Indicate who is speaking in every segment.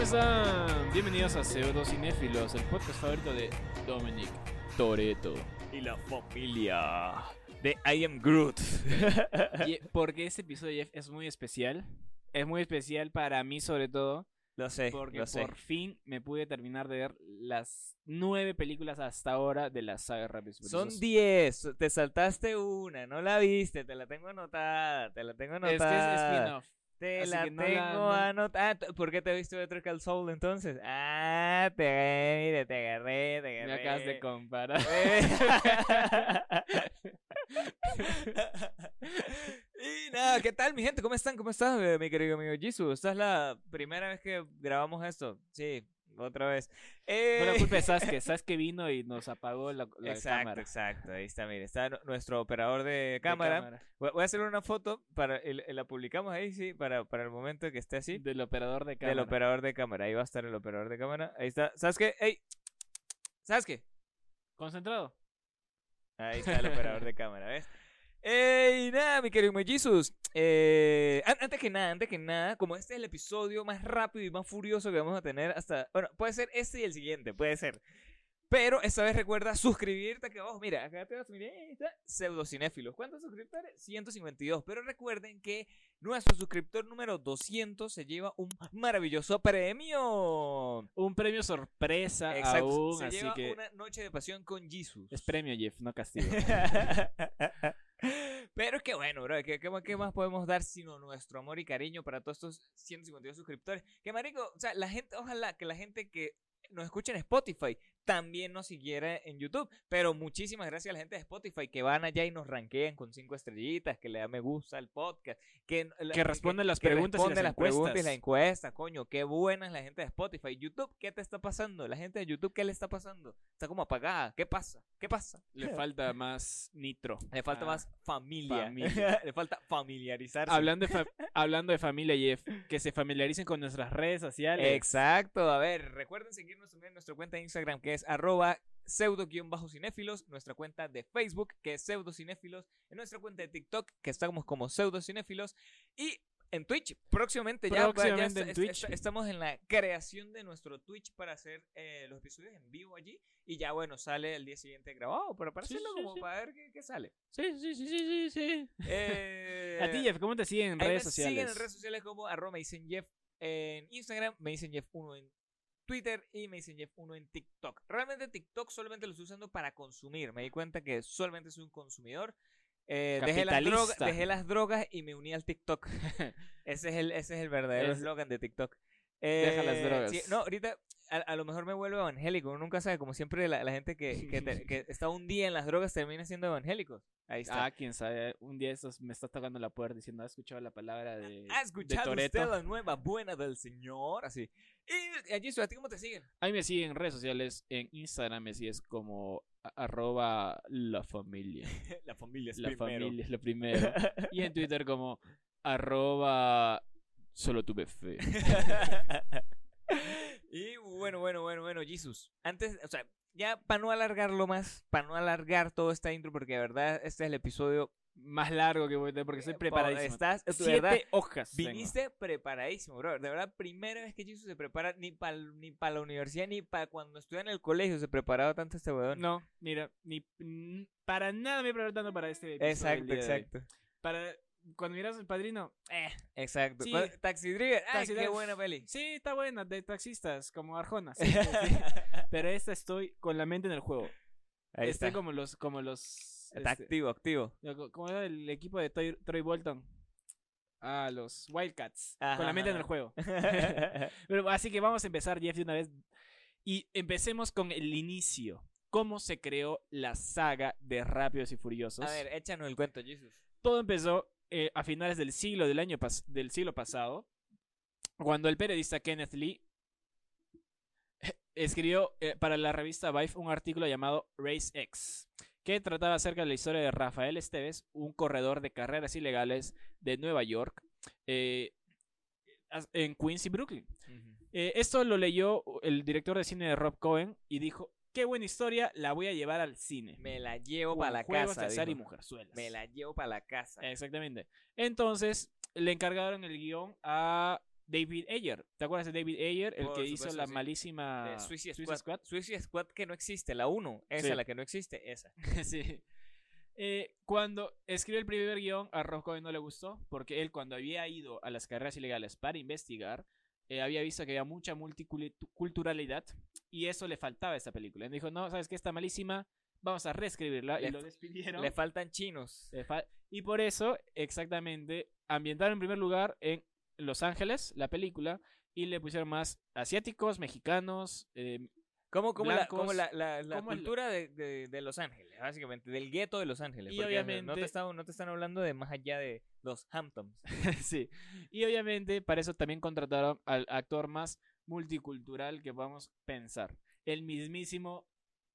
Speaker 1: están? Bienvenidos a Pseudocinéfilos, el podcast favorito de Dominic Toreto.
Speaker 2: Y la familia de I Am Groot.
Speaker 1: Porque este episodio Jeff, es muy especial. Es muy especial para mí, sobre todo.
Speaker 2: Lo sé,
Speaker 1: Porque
Speaker 2: lo sé.
Speaker 1: por fin me pude terminar de ver las nueve películas hasta ahora de la saga Rápidos y
Speaker 2: Son
Speaker 1: Furiosos.
Speaker 2: 10, te saltaste una, no la viste, te la tengo anotada, te la tengo
Speaker 1: Es que es
Speaker 2: anotada.
Speaker 1: spin-off.
Speaker 2: te
Speaker 1: así
Speaker 2: la
Speaker 1: que no la-
Speaker 2: tengo
Speaker 1: no-
Speaker 2: anotada. Ah, t- ¿Por qué te viste otro que el Soul entonces? Ah, te agarré, mira, te agarré, te
Speaker 1: Me
Speaker 2: agarré.
Speaker 1: acabas de comparar.
Speaker 2: Eh. y nada, ¿qué tal mi gente? ¿Cómo están? ¿Cómo estás, eh, mi querido amigo Jisoo? Esta es la primera vez que grabamos esto. Sí, otra vez. Eh,
Speaker 1: No la culpa de Sasuke. Sasuke vino y nos apagó la, la
Speaker 2: exacto,
Speaker 1: cámara.
Speaker 2: exacto. Ahí está, mire, está nu- nuestro operador de
Speaker 1: De
Speaker 2: cámara. Voy voy a hacer una foto, para el- la publicamos ahí, sí, para, para el momento que esté así.
Speaker 1: Del operador de cámara.
Speaker 2: Del operador de cámara. Ahí va a estar el operador de cámara. Ahí está. Sasuke, ¡Ey! Sasuke.
Speaker 1: ¿Concentrado?
Speaker 2: Ahí está el operador de cámara, ¿ves? ¡Ey! Nada, mi querido Jesus. Eh, an- antes que nada, antes que nada, como este es el episodio más rápido y más furioso que vamos a tener hasta... Bueno, puede ser este y el siguiente, puede ser. Pero esta vez recuerda suscribirte acá abajo. Mira, acá te vas a mirar, ahí está, pseudocinéfilos. ¿Cuántos suscriptores? 152. Pero recuerden que nuestro suscriptor número 200 se lleva un maravilloso premio.
Speaker 1: Un premio
Speaker 2: Ah,
Speaker 1: sorpresa aún,
Speaker 2: se
Speaker 1: así
Speaker 2: lleva
Speaker 1: que...
Speaker 2: una noche de pasión con Jesus.
Speaker 1: Es premio, Jeff, no castigo.
Speaker 2: Pero qué bueno, bro. ¿Qué, qué, qué más podemos dar sino nuestro amor y cariño para todos estos 152 suscriptores? Que marico, o sea, la gente, ojalá que la gente que nos escucha en Spotify también nos siguiera en YouTube. Pero muchísimas gracias a la gente de Spotify que van allá y nos ranquean con cinco estrellitas, que le da me gusta al podcast, que,
Speaker 1: Que responde las
Speaker 2: que
Speaker 1: preguntas y
Speaker 2: responde
Speaker 1: las
Speaker 2: las preguntas y
Speaker 1: encuestas.
Speaker 2: las encuestas, coño. Qué buena es la gente de Spotify. YouTube, ¿qué te está pasando? La gente de YouTube, ¿qué le está pasando? Está como apagada. ¿Qué pasa? ¿Qué pasa?
Speaker 1: Le falta más nitro.
Speaker 2: Le falta
Speaker 1: Ah.
Speaker 2: más familia.
Speaker 1: familia.
Speaker 2: Le falta familiarizarse.
Speaker 1: Hablando de, fa- hablando de familia, Jeff, que se familiaricen con nuestras redes sociales.
Speaker 2: Exacto. A ver, recuerden seguirnos también en nuestra cuenta de Instagram, que es arroba pseudo-cinéfilos, nuestra cuenta de Facebook, que es pseudocinéfilos, en nuestra cuenta de TikTok, que estamos como pseudocinéfilos, y en Twitch, próximamente ya,
Speaker 1: Próximamente
Speaker 2: ya está-
Speaker 1: en
Speaker 2: est-
Speaker 1: Twitch.
Speaker 2: est- estamos en la creación de nuestro Twitch para hacer eh, los episodios en vivo allí, y ya bueno, sale el día siguiente grabado, pero para
Speaker 1: Sí,
Speaker 2: hacerlo
Speaker 1: sí,
Speaker 2: como
Speaker 1: sí.
Speaker 2: para ver qué, qué sale.
Speaker 1: Sí, sí, sí, sí, sí, sí.
Speaker 2: Eh,
Speaker 1: A ti, Jeff, ¿cómo te siguen en
Speaker 2: Ahí
Speaker 1: redes
Speaker 2: me
Speaker 1: sociales?
Speaker 2: Siguen en redes sociales como arroba me dicen Jeff en Instagram, me dicen Jeff 1 en Twitter y me dicen Jeff 1 en TikTok. Realmente TikTok solamente lo estoy usando para consumir. Me di cuenta que solamente soy un consumidor. Eh, dejé, las droga-
Speaker 1: Capitalista.
Speaker 2: dejé las drogas y me uní al TikTok. ese, es el, ese es el verdadero
Speaker 1: Es-
Speaker 2: eslogan de TikTok.
Speaker 1: Deja las
Speaker 2: Eh,
Speaker 1: drogas.
Speaker 2: sí, no, ahorita a, a lo mejor me vuelvo evangélico. Uno nunca sabe, como siempre, la, la gente que, que te- que está un día en las drogas termina siendo evangélico. Ahí está.
Speaker 1: Ah, quién sabe. Un día estos me está tocando la puerta diciendo, ¿ha escuchado la palabra de,
Speaker 2: ¿Ha
Speaker 1: de
Speaker 2: escuchado
Speaker 1: Toreto?
Speaker 2: usted la nueva buena del señor? Así. Y allí, ¿a ti cómo te siguen?
Speaker 1: A mí me siguen en redes sociales. En Instagram me sigues como a- arroba la familia.
Speaker 2: La familia
Speaker 1: La familia es lo primero. Y en Twitter como arroba solo tuve fe.
Speaker 2: y bueno, bueno, bueno, bueno, Jesus. Antes, o sea, ya para no alargarlo más, para no alargar todo esta intro, porque de verdad este es el episodio.
Speaker 1: Más largo que voy a tener porque estoy
Speaker 2: eh,
Speaker 1: preparadísimo.
Speaker 2: Estás, de
Speaker 1: Siete
Speaker 2: verdad,
Speaker 1: hojas. tengo.
Speaker 2: viniste preparadísimo, bro. De verdad, primera vez que Jesus se prepara ni para ni pa la universidad, ni para cuando estudia en el colegio se preparaba tanto este weón.
Speaker 1: No, mira, ni n- para nada me he preparado tanto para este episodio. del
Speaker 2: exacto,
Speaker 1: día de hoy.
Speaker 2: exacto.
Speaker 1: Para cuando miras el padrino, eh,
Speaker 2: Exacto.
Speaker 1: Sí.
Speaker 2: ¿Cuál- Taxi Driver. Ay,
Speaker 1: Taxi
Speaker 2: qué
Speaker 1: Driver.
Speaker 2: buena peli.
Speaker 1: sí, está buena, de taxistas, como Arjona. sí, sí, sí. Pero esta estoy con la mente en el juego.
Speaker 2: Ahí
Speaker 1: estoy
Speaker 2: está.
Speaker 1: como los, como los.
Speaker 2: Está
Speaker 1: este,
Speaker 2: activo, activo.
Speaker 1: Loco, ¿Cómo era el equipo de Toy- Troy Bolton? Ah, los Wildcats.
Speaker 2: Ajá,
Speaker 1: con la mente en
Speaker 2: ajá.
Speaker 1: el juego. Pero, así que vamos a empezar, Jeff, de una vez. Y empecemos con el inicio. ¿Cómo se creó la saga de Rápidos y Furiosos?
Speaker 2: A ver, échanos el cuento, Jesus.
Speaker 1: Todo empezó eh, a finales del siglo, del, año pas- del siglo pasado, cuando el periodista Kenneth Lee escribió eh, para la revista Vive un artículo llamado Race X, que trataba acerca de la historia de Rafael Esteves, un corredor de carreras ilegales de Nueva York, eh, as- en Queens y Brooklyn. Eh, esto lo leyó el director de cine de Rob Cohen y dijo, qué buena historia, la voy a llevar al cine.
Speaker 2: Me la llevo
Speaker 1: Con
Speaker 2: para la
Speaker 1: juegos
Speaker 2: casa.
Speaker 1: de azar y Eh,
Speaker 2: dijo.
Speaker 1: mujerzuelas.
Speaker 2: Me la llevo para la casa.
Speaker 1: Exactamente. Entonces, le encargaron el guión a David Ayer. ¿Te acuerdas de David Ayer? El
Speaker 2: Por
Speaker 1: que hizo
Speaker 2: supuesto,
Speaker 1: la
Speaker 2: sí.
Speaker 1: malísima
Speaker 2: Eh, Suicide
Speaker 1: Suicide
Speaker 2: Squad. Suicide Squad que no existe, la 1. Esa,
Speaker 1: ah, Sí.
Speaker 2: la que no existe, esa.
Speaker 1: Sí. Eh, cuando escribió el primer guión, a Rob Cohen no le gustó, porque él cuando había ido a las carreras ilegales para investigar, eh, había visto que había mucha multiculturalidad y eso le faltaba a esta película. Él dijo, no, ¿sabes qué? Está malísima, vamos a reescribirla.
Speaker 2: Le
Speaker 1: y lo
Speaker 2: fa-
Speaker 1: despidieron.
Speaker 2: Le faltan chinos.
Speaker 1: Le Eh, fa- y por eso, exactamente, ambientaron en primer lugar en Los Ángeles, la película, y le pusieron más asiáticos, mexicanos, eh,
Speaker 2: Como, como, la, como
Speaker 1: blancos.
Speaker 2: la, la- la
Speaker 1: ¿Cómo es la-
Speaker 2: cultura de, de- de Los Ángeles, básicamente, del gueto de Los Ángeles.
Speaker 1: Y
Speaker 2: porque No
Speaker 1: obviamente-
Speaker 2: te, están, no te están hablando de más allá de los Hamptons.
Speaker 1: Sí. Y obviamente para eso también contrataron al actor más multicultural que podamos pensar. El mismísimo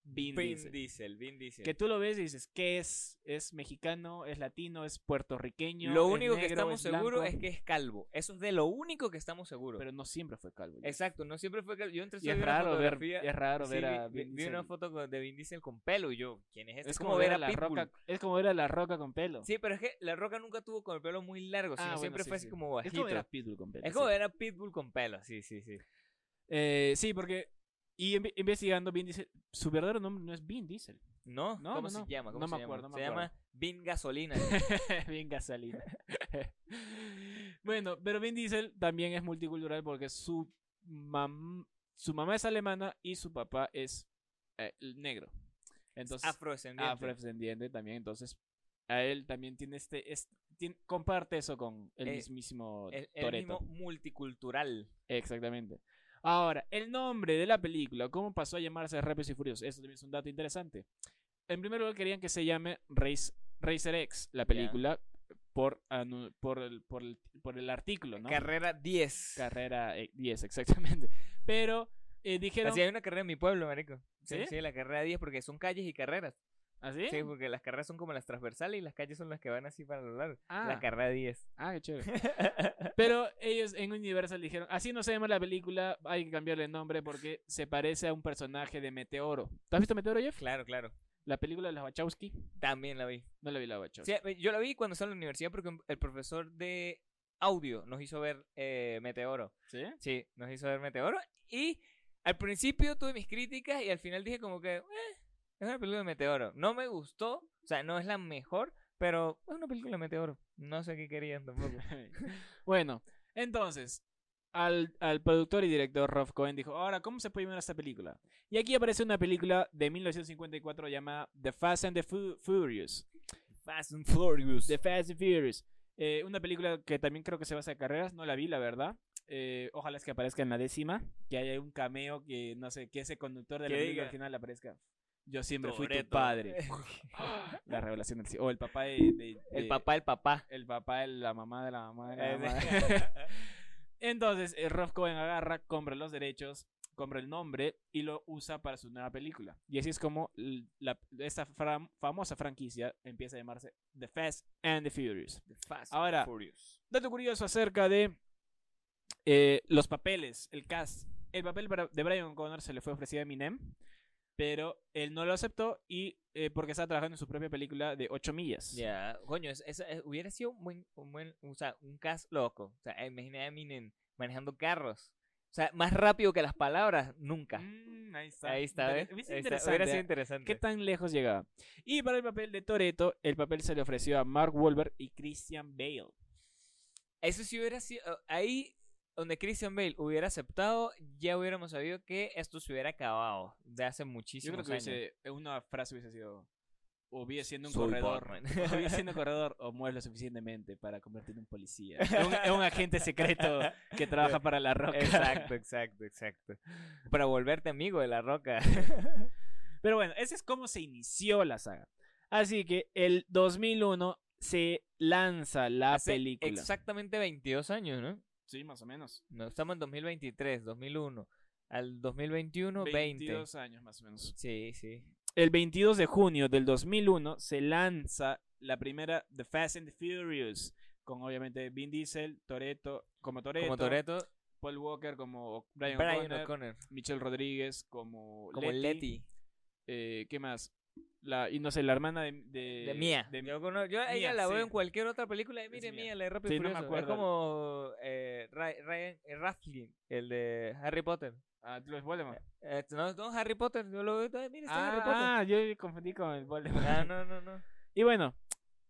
Speaker 1: Vin
Speaker 2: Vin
Speaker 1: Diesel.
Speaker 2: Diesel, Vin Diesel.
Speaker 1: Que tú lo ves y dices, ¿qué es? ¿Es mexicano? ¿Es latino? ¿Es puertorriqueño?
Speaker 2: Lo
Speaker 1: ¿Es
Speaker 2: único que
Speaker 1: negro?
Speaker 2: estamos
Speaker 1: ¿Es blanco?".
Speaker 2: seguros es que es calvo. Eso es de lo único que estamos seguros.
Speaker 1: Pero no siempre fue calvo. ya.
Speaker 2: Exacto, no siempre fue calvo. Yo entré
Speaker 1: Y
Speaker 2: solo
Speaker 1: es
Speaker 2: vi una
Speaker 1: raro ver,
Speaker 2: fotografía-
Speaker 1: es raro
Speaker 2: sí,
Speaker 1: ver a
Speaker 2: vi, vi-
Speaker 1: Vin
Speaker 2: vi una
Speaker 1: Diesel.
Speaker 2: foto con- de Vin Diesel con pelo y yo, ¿quién es este?
Speaker 1: Es como ver a la
Speaker 2: Pitbull?
Speaker 1: roca, es como ver a la roca con pelo.
Speaker 2: Sí, pero es que La Roca nunca tuvo con el pelo muy largo, sino
Speaker 1: Ah, bueno,
Speaker 2: siempre
Speaker 1: sí,
Speaker 2: fue así
Speaker 1: sí.
Speaker 2: como
Speaker 1: es
Speaker 2: bajito.
Speaker 1: como ver a Pitbull con pelo.
Speaker 2: Es
Speaker 1: sí.
Speaker 2: como ver a Pitbull con pelo, sí, sí, sí.
Speaker 1: Eh, sí, porque y inve- investigando Vin Diesel, su verdadero nombre no es Vin Diesel.
Speaker 2: ¿No?
Speaker 1: No,
Speaker 2: ¿Cómo
Speaker 1: no,
Speaker 2: se
Speaker 1: no.
Speaker 2: llama? ¿Cómo
Speaker 1: No
Speaker 2: se
Speaker 1: me
Speaker 2: llama?
Speaker 1: acuerdo, no me
Speaker 2: se llama Vin Gasolina.
Speaker 1: Bien gasolina. bueno, pero Vin Diesel también es multicultural porque su, mam- su mamá es alemana y su papá es eh, negro. Entonces,
Speaker 2: afrodescendiente.
Speaker 1: afrodescendiente también. Entonces, a él también tiene este. es- tien- comparte eso con el
Speaker 2: Eh,
Speaker 1: mismísimo
Speaker 2: el, el
Speaker 1: Toretto.
Speaker 2: mismo multicultural.
Speaker 1: Exactamente. Ahora, el nombre de la película, ¿cómo pasó a llamarse Rápidos y Furiosos? Esto también es un dato interesante. En primer lugar, querían que se llame Race, Racer X, la película, por, anu- por, el, por, el, por el artículo, ¿no?
Speaker 2: Carrera 10.
Speaker 1: Carrera eh, 10, exactamente. Pero eh, dijeron.
Speaker 2: Así hay una carrera en mi pueblo, marico.
Speaker 1: ¿Sí?
Speaker 2: la carrera 10 porque son calles y carreras.
Speaker 1: ¿Así?
Speaker 2: Sí, porque las carreras son como las transversales y las calles son las que van así para los lados.
Speaker 1: Ah,
Speaker 2: La carrera 10.
Speaker 1: ah, qué chévere. Pero ellos en Universal dijeron: así no se llama la película, hay que cambiarle el nombre porque se parece a un personaje de Meteoro. ¿Tú has visto Meteoro, Jeff?
Speaker 2: claro, claro.
Speaker 1: La película de las Wachowski.
Speaker 2: También la vi.
Speaker 1: No la vi la Wachowski.
Speaker 2: Sí, eh, yo la vi cuando estaba en la universidad porque un- el profesor de audio nos hizo ver eh, Meteoro.
Speaker 1: ¿Sí?
Speaker 2: Sí, nos hizo ver Meteoro. Y al principio tuve mis críticas y al final dije como que, "Eh, es una película de Meteoro. No me gustó, o sea, no es la mejor, pero es una película de Meteoro. No sé qué querían tampoco.
Speaker 1: bueno, entonces, al, al productor y director Rolf Cohen dijo, ahora, ¿cómo se puede llamar esta película? Y aquí aparece una película de 1954 llamada The Fast and the Fu- Furious.
Speaker 2: Fast and Furious.
Speaker 1: The Fast and Furious. Eh, una película que también creo que se basa en carreras, no la vi, la verdad. Eh, ojalá es que aparezca en la décima, que haya un cameo que, no sé, que ese conductor de la
Speaker 2: Que
Speaker 1: película
Speaker 2: diga,
Speaker 1: original aparezca. Yo siempre fui tu
Speaker 2: Toretto.
Speaker 1: padre. la revelación del... O el papá de- de-
Speaker 2: El
Speaker 1: de-
Speaker 2: papá, el papá.
Speaker 1: el papá de la mamá de la mamá de la
Speaker 2: Eh,
Speaker 1: mamá. Entonces, eh, Rolf Cohen agarra, compra los derechos, compra el nombre y lo usa para su nueva película. Y así es como l- la, esta fram- famosa franquicia empieza a llamarse The Fast and the Furious.
Speaker 2: Fast
Speaker 1: Ahora,
Speaker 2: and Furious.
Speaker 1: Dato curioso acerca de eh, los papeles, el cast. El papel para- de Brian O'Connor se le fue ofrecido a Eminem, pero él no lo aceptó y eh, porque estaba trabajando en su propia película de 8 millas.
Speaker 2: Ya, coño, es- es- es- hubiera sido un buen, un buen, o sea, un cast loco. O sea, imagina a Eminem manejando carros. O sea, más rápido que las palabras, nunca.
Speaker 1: Mm, ahí está.
Speaker 2: Ahí está,
Speaker 1: Inter-
Speaker 2: ¿ves?
Speaker 1: ¿viste?
Speaker 2: Ahí está.
Speaker 1: Interesante,
Speaker 2: Hubiera sido
Speaker 1: ¿eh?
Speaker 2: interesante.
Speaker 1: ¿Qué tan lejos llegaba? Y para el papel de Toreto, el papel se le ofreció a Mark Wahlberg y Christian Bale.
Speaker 2: Eso sí hubiera sido, oh, ahí donde Christian Bale hubiera aceptado, ya hubiéramos sabido que esto se hubiera acabado de hace
Speaker 1: Yo
Speaker 2: muchísimos
Speaker 1: creo que
Speaker 2: años.
Speaker 1: hubiese, una frase hubiese sido, o vive siendo un
Speaker 2: Soy
Speaker 1: corredor,
Speaker 2: Batman.
Speaker 1: o vive siendo un corredor, o mueres lo suficientemente para convertirte en un policía. Es un, es un agente secreto que trabaja para la roca.
Speaker 2: Exacto, exacto, exacto. Para volverte amigo de la roca.
Speaker 1: Pero bueno, ese es como se inició la saga. Así que el 2001 se lanza la
Speaker 2: Hace
Speaker 1: película.
Speaker 2: Exactamente 22 años, ¿no?
Speaker 1: Sí, más o menos.
Speaker 2: No, estamos en 2023, 2001. Al 2021, 20.
Speaker 1: 22 años más o menos.
Speaker 2: Sí, sí.
Speaker 1: El 22 de junio del 2001 se lanza la primera The Fast and the Furious, con obviamente Vin Diesel, Toretto como Toretto,
Speaker 2: Como Toreto,
Speaker 1: Paul Walker como Brian,
Speaker 2: Brian
Speaker 1: O'Connor,
Speaker 2: O'Connor.
Speaker 1: Michelle Rodríguez como,
Speaker 2: Como
Speaker 1: Letty,
Speaker 2: Letty.
Speaker 1: eh, ¿Qué más? La, y no sé, la hermana de... De,
Speaker 2: De Mía.
Speaker 1: eh, de-
Speaker 2: yo cono- yo a
Speaker 1: Mía,
Speaker 2: ella la veo
Speaker 1: sí.
Speaker 2: en cualquier otra película. y Mire,
Speaker 1: Es Mía.
Speaker 2: Mía, la de Rápido
Speaker 1: Sí,
Speaker 2: y
Speaker 1: no me
Speaker 2: Furioso. Es
Speaker 1: acuerdo.
Speaker 2: como eh, Ry- Ryan eh, Rafling, el de Harry Potter.
Speaker 1: Ah, tú ves Voldemort.
Speaker 2: Eh, no, no, Harry Potter. Yo lo veo. ay, Mire, está Harry Potter.
Speaker 1: Ah, yo confundí con el Voldemort.
Speaker 2: Ah, no, no, no.
Speaker 1: Y bueno,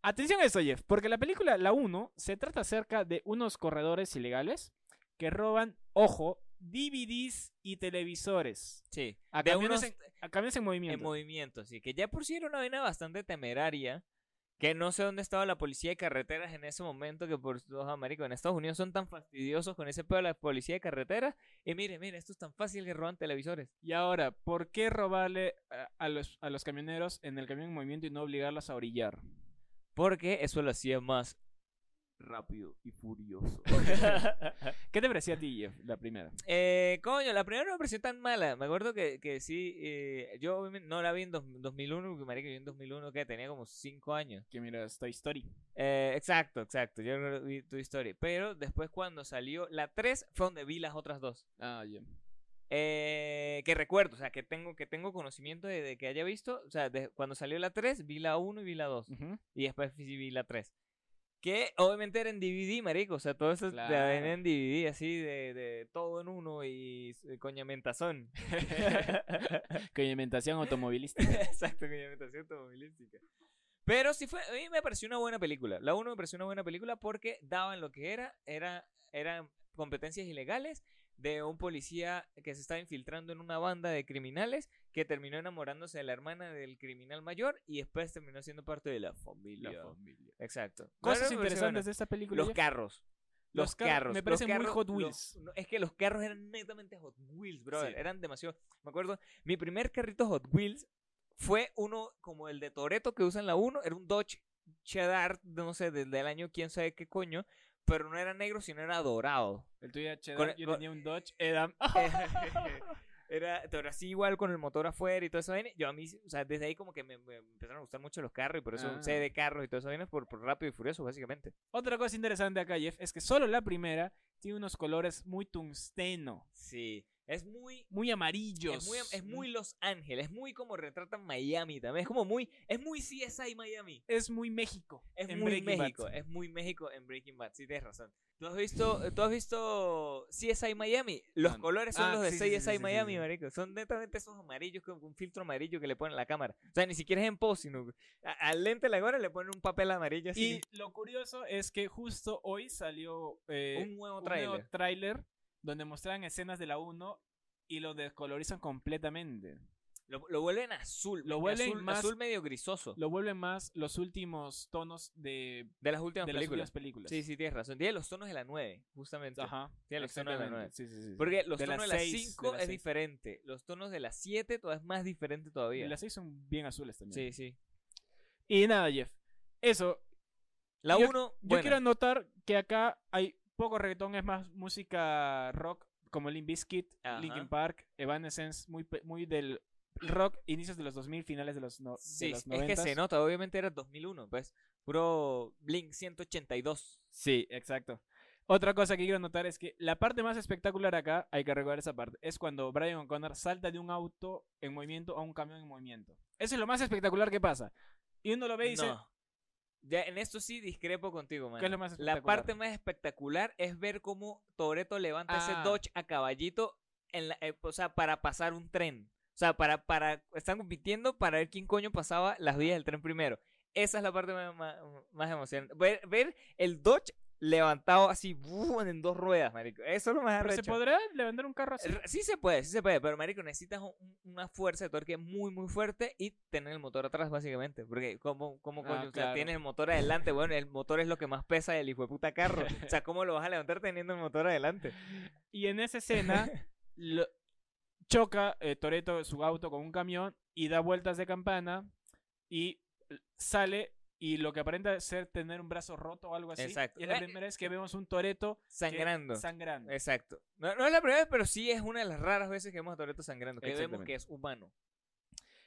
Speaker 1: atención a esto, Jeff, porque la película La 1 se trata acerca de unos corredores ilegales que roban, ojo, DVDs y televisores.
Speaker 2: Sí.
Speaker 1: A
Speaker 2: De
Speaker 1: camiones,
Speaker 2: unos
Speaker 1: en, a camiones en movimiento.
Speaker 2: en movimiento. Sí, que ya por sí era una vaina bastante temeraria. Que no sé dónde estaba la policía de carreteras en ese momento. Que por Dios, ah, marico, en Estados Unidos son tan fastidiosos con ese pedo de la policía de carreteras. Y mire, mire, esto es tan fácil que roban televisores.
Speaker 1: Y ahora, ¿por qué robarle a, a los, a los camioneros en el camión en movimiento y no obligarlos a orillar?
Speaker 2: Porque eso lo hacía más
Speaker 1: Rápido y furioso. ¿Qué te parecía a ti, Jeff, la primera?
Speaker 2: Eh, coño, la primera no me pareció tan mala. Me acuerdo que, que sí, eh, yo obviamente no la vi en dos- 2001, porque marica, yo en 2001 que tenía como 5 años.
Speaker 1: Que mira, Toy Story.
Speaker 2: Eh, exacto, exacto, yo no vi tu historia. Pero después cuando salió la 3 fue donde vi las otras dos.
Speaker 1: Ah, ya.
Speaker 2: Eh, que recuerdo, o sea, que tengo, que tengo conocimiento de, de que haya visto, o sea, de- cuando salió la 3 vi la 1 y vi la 2.
Speaker 1: Ujú.
Speaker 2: Y después sí vi la 3. Que obviamente era en DVD, marico. O sea, todo eso te la
Speaker 1: Claro.
Speaker 2: ven en DVD, así de, de todo en uno y s- coñamentazón.
Speaker 1: Con alimentación automovilista.
Speaker 2: Exacto, coñamentación automovilística. Pero sí fue, a mí me pareció una buena película. La 1 me pareció una buena película porque daban lo que era, era eran competencias ilegales de un policía que se estaba infiltrando en una banda de criminales que terminó enamorándose de la hermana del criminal mayor y después terminó siendo parte de la familia.
Speaker 1: familia.
Speaker 2: Exacto.
Speaker 1: Cosas
Speaker 2: Bueno, me pareció
Speaker 1: interesantes
Speaker 2: bueno.
Speaker 1: de esta película.
Speaker 2: Los
Speaker 1: Jeff.
Speaker 2: carros. Los,
Speaker 1: Los car-
Speaker 2: carros.
Speaker 1: me
Speaker 2: los
Speaker 1: parecen muy
Speaker 2: carros-
Speaker 1: Hot
Speaker 2: los-
Speaker 1: Wheels.
Speaker 2: no, es que los carros eran netamente Hot Wheels, brother.
Speaker 1: Sí.
Speaker 2: Eran demasiado. Me acuerdo, mi primer carrito Hot Wheels fue uno como el de Toreto que usan la 1. Era un Dodge Cheddar, no sé, del, del año quién sabe qué coño. Pero no era negro, sino era dorado.
Speaker 1: El tuyo era cheddar,
Speaker 2: Con- e-
Speaker 1: yo
Speaker 2: con-
Speaker 1: tenía un Dodge Edam.
Speaker 2: Era, pero así igual con el motor afuera y todo eso. Yo a mí, o sea, desde ahí como que me, me empezaron a gustar mucho los carros y por eso
Speaker 1: Ah.
Speaker 2: sé de carros y todo eso. Viene por, por rápido y furioso, básicamente.
Speaker 1: Otra cosa interesante acá, Jeff, es que solo la primera tiene unos colores muy tungsteno,
Speaker 2: Sí. Es muy
Speaker 1: muy amarillos.
Speaker 2: Es muy, es muy Los Ángeles, es muy como retratan Miami también. Es como muy, es muy CSI Miami.
Speaker 1: es muy México.
Speaker 2: Es
Speaker 1: en
Speaker 2: muy
Speaker 1: Breaking Bad.
Speaker 2: México, es muy México en Breaking Bad. Sí, tienes razón. ¿Tú has visto, tú has visto CSI Miami? Los
Speaker 1: Ah, no.
Speaker 2: colores son
Speaker 1: Ah,
Speaker 2: los de
Speaker 1: sí, sí, sí,
Speaker 2: CSI
Speaker 1: sí, sí, sí,
Speaker 2: Miami,
Speaker 1: sí.
Speaker 2: marico. Son netamente esos amarillos con un filtro amarillo que le ponen a la cámara. O sea, ni siquiera es en pose, sino a- al lente de la cámara le ponen un papel amarillo así.
Speaker 1: Y lo curioso es que justo hoy salió eh,
Speaker 2: un nuevo trailer.
Speaker 1: tráiler donde mostraban escenas de la 1 y lo descolorizan completamente.
Speaker 2: Lo, lo vuelven azul,
Speaker 1: Lo
Speaker 2: marico,
Speaker 1: vuelven
Speaker 2: azul,
Speaker 1: más-
Speaker 2: azul medio grisoso
Speaker 1: Lo vuelven más los últimos tonos de,
Speaker 2: de las últimas
Speaker 1: de las
Speaker 2: películas.
Speaker 1: últimas películas.
Speaker 2: Sí, sí, tienes razón. Tiene los tonos de la 9, justamente.
Speaker 1: Ajá.
Speaker 2: Sí, los tonos de la nueve.
Speaker 1: exactamente. Sí, sí, sí, sí.
Speaker 2: Porque los
Speaker 1: De
Speaker 2: tonos
Speaker 1: las
Speaker 2: de las
Speaker 1: seis,
Speaker 2: 5
Speaker 1: de las
Speaker 2: es
Speaker 1: seis.
Speaker 2: diferente. Los tonos de las 7 todavía es más diferente
Speaker 1: Y
Speaker 2: todavía.
Speaker 1: las 6 son bien azules también.
Speaker 2: Sí, sí.
Speaker 1: Y nada, Jeff. Eso,
Speaker 2: La
Speaker 1: Yo-
Speaker 2: 1,
Speaker 1: Yo quiero anotar que acá hay poco reggaetón, es más música rock como Limp Bizkit,
Speaker 2: Ajá.
Speaker 1: Linkin Park, Evanescence, muy, pe- muy del rock, inicios de los 2000, finales de los, no, de
Speaker 2: sí,
Speaker 1: los
Speaker 2: sí, es que
Speaker 1: 90s.
Speaker 2: se nota, obviamente era 2001, pues. Puro Blink 182.
Speaker 1: Sí, exacto. Otra cosa que quiero anotar es que la parte más espectacular acá, hay que recordar esa parte, es cuando Brian O'Connor salta de un auto en movimiento a un camión en movimiento. Eso es lo más espectacular que pasa. Y uno lo ve y dice, "Ah,
Speaker 2: No. Ya, en esto sí discrepo contigo, man.
Speaker 1: ¿qué es lo más
Speaker 2: La
Speaker 1: espectacular?
Speaker 2: parte más espectacular es ver cómo Toreto levanta
Speaker 1: Ah.
Speaker 2: ese Dodge a caballito, en la- eh, o sea, para pasar un tren. O sea, para, para, están compitiendo para ver quién coño pasaba las vías del tren primero. Esa es la parte más, más- más emocionante. Ver, ver el Dodge levantado así, ¡buh! en dos ruedas, marico. Eso es lo más
Speaker 1: ¿Pero se
Speaker 2: arrecho.
Speaker 1: podrá levantar un carro así?
Speaker 2: R- Sí se puede, sí se puede, pero marico, necesitas un- una fuerza de torque muy, muy fuerte y tener el motor atrás, básicamente. Porque, ¿cómo, cómo
Speaker 1: Ah,
Speaker 2: coño? O sea,
Speaker 1: claro.
Speaker 2: tienes el motor adelante, bueno, el motor es lo que más pesa del hijo de puta carro. O sea, ¿cómo lo vas a levantar teniendo el motor adelante?
Speaker 1: Y en esa escena lo- choca eh, Toreto su auto con un camión y da vueltas de campana y l- sale y lo que aparenta ser tener un brazo roto o algo así.
Speaker 2: Exacto.
Speaker 1: Y es la
Speaker 2: Eh,
Speaker 1: primera vez que vemos un Toreto
Speaker 2: Sangrando. Eh.
Speaker 1: sangrando.
Speaker 2: Exacto. No, no es la primera vez, pero sí es una de las raras veces que vemos a Toreto sangrando, que vemos
Speaker 1: Exactamente.
Speaker 2: que es humano.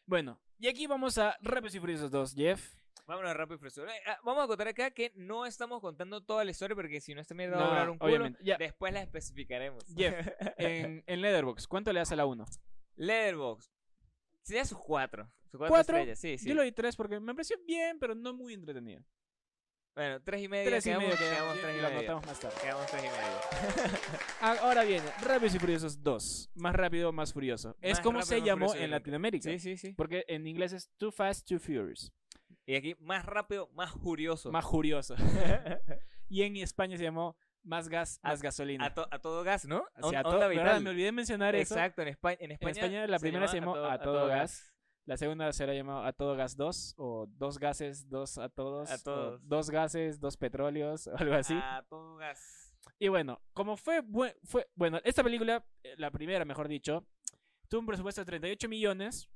Speaker 1: Bueno, y aquí vamos a Rápidos y Furiosos 2, Jeff.
Speaker 2: Vámonos rápido, profesor. Eh, ah, Vamos a contar acá que no estamos contando toda la historia porque si no esta mierda va a
Speaker 1: No,
Speaker 2: durar un culo.
Speaker 1: obviamente. Ya,
Speaker 2: Después la especificaremos.
Speaker 1: Jeff, en, en Leatherbox, ¿cuánto le das a la 1?
Speaker 2: Leatherbox. Sería sus cuatro. Sus cuatro,
Speaker 1: ¿Cuatro?
Speaker 2: estrellas, sí, sí.
Speaker 1: Yo le doy tres porque me pareció bien, pero no muy entretenida.
Speaker 2: Bueno, tres y media.
Speaker 1: Tres y
Speaker 2: Eh, quedamos,
Speaker 1: medio
Speaker 2: quedamos
Speaker 1: y-
Speaker 2: tres
Speaker 1: y
Speaker 2: y
Speaker 1: lo
Speaker 2: media.
Speaker 1: anotamos más tarde.
Speaker 2: Quedamos tres y media.
Speaker 1: Ah, Ahora bien, Rápidos y Furiosos 2. Más rápido, más furioso. Es
Speaker 2: Más
Speaker 1: como
Speaker 2: rápido,
Speaker 1: se
Speaker 2: más
Speaker 1: llamó
Speaker 2: furioso
Speaker 1: en
Speaker 2: nunca.
Speaker 1: Latinoamérica.
Speaker 2: Sí, sí, sí.
Speaker 1: Porque en inglés es Too Fast, Too Furious.
Speaker 2: Y aquí más rápido, más curioso.
Speaker 1: Más furioso. y en España se llamó Más gas, más gasolina.
Speaker 2: a, to- a todo gas, ¿no?
Speaker 1: O sea, a to-
Speaker 2: Onda
Speaker 1: ¿verdad?
Speaker 2: vital.
Speaker 1: Me olvidé mencionar eso.
Speaker 2: Exacto, en España, en
Speaker 1: En
Speaker 2: España,
Speaker 1: España la primera se llamó
Speaker 2: llamaba
Speaker 1: A todo gas. La segunda se la llamó A todo gas 2 o Dos gases, dos a todos.
Speaker 2: A
Speaker 1: o
Speaker 2: todos. Ah,
Speaker 1: dos gases, dos petróleos o algo así.
Speaker 2: A todo gas.
Speaker 1: Y bueno, como fue, bue- fue bueno, esta película, eh, la primera mejor dicho, tuvo un presupuesto de 38 millones,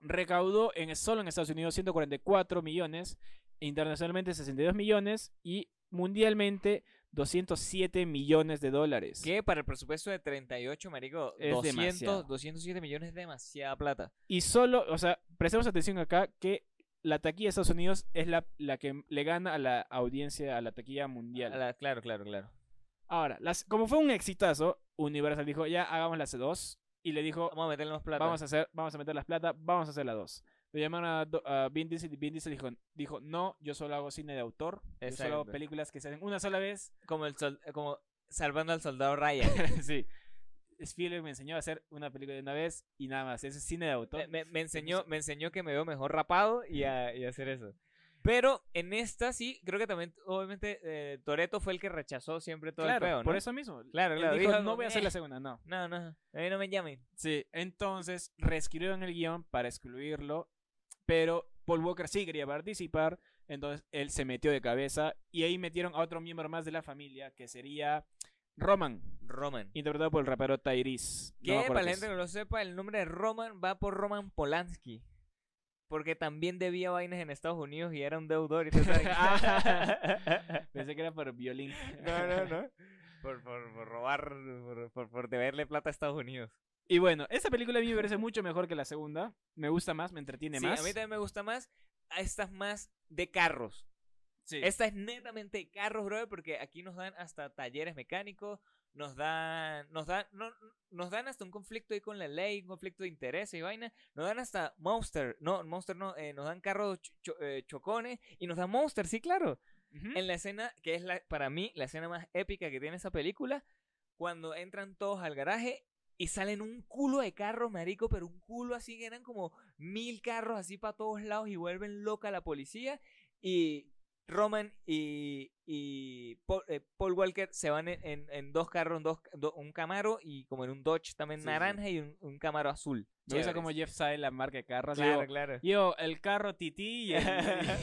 Speaker 1: recaudó en, solo en Estados Unidos 144 millones, internacionalmente 62 millones y mundialmente 207 millones de dólares.
Speaker 2: Que para el presupuesto de 38, marico,
Speaker 1: Es
Speaker 2: 200,
Speaker 1: demasiado.
Speaker 2: 207 millones es demasiada plata.
Speaker 1: Y solo, o sea, prestemos atención acá que la taquilla de Estados Unidos es la, la que le gana a la audiencia, a la taquilla mundial.
Speaker 2: A la- claro, claro, claro.
Speaker 1: Ahora, las, como fue un exitazo, Universal dijo, ya hagamos las dos. Y le dijo,
Speaker 2: Vamos a meterle más plata.
Speaker 1: Vamos a hacer, vamos a meter las plata, vamos a hacer las dos. Le llamaron a, Do- a Vin Diesel y Vin Diesel dijo, dijo, no, yo solo hago cine de autor, yo solo hago
Speaker 2: Exacto.
Speaker 1: películas que se hacen una sola vez.
Speaker 2: como, el sol- como salvando al soldado Ryan.
Speaker 1: sí. Spielberg me enseñó a hacer una película de una vez y nada más, eso es cine de autor.
Speaker 2: me, me- me enseñó, me enseñó que me veo mejor rapado y, a- y hacer eso. Pero en esta sí, creo que también, obviamente, eh, Toreto fue el que rechazó siempre todo
Speaker 1: claro,
Speaker 2: el peo, ¿no?
Speaker 1: por eso mismo.
Speaker 2: Claro,
Speaker 1: Él
Speaker 2: claro.
Speaker 1: dijo,
Speaker 2: dijo,
Speaker 1: no voy a hacer
Speaker 2: "Eh,
Speaker 1: la segunda, no.
Speaker 2: No, no, a mí no me llamen.
Speaker 1: Sí, entonces reescribieron el guión para excluirlo, pero Paul Walker sí quería participar, entonces él se metió de cabeza y ahí metieron a otro miembro más de la familia, que sería Roman,
Speaker 2: Roman.
Speaker 1: interpretado por el rapero Tyrese. No
Speaker 2: Que
Speaker 1: me acuerdo
Speaker 2: para la
Speaker 1: qué
Speaker 2: gente
Speaker 1: es.
Speaker 2: que no lo sepa, el nombre de Roman va por Roman Polanski. Porque también debía vainas en Estados Unidos y era un deudor y todo
Speaker 1: Ah. Pensé que era por violín.
Speaker 2: No, no, no. Por, por, por robar, por, por, por deberle plata a Estados Unidos.
Speaker 1: Y bueno, esta película a mí me parece mucho mejor que la segunda. Me gusta más, me entretiene
Speaker 2: Sí,
Speaker 1: más.
Speaker 2: a mí también me gusta más. A estas más de carros.
Speaker 1: Sí.
Speaker 2: Esta es netamente de carros, brother, porque aquí nos dan hasta talleres mecánicos, nos dan, nos dan, no- nos dan hasta un conflicto ahí con la ley, un conflicto de intereses y vaina, nos dan hasta Monster, no, Monster no, eh, nos dan carros cho- cho- eh, chocones y nos dan Monster, sí, claro.
Speaker 1: Ujú.
Speaker 2: En la escena, que es la, para mí la escena más épica que tiene esa película, cuando entran todos al garaje y salen un culo de carros, marico, pero un culo así que eran como mil carros así para todos lados y vuelven loca a la policía y Roman y, y Paul, eh, Paul Walker se van en, en- en dos carros, en dos, do- un Camaro y como en un Dodge también
Speaker 1: Sí, sí.
Speaker 2: naranja y un, un Camaro azul.
Speaker 1: Me gusta como
Speaker 2: Chéveres.
Speaker 1: Jeff sabe la marca de carros.
Speaker 2: Claro,
Speaker 1: Digo,
Speaker 2: claro.
Speaker 1: Yo, el carro Titi y el,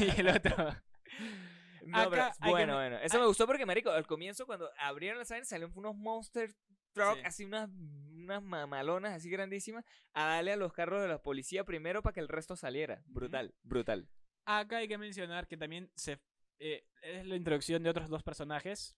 Speaker 1: y el otro.
Speaker 2: No,
Speaker 1: Acá
Speaker 2: pero
Speaker 1: hay que
Speaker 2: bueno,
Speaker 1: me-
Speaker 2: bueno. Eso me gustó porque, marico, al comienzo cuando abrieron la vaina salieron unos monster truck,
Speaker 1: Sí.
Speaker 2: así unas, unas mamalonas así grandísimas, a darle a los carros de la policía primero para que el resto saliera. Brutal, brutal.
Speaker 1: Acá hay que mencionar que también se, eh, es la introducción de otros dos personajes.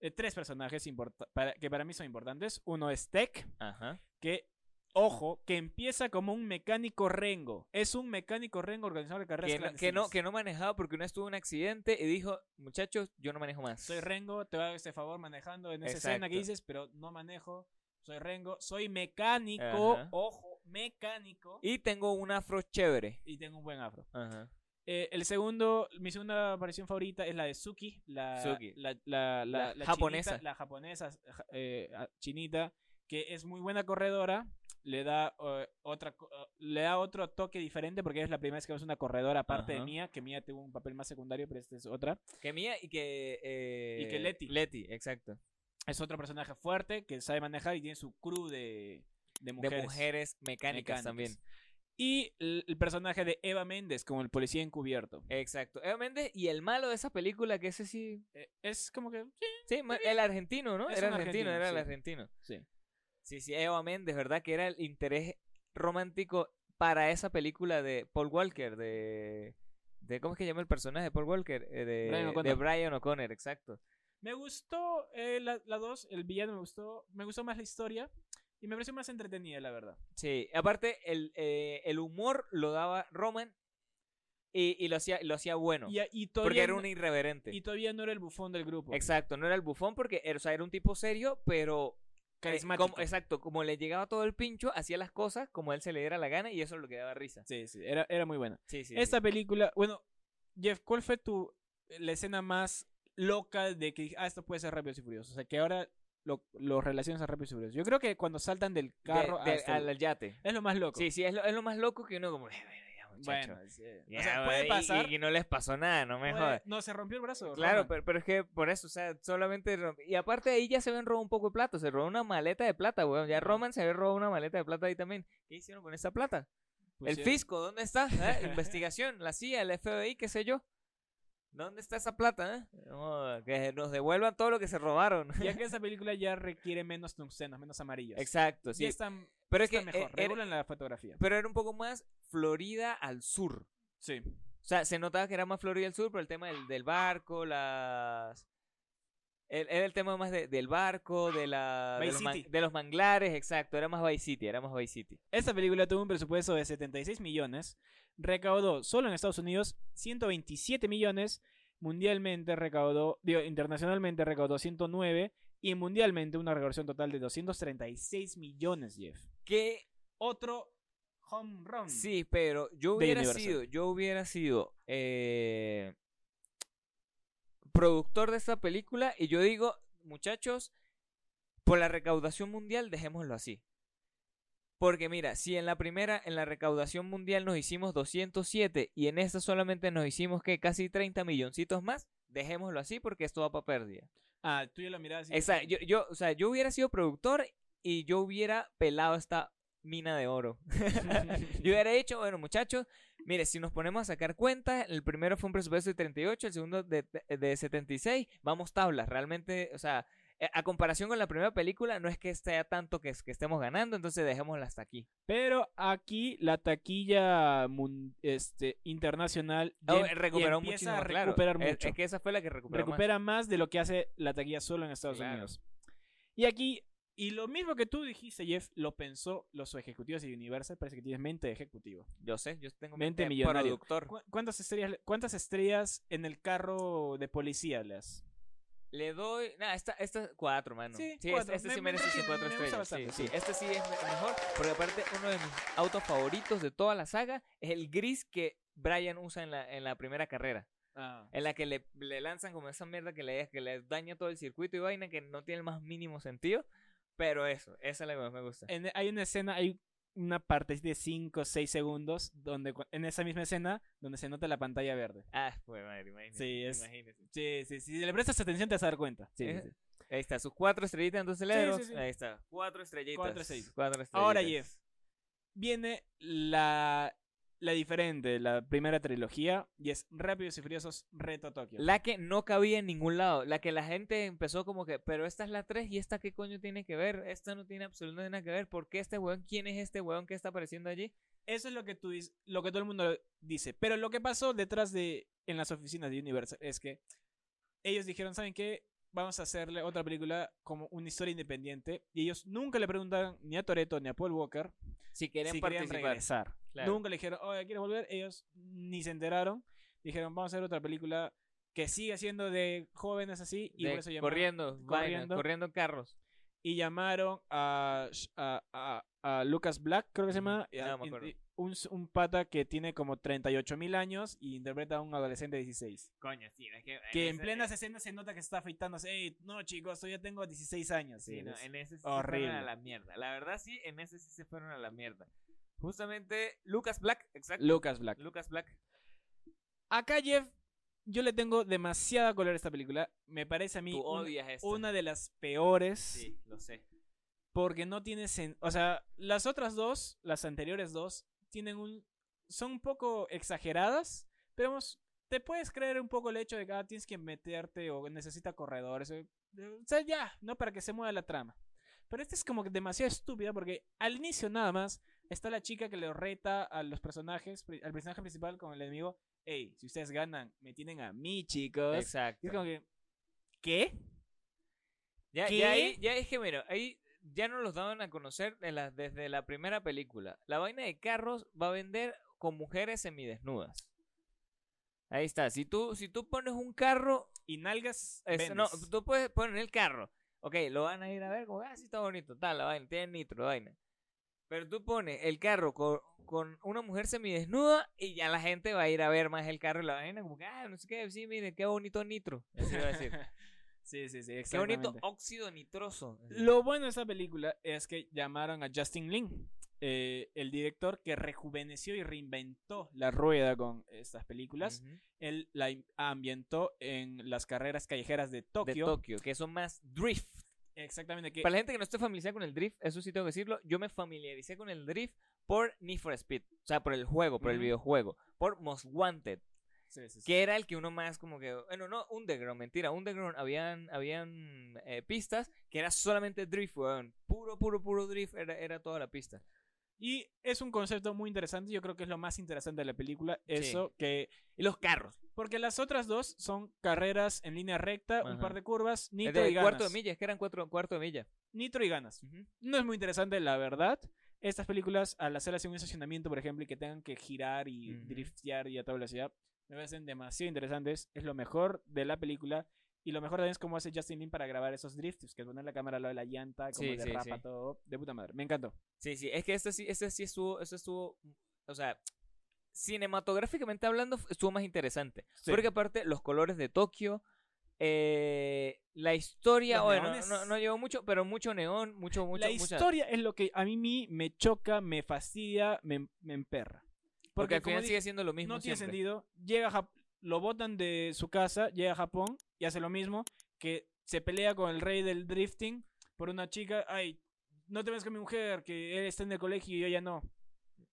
Speaker 1: eh, tres personajes importa- para- que para mí son importantes. Uno es Tech,
Speaker 2: Ajá.
Speaker 1: que, ojo, que empieza como un mecánico rengo. Es un mecánico rengo organizador de carreras
Speaker 2: Que no, que, no,
Speaker 1: clandestinas.
Speaker 2: que no manejaba porque una vez tuvo un accidente y dijo, muchachos, yo no manejo más.
Speaker 1: Soy rengo, te hago este favor manejando en esa escena que
Speaker 2: Exacto.
Speaker 1: dices, pero no manejo. Soy rengo, soy mecánico,
Speaker 2: Ajá.
Speaker 1: ojo, mecánico. Y,
Speaker 2: y tengo un afro chévere.
Speaker 1: tengo un buen afro.
Speaker 2: Ajá.
Speaker 1: Eh, el segundo, mi segunda aparición favorita es la de Suki, la,
Speaker 2: Suki.
Speaker 1: la, la- la-
Speaker 2: La
Speaker 1: la
Speaker 2: japonesa.
Speaker 1: chinita- la japonesa, ja- eh, a- chinita, que es muy buena corredora, le da, eh, otra, co- eh, le da otro toque diferente porque es la primera vez que vemos una corredora aparte de
Speaker 2: Ajá.
Speaker 1: Mia, que Mia tuvo un papel más secundario, pero esta es otra.
Speaker 2: Que mía y que... eh,
Speaker 1: Y que Leti.
Speaker 2: Leti, exacto.
Speaker 1: Es otro personaje fuerte que sabe manejar y tiene su crew de, de mujeres.
Speaker 2: De mujeres mecánicas
Speaker 1: mecánicas.
Speaker 2: también.
Speaker 1: Y el, el personaje de Eva Méndez como el policía encubierto.
Speaker 2: Exacto. Eva Méndez y el malo de esa película, que ese sí.
Speaker 1: Eh, es como que... Sí.
Speaker 2: Sí, ma- el argentino, ¿no?
Speaker 1: Es
Speaker 2: era
Speaker 1: un
Speaker 2: argentino,
Speaker 1: argentino,
Speaker 2: era el
Speaker 1: sí.
Speaker 2: argentino.
Speaker 1: sí.
Speaker 2: Sí, sí, Eva Méndez, ¿verdad? Que era el interés romántico para esa película de Paul Walker, de. de ¿Cómo es que llama el personaje de Paul Walker? Eh, de,
Speaker 1: Brian
Speaker 2: de
Speaker 1: O'Connor.
Speaker 2: Brian O'Connor, exacto.
Speaker 1: Me gustó eh, la, la dos, el villano me gustó, me gustó más la historia y me pareció más entretenida, la verdad.
Speaker 2: Sí, aparte, el, eh, el humor lo daba Roman y, y lo, hacía, lo hacía bueno.
Speaker 1: Y, y
Speaker 2: porque
Speaker 1: todavía
Speaker 2: era
Speaker 1: no-
Speaker 2: un irreverente.
Speaker 1: y todavía no era el bufón del grupo.
Speaker 2: Exacto, no era el bufón porque era, o sea, era un tipo serio, pero
Speaker 1: carismático.
Speaker 2: Eh, como- exacto, como le llegaba todo el pincho, hacía las cosas como a él se le diera la gana y eso es lo que daba risa.
Speaker 1: Sí, sí, era, era muy buena.
Speaker 2: Sí, sí.
Speaker 1: Esta película, bueno, Jeff, ¿cuál fue tu la escena más loca de que dij- ah, esto puede ser Rápidos y Furiosos? O sea, que ahora lo, lo relacionas a Rápidos y Furiosos. Yo creo que cuando saltan del carro hasta el-
Speaker 2: al, al yate.
Speaker 1: es lo más loco.
Speaker 2: Sí, sí, es lo, es lo más loco que uno como, "Ay, bueno, ya, muchacho".
Speaker 1: bueno, sí.
Speaker 2: Ya,
Speaker 1: o sea, puede
Speaker 2: y-
Speaker 1: pasar.
Speaker 2: Y, y no les pasó nada, no me
Speaker 1: puede-
Speaker 2: jodas.
Speaker 1: no, se rompió el brazo.
Speaker 2: Claro,
Speaker 1: Roman.
Speaker 2: pero, pero es que por eso, o sea, solamente. rom- Y aparte ahí ya se ven robado un poco de plata, se robó una maleta de plata, weón. Ya Roman se había robado una maleta de plata ahí también. ¿Qué hicieron con esa plata? el
Speaker 1: Pusieron-
Speaker 2: fisco, ¿dónde está? ¿Eh? Investigación, la CIA, el FBI, qué sé yo. ¿Dónde está esa plata? eh? No, que nos devuelvan todo lo que se robaron.
Speaker 1: Ya que esa película ya requiere menos tungstenos, menos amarillos.
Speaker 2: Exacto,
Speaker 1: Sí,
Speaker 2: sí.
Speaker 1: está,
Speaker 2: pero es
Speaker 1: está
Speaker 2: que
Speaker 1: mejor.
Speaker 2: eh, era-
Speaker 1: Regulan la fotografía.
Speaker 2: pero era un poco más Florida al sur.
Speaker 1: Sí.
Speaker 2: O sea, se notaba que era más Florida del Sur por el tema del, del barco, las... el- Era el tema más de- del barco, de, la, de,
Speaker 1: Vice
Speaker 2: los man-
Speaker 1: City.
Speaker 2: de los manglares, exacto. Era más Vice City, era más Vice City.
Speaker 1: Esta película tuvo un presupuesto de 76 millones, recaudó solo en Estados Unidos 127 millones, mundialmente recaudó, digo, internacionalmente recaudó 109 y mundialmente una recaudación total de 236 millones, Jeff.
Speaker 2: Que
Speaker 1: Otro home run.
Speaker 2: sí, pero yo
Speaker 1: De
Speaker 2: hubiera
Speaker 1: Universal.
Speaker 2: sido, yo hubiera sido eh, productor de esta película y yo digo, muchachos, por la recaudación mundial dejémoslo así. Porque mira, si en la primera, en la recaudación mundial nos hicimos 207 y en esta solamente nos hicimos que casi 30 milloncitos más, dejémoslo así porque esto va para pérdida.
Speaker 1: Ah, tú ya lo mirabas. y-
Speaker 2: Exacto, yo, yo, o sea, yo hubiera sido productor y yo hubiera pelado esta mina de oro. Yo hubiera dicho, bueno, muchachos, mire, si nos ponemos a sacar cuentas, el primero fue un presupuesto de 38, el segundo de, de 76, vamos tablas, realmente, o sea, eh, a comparación con la primera película, no es que sea tanto que, es- que estemos ganando, entonces dejémosla hasta aquí.
Speaker 1: Pero aquí la taquilla mun- este, internacional ya
Speaker 2: Oh,
Speaker 1: em- ya
Speaker 2: recuperó
Speaker 1: empieza
Speaker 2: muchísimo,
Speaker 1: a
Speaker 2: claro.
Speaker 1: recuperar
Speaker 2: Es-
Speaker 1: mucho.
Speaker 2: Es, que esa fue la que recuperó más.
Speaker 1: recupera más de lo que hace la taquilla solo en Estados
Speaker 2: Claro.
Speaker 1: Unidos. Y aquí, y lo mismo que tú dijiste, Jeff, lo pensó los ejecutivos de Universal, parece que tienes mente de ejecutivo.
Speaker 2: Yo sé, yo tengo
Speaker 1: Mente
Speaker 2: de
Speaker 1: millonario.
Speaker 2: productor.
Speaker 1: ¿Cu- ¿Cuántas estrellas, le- cuántas estrellas en el carro de policía le das?
Speaker 2: Le doy. Nah, esta, esta cuatro, mano.
Speaker 1: Sí,
Speaker 2: Sí,
Speaker 1: cuatro.
Speaker 2: este, este sí
Speaker 1: Me- me
Speaker 2: merece sus
Speaker 1: entiendo,
Speaker 2: cuatro
Speaker 1: me gusta
Speaker 2: estrellas. Sí,
Speaker 1: bastante,
Speaker 2: sí, este sí es me- mejor. Porque aparte, uno de mis autos favoritos de toda la saga es el gris que Brian usa en la, en la primera carrera. En la que le, le lanzan como esa mierda que le, que le daña todo el circuito y vaina que no tiene el más mínimo sentido. Pero eso, esa es la que más me gusta.
Speaker 1: En- hay una escena, hay una parte de 5 o 6 segundos, donde cu- en esa misma escena, donde se nota la pantalla verde.
Speaker 2: Ah, pues madre, imagínese.
Speaker 1: Sí, es-
Speaker 2: imagínese.
Speaker 1: Sí, sí, sí, si le prestas atención te vas a dar cuenta. Sí, sí,
Speaker 2: Eh,
Speaker 1: sí.
Speaker 2: Ahí está, sus cuatro estrellitas, entonces le
Speaker 1: Sí,
Speaker 2: damos-
Speaker 1: sí, sí.
Speaker 2: Ahí está, cuatro estrellitas.
Speaker 1: Cuatro estrellitas.
Speaker 2: Cuatro
Speaker 1: Ahora,
Speaker 2: estrellitas.
Speaker 1: Jeff, viene la, la diferente, la primera trilogía, y es Rápidos y Furiosos Reto a Tokio.
Speaker 2: La que no cabía en ningún lado. La que la gente empezó como que, pero esta es la 3 y esta qué coño tiene que ver. Esta no tiene absolutamente nada que ver. ¿Por qué este weón? ¿Quién es este weón que está apareciendo allí?
Speaker 1: Eso es lo que, tú, dis- lo que todo el mundo dice. Pero lo que pasó detrás de en las oficinas de Universal es que ellos dijeron, ¿saben qué? Vamos a hacerle otra película como una historia independiente. Y ellos nunca le preguntaron ni a Toreto ni a Paul Walker
Speaker 2: Si quieren
Speaker 1: si querían
Speaker 2: participar.
Speaker 1: regresar.
Speaker 2: Claro.
Speaker 1: Nunca le dijeron, oye, ¿quieres volver? Ellos ni se enteraron. Dijeron, vamos a hacer otra película que sigue siendo de jóvenes así. Y
Speaker 2: De-
Speaker 1: por eso llamaron-
Speaker 2: corriendo, corriendo,
Speaker 1: corriendo.
Speaker 2: corriendo en carros.
Speaker 1: y llamaron a, Sh- a, a- a Lucas Black, creo que se llama,
Speaker 2: Ujú. Ah, No, me
Speaker 1: y-
Speaker 2: acuerdo.
Speaker 1: y- un, s- un pata que tiene como 38 mil años y interpreta a un adolescente de 16.
Speaker 2: Coño, sí, es que.
Speaker 1: Que en plenas escenas se nota que se está afeitándose. Ey, no chicos, yo ya tengo 16 años.
Speaker 2: Sí, no,
Speaker 1: eres.
Speaker 2: en ese sí se
Speaker 1: horrible.
Speaker 2: fueron a la mierda. La verdad sí, en ese sí se fueron a la mierda. Justamente Lucas Black, exacto.
Speaker 1: Lucas Black.
Speaker 2: Lucas Black.
Speaker 1: Acá Jeff, yo le tengo demasiada color a esta película. Me parece a mí
Speaker 2: Tú
Speaker 1: un-
Speaker 2: odias esto.
Speaker 1: una de las peores.
Speaker 2: Sí, lo sé.
Speaker 1: Porque no tiene sen- O sea, las otras dos, las anteriores dos, tienen un. son un poco exageradas. Pero vamos, te puedes creer un poco el hecho de que ah, tienes que meterte o necesita corredores. eh, O sea, ya, ¿no? Para que se mueva la trama. Pero esta es como que demasiado estúpida porque al inicio nada más está la chica que le reta a los personajes, pri- al personaje principal con el enemigo. Hey, si ustedes ganan, me tienen a mí, chicos. Y
Speaker 2: Exacto.
Speaker 1: es como que. ¿Qué?
Speaker 2: Ya,
Speaker 1: ¿Qué?
Speaker 2: ya, ahí- ya es que, mira, ahí ya nos los daban a conocer de la- desde la primera película. La vaina de carros va a vender con mujeres semidesnudas. Ahí está. Si tú, si tú pones un carro,
Speaker 1: Y nalgas. este,
Speaker 2: es- no,
Speaker 1: vendes.
Speaker 2: tú puedes poner el carro. Ok, lo van a ir a ver como, ah, sí está bonito, tal, la vaina, tiene nitro, la vaina. Pero tú pones el carro con, con una mujer semidesnuda y ya la gente va a ir a ver más el carro y la vaina, como que, ah, no sé qué, sí, mire, qué bonito nitro. Así va a decir.
Speaker 1: Sí, sí, sí,
Speaker 2: qué bonito
Speaker 1: exactamente.
Speaker 2: óxido nitroso.
Speaker 1: Lo bueno de esta película es que llamaron a Justin Lin, eh, el director que rejuveneció y reinventó la rueda con estas películas.
Speaker 2: Ujú.
Speaker 1: Él la in- ambientó en las carreras callejeras de Tokio.
Speaker 2: de Tokio, que son más drift.
Speaker 1: Exactamente, que
Speaker 2: Para la gente que no esté familiarizada con el drift, eso sí tengo que decirlo, yo me familiaricé con el drift por Need for Speed, o sea, por el juego, por el
Speaker 1: Ujú.
Speaker 2: videojuego, por Most Wanted,
Speaker 1: Sí, sí, sí.
Speaker 2: que era el que uno más como que, bueno, no, Underground, mentira, Underground habían, habían eh, pistas que era solamente drift, weón, puro, puro, puro drift, era, era toda la pista.
Speaker 1: Y es un concepto muy interesante, yo creo que es lo más interesante de la película, eso que...
Speaker 2: Y los carros,
Speaker 1: Porque las otras dos son carreras en línea recta, un
Speaker 2: Ajá.
Speaker 1: par de curvas,
Speaker 2: el
Speaker 1: nitro
Speaker 2: de
Speaker 1: y ganas.
Speaker 2: cuarto de milla, es que eran cuatro, cuarto de milla.
Speaker 1: Nitro y ganas.
Speaker 2: Ujú.
Speaker 1: No es muy interesante, la verdad. Estas películas, al hacerlas en un estacionamiento, por ejemplo, y que tengan que girar y
Speaker 2: Ujú.
Speaker 1: driftear y a toda velocidad, me parecen demasiado interesantes. Es lo mejor de la película. Y lo mejor también es cómo hace Justin Lin para grabar esos drifts, que es poner la cámara al lado de la llanta, como
Speaker 2: Sí, sí,
Speaker 1: derrapa
Speaker 2: sí.
Speaker 1: todo. De puta madre. Me encantó.
Speaker 2: Sí, sí, es que este sí, este sí estuvo, este estuvo, o sea, cinematográficamente hablando f- estuvo más interesante.
Speaker 1: Sí.
Speaker 2: Porque aparte los colores de Tokio, eh, la historia,
Speaker 1: Los
Speaker 2: bueno,
Speaker 1: neones.
Speaker 2: no, no llevó mucho, pero mucho neón, mucho, mucho,
Speaker 1: la
Speaker 2: mucha-
Speaker 1: historia es lo que a mí me- me choca, me fastidia, me, me emperra.
Speaker 2: Porque al
Speaker 1: como
Speaker 2: final
Speaker 1: dije,
Speaker 2: sigue siendo lo mismo.
Speaker 1: no tiene
Speaker 2: siempre.
Speaker 1: sentido. Llega a Jap- lo botan de su casa, llega a Japón y hace lo mismo, que se pelea con el rey del drifting por una chica, ay, no te ves con mi mujer, que él está en el colegio y yo ya no.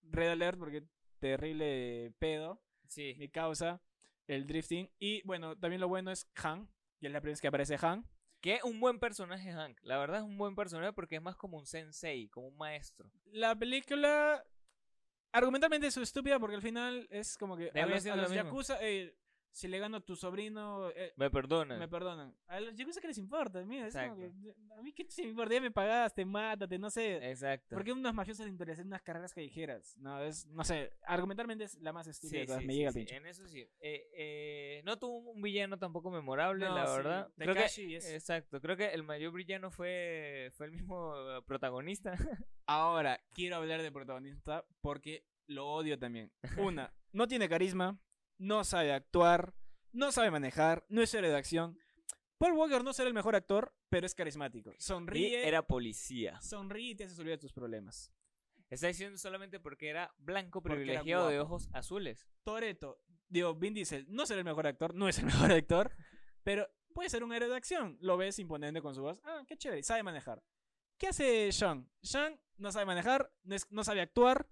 Speaker 1: Red alert porque terrible pedo,
Speaker 2: Sí.
Speaker 1: mi causa, el drifting. Y bueno, también lo bueno es Han, y es la primera vez que aparece Han.
Speaker 2: Que es un buen personaje, Hank. La verdad es un buen personaje porque es más como un sensei, como un maestro.
Speaker 1: La película argumentalmente es estúpida porque al final es como que a
Speaker 2: Debería
Speaker 1: los,
Speaker 2: ser
Speaker 1: a
Speaker 2: lo
Speaker 1: los
Speaker 2: mismo.
Speaker 1: yakuza, eh, si le gano a tu sobrino, eh,
Speaker 2: Me perdona.
Speaker 1: Me perdonan. A los yakuza que les importa, mira, es como
Speaker 2: Exacto.
Speaker 1: que, a mí qué se me importa, ya me pagaste, mátate, no sé.
Speaker 2: Exacto.
Speaker 1: ¿Por qué unos mafiosos les interesan unas carreras callejeras? No, es, no sé, argumentalmente es la más estúpida de
Speaker 2: Sí,
Speaker 1: todas,
Speaker 2: sí,
Speaker 1: me
Speaker 2: sí,
Speaker 1: llega el
Speaker 2: sí,
Speaker 1: pincho.
Speaker 2: En eso sí. Eh, eh, no tuvo un villano tampoco memorable,
Speaker 1: No,
Speaker 2: la
Speaker 1: sí,
Speaker 2: verdad. Creo
Speaker 1: Tekashi
Speaker 2: que,
Speaker 1: es-
Speaker 2: Exacto. Creo que el mayor villano fue, fue el mismo eh, protagonista.
Speaker 1: Ahora, quiero hablar del protagonista porque lo odio también. Una, no tiene carisma, no sabe actuar, no sabe manejar, no es héroe de acción. Paul Walker no será el mejor actor, pero es carismático.
Speaker 2: Y
Speaker 1: Sonríe,
Speaker 2: era policía.
Speaker 1: sonríe y te hace olvidar tus problemas.
Speaker 2: Está diciendo solamente porque era blanco
Speaker 1: Porque era
Speaker 2: privilegiado de
Speaker 1: guapo.
Speaker 2: ojos azules.
Speaker 1: Toreto, digo, Vin Diesel no será el mejor actor, no es el mejor actor, pero puede ser un héroe de acción. Lo ves imponente con su voz. Ah, qué chévere, sabe manejar. ¿Qué hace Sean? Sean no sabe manejar, no, es- no sabe actuar,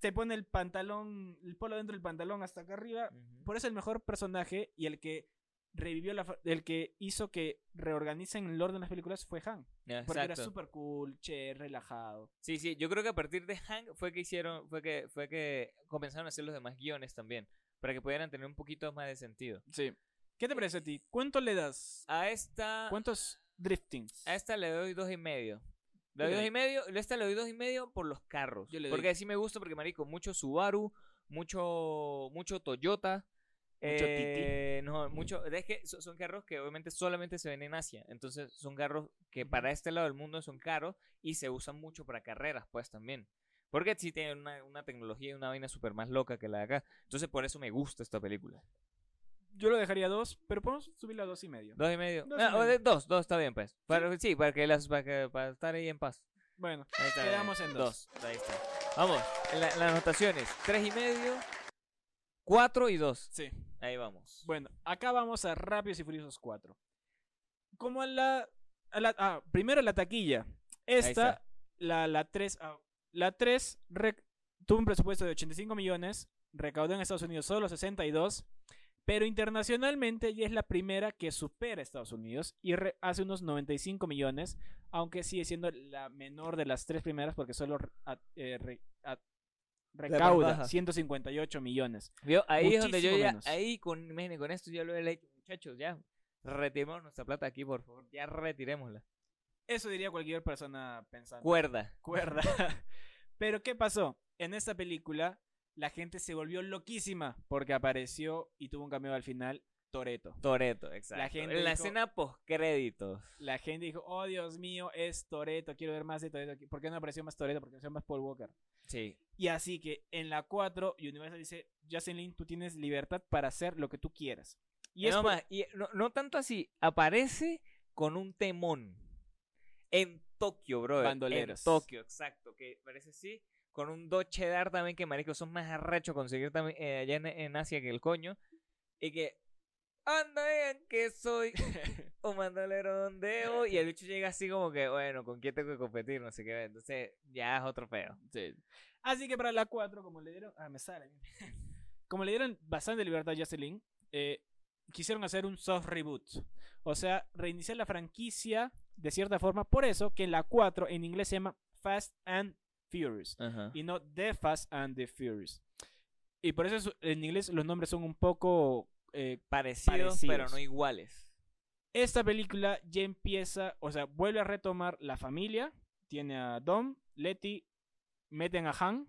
Speaker 1: se pone el pantalón, el polo dentro del pantalón hasta acá arriba. Ah, Por eso el mejor personaje y el que revivió la fa- el que hizo que reorganicen el orden de las películas fue Han. Porque era
Speaker 2: Exacto.
Speaker 1: súper cool, che, relajado.
Speaker 2: Sí, sí, yo creo que a partir de Hank fue que hicieron, fue que, fue que comenzaron a hacer los demás guiones también, para que pudieran tener un poquito más de sentido.
Speaker 1: Sí. ¿Qué te parece a ti? ¿Cuánto le das?
Speaker 2: A esta,
Speaker 1: ¿Cuántos driftings?
Speaker 2: Ah. a esta le doy dos y medio. Le doy
Speaker 1: Ok.
Speaker 2: dos y medio, a esta le doy dos y medio por los carros.
Speaker 1: Yo le
Speaker 2: porque
Speaker 1: doy-
Speaker 2: sí me gusta, porque marico, mucho Subaru, mucho, mucho Toyota.
Speaker 1: Mucho Titi.
Speaker 2: eh, No, mucho. Es que so- son carros que obviamente solamente se ven en Asia. Entonces son carros que
Speaker 1: Ujú.
Speaker 2: para este lado del mundo son caros y se usan mucho para carreras, pues también. Porque sí tienen una, una tecnología y una vaina súper más loca que la de acá. Entonces por eso me gusta esta película.
Speaker 1: Yo lo dejaría a dos, pero podemos subirlo a dos y medio.
Speaker 2: Dos y medio.
Speaker 1: Dos y
Speaker 2: Ah, o
Speaker 1: medio.
Speaker 2: de- dos, dos está bien, pues. Para, sí, para, que las, para, que- para estar ahí en paz.
Speaker 1: Bueno,
Speaker 2: Ahí está,
Speaker 1: Quedamos
Speaker 2: bien.
Speaker 1: en dos.
Speaker 2: Dos, Ahí está. Vamos, la- las anotaciones. Tres y medio, cuatro y dos.
Speaker 1: sí.
Speaker 2: Ahí vamos.
Speaker 1: Bueno, acá vamos a Rápidos y Furiosos 4. Como a la. a la- ah, primero la taquilla. Esta,
Speaker 2: está.
Speaker 1: la, la 3. la 3 tuvo un presupuesto de 85 millones. Recaudó en Estados Unidos solo 62. Pero internacionalmente ya es la primera que supera a Estados Unidos y re- hace unos 95 millones, aunque sigue siendo la menor de las tres primeras porque solo re- a- eh, re- a- recauda
Speaker 2: baja.
Speaker 1: 158 millones.
Speaker 2: Vio, ahí es donde yo
Speaker 1: Muchísimo
Speaker 2: ya,
Speaker 1: menos.
Speaker 2: ahí con, imagínate, con esto yo lo he hecho, muchachos, ya retiremos nuestra plata aquí, por favor, ya retirémosla.
Speaker 1: Eso diría cualquier persona pensando.
Speaker 2: Cuerda.
Speaker 1: cuerda. Pero ¿qué pasó? En esta película la gente se volvió loquísima porque apareció y tuvo un cameo al final Toreto.
Speaker 2: Toreto, exacto. La,
Speaker 1: gente
Speaker 2: la
Speaker 1: dijo-
Speaker 2: escena postcréditos.
Speaker 1: La gente dijo, oh Dios mío, es Toreto, quiero ver más de Toreto. ¿Por qué no apareció más Toreto? ¿Por qué no apareció más Paul Walker?
Speaker 2: Sí.
Speaker 1: Y así que en la 4, Universal dice, Justin Lin, tú tienes libertad para hacer lo que tú quieras.
Speaker 2: Y
Speaker 1: Y es por-
Speaker 2: más, y eh, no, no tanto así, aparece con un temón. En Tokio, bro.
Speaker 1: Bandoleros.
Speaker 2: En Tokio, exacto. Que parece sí. Con un Doche Dar también, que marico, son más arrechos conseguir también eh, allá en, en Asia que el coño. Y que. Anda, vean que soy un bandolero dondeo. Y el bicho llega así como que, bueno, ¿con quién tengo que competir? No sé qué. Entonces, ya es otro feo.
Speaker 1: Sí. Así que para la 4, como le dieron. Ah, me sale. como le dieron bastante libertad a Jocelyn, eh, quisieron hacer un soft reboot. O sea, reiniciar la franquicia de cierta forma. Por eso que en la 4 en inglés se llama Fast and Furious.
Speaker 2: Ajá.
Speaker 1: Y no The Fast and the Furious. Y por eso su- en inglés los nombres son un poco. eh,
Speaker 2: Parecidos, pero
Speaker 1: Parecidos.
Speaker 2: no iguales.
Speaker 1: esta película ya empieza, o sea, vuelve a retomar la familia. Tiene a Dom, Letty, meten a Han,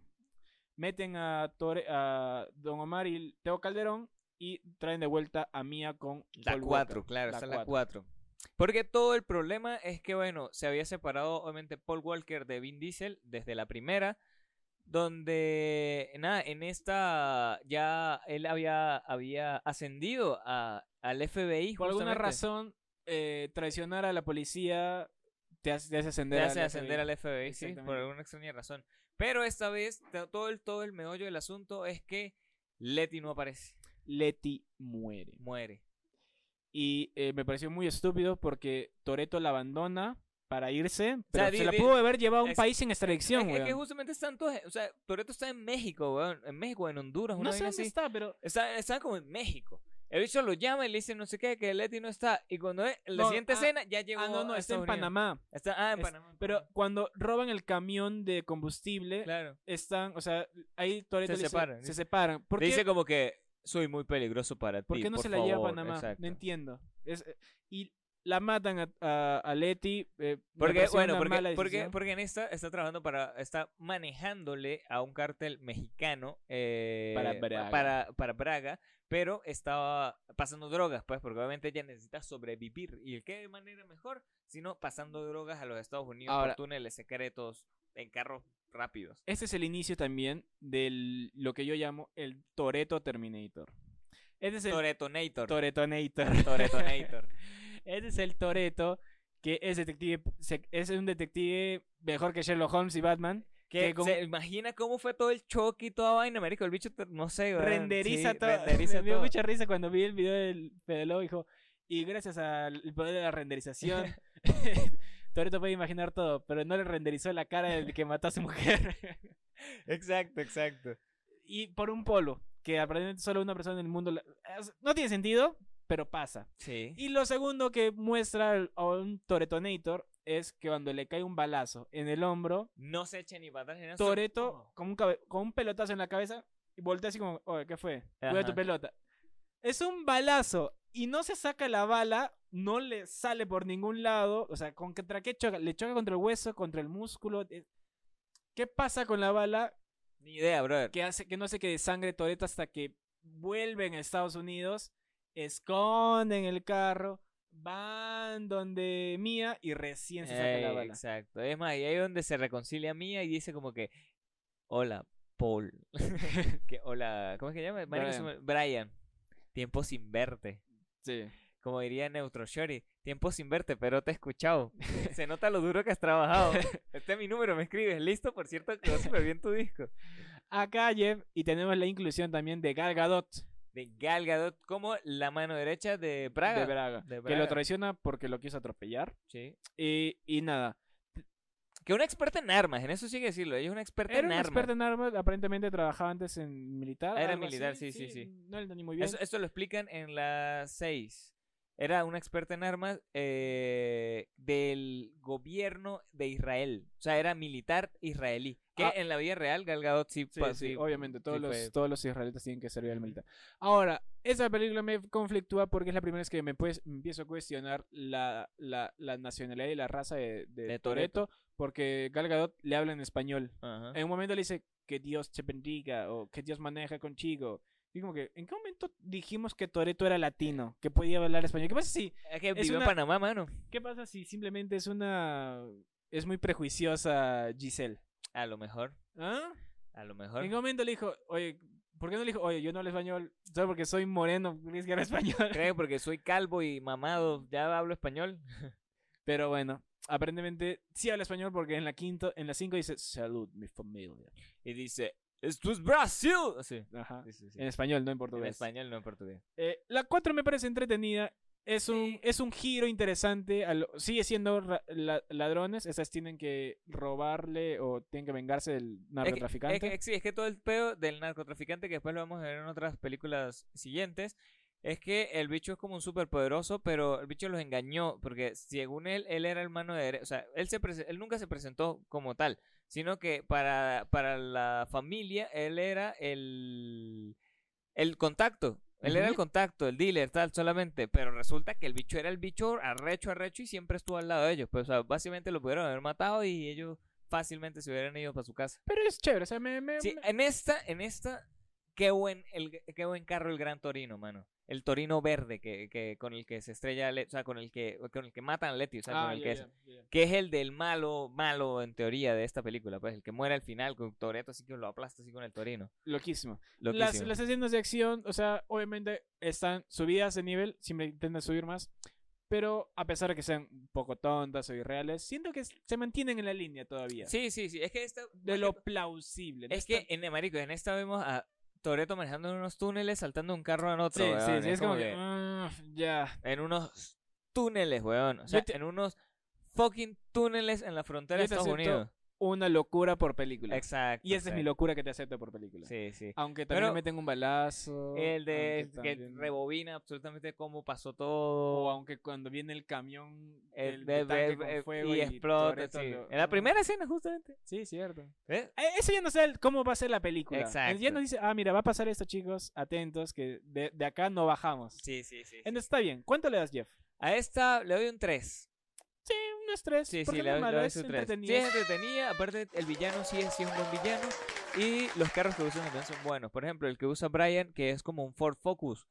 Speaker 1: meten a, Tore- a Don Omar y Teo Calderón y traen de vuelta a Mía con
Speaker 2: La
Speaker 1: Paul
Speaker 2: 4,
Speaker 1: Walker.
Speaker 2: claro,
Speaker 1: La
Speaker 2: esa es la
Speaker 1: cuatro.
Speaker 2: 4. Porque todo el problema es que, bueno, se había separado obviamente Paul Walker de Vin Diesel desde la primera, donde, nada, en esta ya él había, había ascendido a, al FBI.
Speaker 1: Por alguna
Speaker 2: justamente.
Speaker 1: razón, eh, traicionar a la policía te hace, te hace
Speaker 2: Te
Speaker 1: ascender
Speaker 2: hace
Speaker 1: al
Speaker 2: ascender
Speaker 1: FBI.
Speaker 2: al FBI, sí, por
Speaker 1: Exactamente.
Speaker 2: alguna extraña razón. Pero esta vez, to- todo el, todo el meollo del asunto es que Letty no aparece,
Speaker 1: Letty muere.
Speaker 2: muere.
Speaker 1: Y eh, me pareció muy estúpido porque Toreto la abandona para irse, pero
Speaker 2: sea,
Speaker 1: se
Speaker 2: di-
Speaker 1: la
Speaker 2: di-
Speaker 1: pudo haber llevado a un
Speaker 2: es-
Speaker 1: país en
Speaker 2: Es,
Speaker 1: extradición,
Speaker 2: es que
Speaker 1: weón.
Speaker 2: justamente están todos, o sea, Toreto está en México, weón, en México, en Honduras, una
Speaker 1: No sé
Speaker 2: vaina
Speaker 1: dónde
Speaker 2: así.
Speaker 1: está, pero
Speaker 2: Está, está como en México. El bicho lo llama y le dice no sé qué, que Leti no está. Y cuando es la
Speaker 1: No,
Speaker 2: siguiente
Speaker 1: ah,
Speaker 2: escena, ya llegó.
Speaker 1: Ah, no, no,
Speaker 2: a
Speaker 1: está en
Speaker 2: Estados Unidos.
Speaker 1: Panamá.
Speaker 2: Está, ah, en
Speaker 1: Es-
Speaker 2: Panamá.
Speaker 1: Pero
Speaker 2: Panamá.
Speaker 1: cuando roban el camión de combustible,
Speaker 2: Claro.
Speaker 1: están, o sea, ahí Toreto
Speaker 2: Se
Speaker 1: le dice-
Speaker 2: separan,
Speaker 1: Se
Speaker 2: dice.
Speaker 1: separan. ¿Por
Speaker 2: Le
Speaker 1: qué,
Speaker 2: dice como que soy muy peligroso para ti.
Speaker 1: por qué no
Speaker 2: por
Speaker 1: se la lleva a
Speaker 2: favor".
Speaker 1: Panamá?
Speaker 2: Exacto.
Speaker 1: No entiendo. Es, eh, y la matan a, a, a Leti. eh, me
Speaker 2: Porque,
Speaker 1: pareció
Speaker 2: bueno,
Speaker 1: una
Speaker 2: porque,
Speaker 1: mala
Speaker 2: porque,
Speaker 1: decisión.
Speaker 2: porque en esta está trabajando para. Está manejándole a un cártel mexicano. eh,
Speaker 1: Para
Speaker 2: pa-
Speaker 1: Braga.
Speaker 2: Para, para Braga. Pero estaba pasando drogas, pues, porque obviamente ella necesita sobrevivir. ¿Y qué manera mejor? Sino pasando drogas a los Estados Unidos
Speaker 1: Ahora-
Speaker 2: por túneles secretos en carros rápidos.
Speaker 1: Este es el inicio también de lo que yo llamo el Toreto Terminator. Este es el
Speaker 2: Toretonator.
Speaker 1: Toretonator.
Speaker 2: Toretonator.
Speaker 1: Ese es el Toreto, que es detective, se- es un detective mejor que Sherlock Holmes y Batman.
Speaker 2: que
Speaker 1: Que con-
Speaker 2: se imagina cómo fue todo el choque y toda vaina, marico. El bicho, te- no sé, weón,
Speaker 1: renderiza
Speaker 2: sí,
Speaker 1: todo.
Speaker 2: renderiza
Speaker 1: me dio
Speaker 2: todo.
Speaker 1: mucha risa cuando vi el video del Pedelo, dijo, y gracias al poder de la renderización, Toreto puede imaginar todo, pero no le renderizó la cara del que mató a su mujer.
Speaker 2: Exacto, exacto.
Speaker 1: y por un polo, que aparentemente solo una persona en el mundo... la- es- No tiene sentido, pero pasa.
Speaker 2: Sí.
Speaker 1: Y lo segundo que muestra el- a un Toretonator es que cuando le cae un balazo en el hombro,
Speaker 2: No se echa ni patas ni nada.
Speaker 1: Toreto con un, cabe- con un pelotazo en la cabeza y voltea así como, oye, ¿qué fue? Cuida
Speaker 2: Ajá.
Speaker 1: tu pelota. Es un balazo y no se saca la bala, no le sale por ningún lado. O sea, ¿contra qué choca? Le choca contra el hueso, contra el músculo. eh, ¿Qué pasa con la bala
Speaker 2: Ni idea, brother.
Speaker 1: que hace que no se quede sangre Toreto hasta que vuelven a Estados Unidos, esconden el carro, van donde Mía y recién se saca la
Speaker 2: Ey,
Speaker 1: bala?
Speaker 2: Exacto. Es más, y ahí es donde se reconcilia Mía y dice como que, hola, Paul. que, hola, ¿cómo es que se llama? Marico, se
Speaker 1: Brian.
Speaker 2: me- Brian. Tiempo sin verte.
Speaker 1: Sí.
Speaker 2: Como diría Neutro Shorty, tiempo sin verte, pero te he escuchado. Se nota lo duro que has trabajado. Este es mi número, me escribes. Listo, por cierto, quedó súper bien tu disco.
Speaker 1: Acá, Jeff, y tenemos la inclusión también de Gal Gadot
Speaker 2: De Gal Gadot como la mano derecha de Braga.
Speaker 1: de Braga,
Speaker 2: De
Speaker 1: que
Speaker 2: Braga.
Speaker 1: lo traiciona porque lo quiso atropellar.
Speaker 2: Sí.
Speaker 1: Y, y nada,
Speaker 2: Que una experta en armas, en eso sí hay que decirlo. Ella es una experta
Speaker 1: era
Speaker 2: en
Speaker 1: una
Speaker 2: armas.
Speaker 1: experta en armas, aparentemente trabajaba antes en militar.
Speaker 2: Ah, era
Speaker 1: algo
Speaker 2: militar,
Speaker 1: así,
Speaker 2: sí, sí, sí. eh,
Speaker 1: No lo entendí muy bien.
Speaker 2: Eso, eso lo explican en la 6. Era una experta en armas eh, del gobierno de Israel. O sea, era militar israelí. Que
Speaker 1: Ah.
Speaker 2: en la vida real, Gal Gadot sí,
Speaker 1: Sí,
Speaker 2: pa-
Speaker 1: sí,
Speaker 2: sí-
Speaker 1: obviamente, todos,
Speaker 2: sí
Speaker 1: los,
Speaker 2: fue-
Speaker 1: todos los israelitas tienen que servir al
Speaker 2: Ujú.
Speaker 1: militar. Ahora, esa película me conflictúa porque es la primera vez que me, pues, me empiezo a cuestionar la, la- la nacionalidad y la raza de, de,
Speaker 2: De Toretto.
Speaker 1: Toreto, porque Gal Gadot le habla en español.
Speaker 2: Ajá.
Speaker 1: En un momento le dice que Dios te bendiga o que Dios maneja contigo. Y como que, ¿en qué momento dijimos que Toreto era latino? Que podía hablar español. ¿Qué pasa si,
Speaker 2: Es que
Speaker 1: Es
Speaker 2: vivió
Speaker 1: una-
Speaker 2: en Panamá, mano.
Speaker 1: qué pasa si simplemente es una... Es muy prejuiciosa Giselle.
Speaker 2: A lo mejor.
Speaker 1: ¿Ah?
Speaker 2: A lo
Speaker 1: ¿En
Speaker 2: mejor.
Speaker 1: qué momento le dijo, oye, ¿por qué no le dijo, oye, yo no hablo español? Solo porque soy moreno, tienes que hablar español.
Speaker 2: Creo que porque soy calvo y mamado, ya hablo español.
Speaker 1: Pero bueno, aparentemente sí habla español porque en la quinto, en la cinco dice, salud, mi familia.
Speaker 2: Y dice, esto es Brasil. Así.
Speaker 1: Ajá.
Speaker 2: Sí, sí, sí.
Speaker 1: En español, no en
Speaker 2: En
Speaker 1: portugués.
Speaker 2: español, no en portugués.
Speaker 1: Eh, la 4 me parece entretenida. Es un, es un giro interesante. a lo- sigue siendo ra- la- ladrones. Esas tienen que robarle o tienen que vengarse del
Speaker 2: Es que-
Speaker 1: narcotraficante.
Speaker 2: Es que, sí, es que todo el pedo del narcotraficante, que después lo vamos a ver en otras películas siguientes, es que el bicho es como un superpoderoso, pero el bicho los engañó, porque según él, él era el mano de dere- O sea, él, se prese- él nunca se presentó como tal, sino que para, para la familia, él era el, el contacto. Él era el
Speaker 1: Ujú.
Speaker 2: contacto, el dealer, tal, solamente. Pero resulta que el bicho era el bicho arrecho, arrecho y siempre estuvo al lado de ellos. Pues, o sea, básicamente lo pudieron haber matado y ellos fácilmente se hubieran ido para su casa.
Speaker 1: Pero es chévere. O sea, me, me-
Speaker 2: Sí,
Speaker 1: me-
Speaker 2: en esta, en esta, qué buen, el, qué buen carro el Gran Torino, mano. El Torino verde que, que con el que se estrella, Le- o sea, con el que con el que matan a Leti, o sea,
Speaker 1: Ah,
Speaker 2: con el
Speaker 1: ya,
Speaker 2: que es,
Speaker 1: ya, ya.
Speaker 2: que es el del malo, malo en teoría de esta película, pues el que muere al final con Toreto así que lo aplasta así con el Torino.
Speaker 1: Loquísimo. Las,
Speaker 2: Loquísimo.
Speaker 1: las escenas de acción, o sea, obviamente están subidas de nivel. Siempre intentan subir más. Pero a pesar de que sean un poco tontas o irreales, siento que se mantienen en la línea todavía.
Speaker 2: Sí, sí, sí, es que esta
Speaker 1: De
Speaker 2: más
Speaker 1: lo
Speaker 2: que-
Speaker 1: plausible. no
Speaker 2: es que
Speaker 1: tan-
Speaker 2: en eh, marico, en esta vemos a Toreto manejando en unos túneles, saltando de un carro en otro.
Speaker 1: Sí, sí,
Speaker 2: weón,
Speaker 1: sí, es como que.
Speaker 2: que-
Speaker 1: "Ah, ya.
Speaker 2: en unos túneles, weón. O sea,
Speaker 1: te-
Speaker 2: en unos fucking túneles en la frontera de
Speaker 1: Yo te
Speaker 2: Estados
Speaker 1: acepto
Speaker 2: Unidos.
Speaker 1: una locura por película.
Speaker 2: Exacto.
Speaker 1: Y esa es mi Ah,
Speaker 2: exacto.
Speaker 1: locura que te acepto por película.
Speaker 2: Sí, sí.
Speaker 1: Aunque también
Speaker 2: Pero-
Speaker 1: le meten un balazo.
Speaker 2: El de
Speaker 1: aunque
Speaker 2: que
Speaker 1: también-
Speaker 2: rebobina absolutamente cómo pasó
Speaker 1: O
Speaker 2: todo.
Speaker 1: aunque cuando viene el camión
Speaker 2: el
Speaker 1: el,
Speaker 2: de-
Speaker 1: de tanque
Speaker 2: de-
Speaker 1: con
Speaker 2: de-
Speaker 1: fuego
Speaker 2: y,
Speaker 1: y,
Speaker 2: explota.
Speaker 1: Toretto
Speaker 2: sí.
Speaker 1: lo-
Speaker 2: En la
Speaker 1: ah,
Speaker 2: primera escena, justamente.
Speaker 1: Sí, cierto.
Speaker 2: ¿Ves?
Speaker 1: Eh, Eso ya no sé el- cómo va a ser la película.
Speaker 2: Exacto.
Speaker 1: Ya nos dice, ah, mira, va a pasar esto, chicos. Atentos, que de, de acá no bajamos.
Speaker 2: Sí, sí, sí.
Speaker 1: Entonces está bien. ¿Cuánto le das, Jeff?
Speaker 2: A esta le doy un 3.
Speaker 1: Sí, un estrés.
Speaker 2: Sí,
Speaker 1: porque
Speaker 2: sí, le doy,
Speaker 1: normal,
Speaker 2: le doy
Speaker 1: es
Speaker 2: su 3. Sí,
Speaker 1: entretenida.
Speaker 2: es entretenida. Aparte, el villano sí es, sí es un buen villano. Y los carros que usan también son buenos. Por ejemplo, el que usa Brian, que es como un Ford Focus,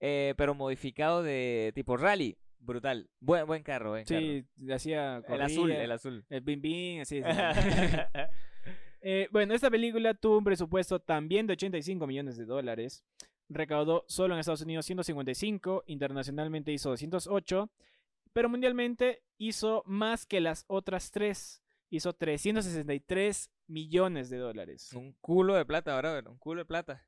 Speaker 2: eh, pero modificado de tipo rally. Brutal. Buen, buen carro, buen
Speaker 1: Sí, hacía
Speaker 2: carro. El azul,
Speaker 1: corrida,
Speaker 2: el azul.
Speaker 1: El bim bim, así es. Eh, bueno, esta película tuvo un presupuesto también de 85 millones de dólares. Recaudó solo en Estados Unidos 155, internacionalmente hizo 208, pero mundialmente hizo más que las otras tres. Hizo 363 millones de dólares.
Speaker 2: Un culo de plata, ahora, un culo de plata.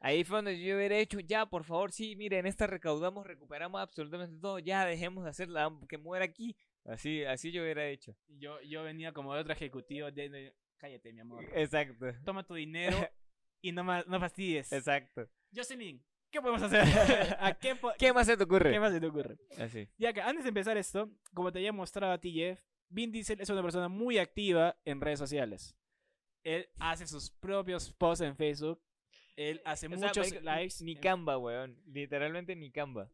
Speaker 2: Ahí fue donde yo hubiera hecho, ya, por favor, sí, miren, esta recaudamos, recuperamos absolutamente todo, ya, dejemos de hacerla, que muera aquí. Así, así yo hubiera hecho.
Speaker 1: Yo, yo venía como de otro ejecutivo de, de- Cállate, mi amor.
Speaker 2: Exacto,
Speaker 1: Toma tu dinero y no, ma- no fastidies.
Speaker 2: exacto.
Speaker 1: Jocelyn, ¿qué podemos hacer? ¿A qué, po-
Speaker 2: ¿Qué más se te ocurre?
Speaker 1: ¿Qué más se te ocurre?
Speaker 2: Así.
Speaker 1: Ya que antes de empezar esto, como te había mostrado a ti, Jeff, Vin Diesel es una persona muy activa en redes sociales. Él hace sus propios posts en Facebook. Él hace
Speaker 2: O sea,
Speaker 1: muchos
Speaker 2: marico,
Speaker 1: lives.
Speaker 2: Ni Canva, weón. Literalmente ni Canva.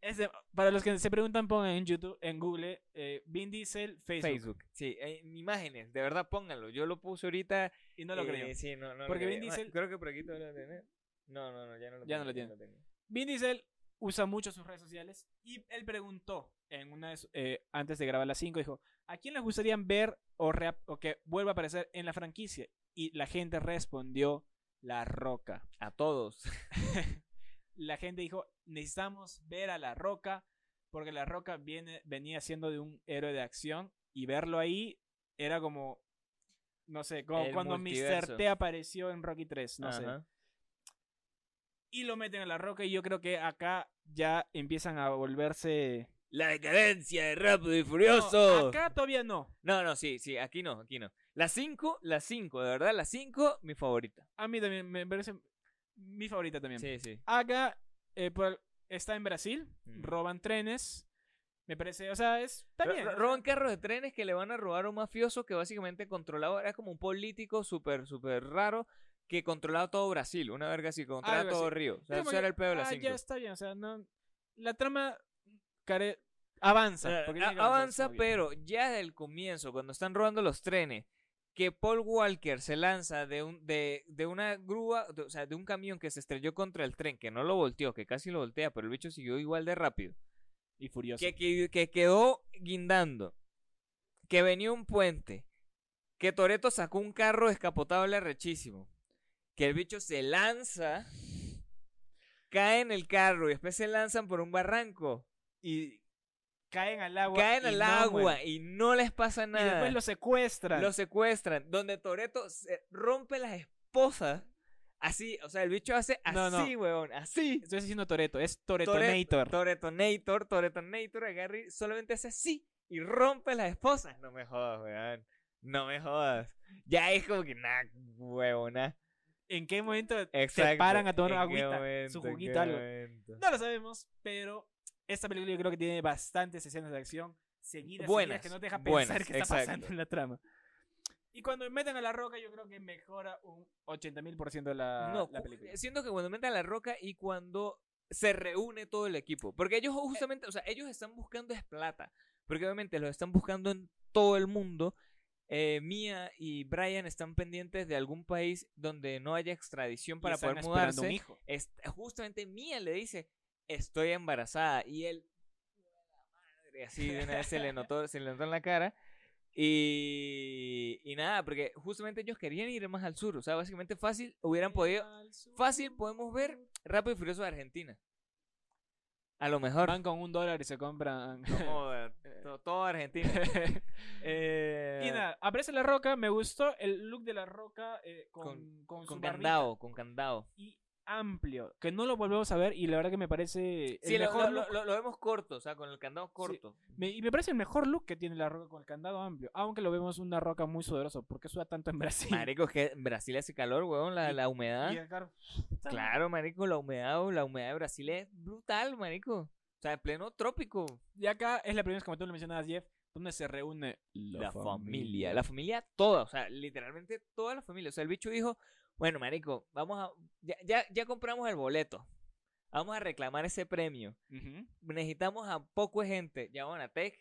Speaker 1: Es de- para los que se preguntan, pongan en YouTube, en Google, eh, Vin Diesel, Facebook.
Speaker 2: Facebook. Sí, eh, imágenes. De verdad, pónganlo. Yo lo puse ahorita.
Speaker 1: Y no lo
Speaker 2: eh,
Speaker 1: creo.
Speaker 2: Sí, no, no lo
Speaker 1: Porque Vin
Speaker 2: creo.
Speaker 1: Diesel-
Speaker 2: Creo que por aquí todavía lo tiene. No, no, no, ya no lo
Speaker 1: Ya no lo tiene.
Speaker 2: tiene.
Speaker 1: Vin Diesel usa mucho sus redes sociales y él preguntó en una de su- eh, antes de grabar las 5, dijo, ¿a quién les gustaría ver o, reap- o que vuelva a aparecer en la franquicia? Y la gente respondió, La Roca.
Speaker 2: A todos.
Speaker 1: la gente dijo, necesitamos ver a La Roca, porque La Roca viene, venía siendo de un héroe de acción y verlo ahí era como, no sé, como
Speaker 2: El
Speaker 1: cuando
Speaker 2: multiverso.
Speaker 1: Mr. T apareció en Rocky 3, no sé.
Speaker 2: Ajá.
Speaker 1: Y lo meten a La Roca y yo creo que acá ya empiezan a volverse...
Speaker 2: La decadencia de Rápido y
Speaker 1: No,
Speaker 2: Furioso.
Speaker 1: acá todavía no.
Speaker 2: No, no, sí, sí, aquí no, aquí no. La 5, la 5, de verdad, la 5, mi favorita.
Speaker 1: A mí también me parece mi favorita también.
Speaker 2: Sí, sí.
Speaker 1: Acá eh, por- está en Brasil,
Speaker 2: Mm.
Speaker 1: roban trenes. Me parece, o sea, es, está
Speaker 2: Ro-
Speaker 1: bien.
Speaker 2: ro-
Speaker 1: o sea,
Speaker 2: roban carros de trenes que le van a robar a un mafioso que básicamente controlaba, era como un político súper, súper raro que controlaba todo Brasil, una verga así, controlaba
Speaker 1: Algo
Speaker 2: todo
Speaker 1: así.
Speaker 2: Río. O sea,
Speaker 1: Pero
Speaker 2: eso
Speaker 1: como
Speaker 2: era
Speaker 1: que,
Speaker 2: el pedo de la
Speaker 1: ah,
Speaker 2: 5.
Speaker 1: ya está bien, o sea, no. La trama care- avanza. porque tiene que avanzar,
Speaker 2: Eh, avanza,
Speaker 1: está bien.
Speaker 2: pero ya desde el comienzo, cuando están robando los trenes, que Paul Walker se lanza de, un, de, de una grúa, de- o sea, de un camión que se estrelló contra el tren, que no lo volteó, que casi lo voltea, pero el bicho siguió igual de rápido,
Speaker 1: Y furioso.
Speaker 2: que, que, que quedó guindando, que venía un puente, que Toreto sacó un carro escapotable rechísimo, que el bicho se lanza, cae en el carro y después se lanzan por un barranco,
Speaker 1: Y caen al agua.
Speaker 2: caen
Speaker 1: y
Speaker 2: al
Speaker 1: no
Speaker 2: agua
Speaker 1: mueren.
Speaker 2: y no les pasa
Speaker 1: Y
Speaker 2: nada.
Speaker 1: después lo secuestran.
Speaker 2: Lo secuestran. Donde Toreto rompe las esposas. Así, o sea, el bicho hace
Speaker 1: No, no.
Speaker 2: así, weón. Así.
Speaker 1: Estoy diciendo Toreto, es Toretonator.
Speaker 2: Toretonator, Toretonator, Agarri solamente hace así y rompe las esposas. No me jodas, weón. No me jodas. Ya es como que, nah, huevona.
Speaker 1: ¿En qué momento
Speaker 2: Exacto.
Speaker 1: se paran a tomar
Speaker 2: ¿En qué
Speaker 1: agüita?
Speaker 2: momento?
Speaker 1: su
Speaker 2: ¿En qué
Speaker 1: juguito, algo.
Speaker 2: momento?
Speaker 1: No lo sabemos, pero esta película yo creo que tiene bastantes escenas de acción seguidas,
Speaker 2: Buenas,
Speaker 1: seguidas, que no te deja
Speaker 2: buenas,
Speaker 1: pensar qué está
Speaker 2: exacto.
Speaker 1: pasando en la trama. Y cuando meten a la roca, yo creo que mejora un 80.000% la,
Speaker 2: No,
Speaker 1: la
Speaker 2: ju-
Speaker 1: película.
Speaker 2: siento que cuando meten a la roca y cuando se reúne todo el equipo. Porque ellos justamente, o sea, ellos están buscando es plata. Porque obviamente los están buscando en todo el mundo. Eh, Mia y Brian están pendientes de algún país donde no haya extradición
Speaker 1: Y
Speaker 2: para
Speaker 1: están
Speaker 2: poder
Speaker 1: esperando un
Speaker 2: mudarse.
Speaker 1: hijo.
Speaker 2: Es- justamente Mia le dice, estoy embarazada. Y él, madre, así de una vez se le notó, se le notó en la cara. Y, y nada, porque justamente ellos querían ir más al sur. O sea, básicamente fácil, hubieran podido, Fácil, podemos ver Rápido y Furioso de Argentina. A lo mejor.
Speaker 1: Van con un dólar y se compran.
Speaker 2: todo, todo Argentina. Eh,
Speaker 1: y nada, aparece la roca, me gustó el look de la roca eh, con,
Speaker 2: Con-
Speaker 1: con,
Speaker 2: con
Speaker 1: su barbita
Speaker 2: candado, con candado.
Speaker 1: Y amplio, que no lo volvemos a ver y la verdad que me parece
Speaker 2: Sí,
Speaker 1: el
Speaker 2: lo,
Speaker 1: mejor
Speaker 2: lo-
Speaker 1: look.
Speaker 2: lo- lo vemos corto, o sea, con el candado corto.
Speaker 1: Me- y me parece el mejor look que tiene la roca con el candado amplio. Aunque lo vemos una roca muy sudorosa. ¿Por qué suda tanto en Brasil?
Speaker 2: Marico, es que en Brasil hace calor, weón, la,
Speaker 1: Y-
Speaker 2: la
Speaker 1: Y
Speaker 2: humedad.
Speaker 1: acá-
Speaker 2: ¿ah? Claro, marico, la humedad, weón, la humedad de Brasil es brutal, marico. O sea, en pleno trópico.
Speaker 1: Y acá es la primera vez, como tú lo mencionabas, Jeff, donde se reúne la,
Speaker 2: la familia. La familia toda, o sea, literalmente toda la familia. O sea, el bicho dijo, bueno, marico, vamos a... Ya, ya, ya compramos el boleto. Vamos a reclamar ese premio.
Speaker 1: Ujú.
Speaker 2: Necesitamos a poco gente. Llamaron a Tech,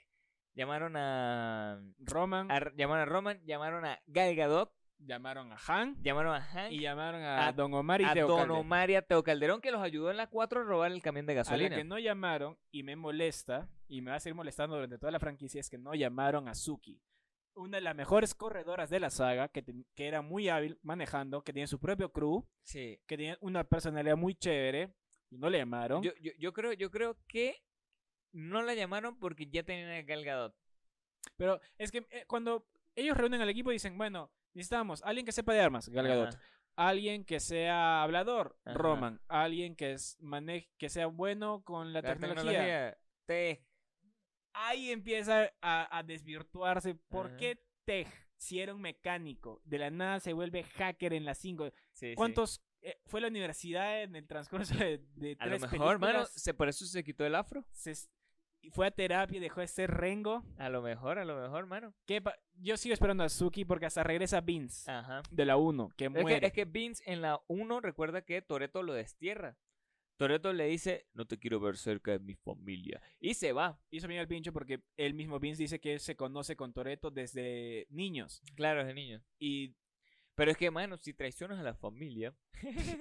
Speaker 2: llamaron a...
Speaker 1: Roman,
Speaker 2: a- llamaron a Roman, llamaron a Gal Gadot,
Speaker 1: llamaron a Han
Speaker 2: llamaron a Hank,
Speaker 1: y llamaron a,
Speaker 2: a-
Speaker 1: Don Omar y
Speaker 2: Ah, a
Speaker 1: Teo
Speaker 2: Don
Speaker 1: Calderón.
Speaker 2: Omar y a Teo Calderón, que los ayudó en la 4 a robar el camión de
Speaker 1: A la
Speaker 2: gasolina.
Speaker 1: que no llamaron y me molesta y me va a seguir molestando durante toda la franquicia es que no llamaron a Suki. Una de las mejores corredoras de la saga que, ten- que era muy hábil manejando, que tiene su propio crew,
Speaker 2: Sí.
Speaker 1: que tiene una personalidad muy chévere y no le llamaron.
Speaker 2: Yo, yo, yo creo, yo creo que no la llamaron porque ya tenían a Gal Gadot.
Speaker 1: Pero es que eh, cuando ellos reúnen al equipo dicen, bueno, necesitamos alguien que sepa de armas, Gal Gadot.
Speaker 2: Ajá.
Speaker 1: Alguien que sea hablador,
Speaker 2: Ajá.
Speaker 1: Roman. Alguien que, es, manej- que sea bueno con la, tecnología.
Speaker 2: Tech.
Speaker 1: Ahí empieza a, a desvirtuarse. ¿Por
Speaker 2: Ajá.
Speaker 1: qué Tej, si era un mecánico, de la nada se vuelve hacker en las 5?
Speaker 2: Sí, sí.
Speaker 1: ¿Cuántos eh, fue la universidad en el transcurso de, de
Speaker 2: A lo
Speaker 1: tres
Speaker 2: mejor, mano,
Speaker 1: películas?
Speaker 2: se, por eso se quitó el afro.
Speaker 1: Se es- y fue a terapia y dejó de ser Rengo.
Speaker 2: A lo mejor, a lo mejor, mano.
Speaker 1: ¿Qué pa- Yo sigo esperando a Suki porque hasta regresa Vince.
Speaker 2: Ajá.
Speaker 1: de la 1, que
Speaker 2: Ah. Es que,
Speaker 1: muere.
Speaker 2: es que Vince en la 1 recuerda que Toreto lo destierra. Toreto le dice, no te quiero ver cerca de mi familia. Y se va.
Speaker 1: Hizo bien el pincho porque el mismo Vince dice que él se conoce con Toreto desde niños.
Speaker 2: Claro, es el niño.
Speaker 1: Y,
Speaker 2: Pero es que, mano, si traicionas a la familia.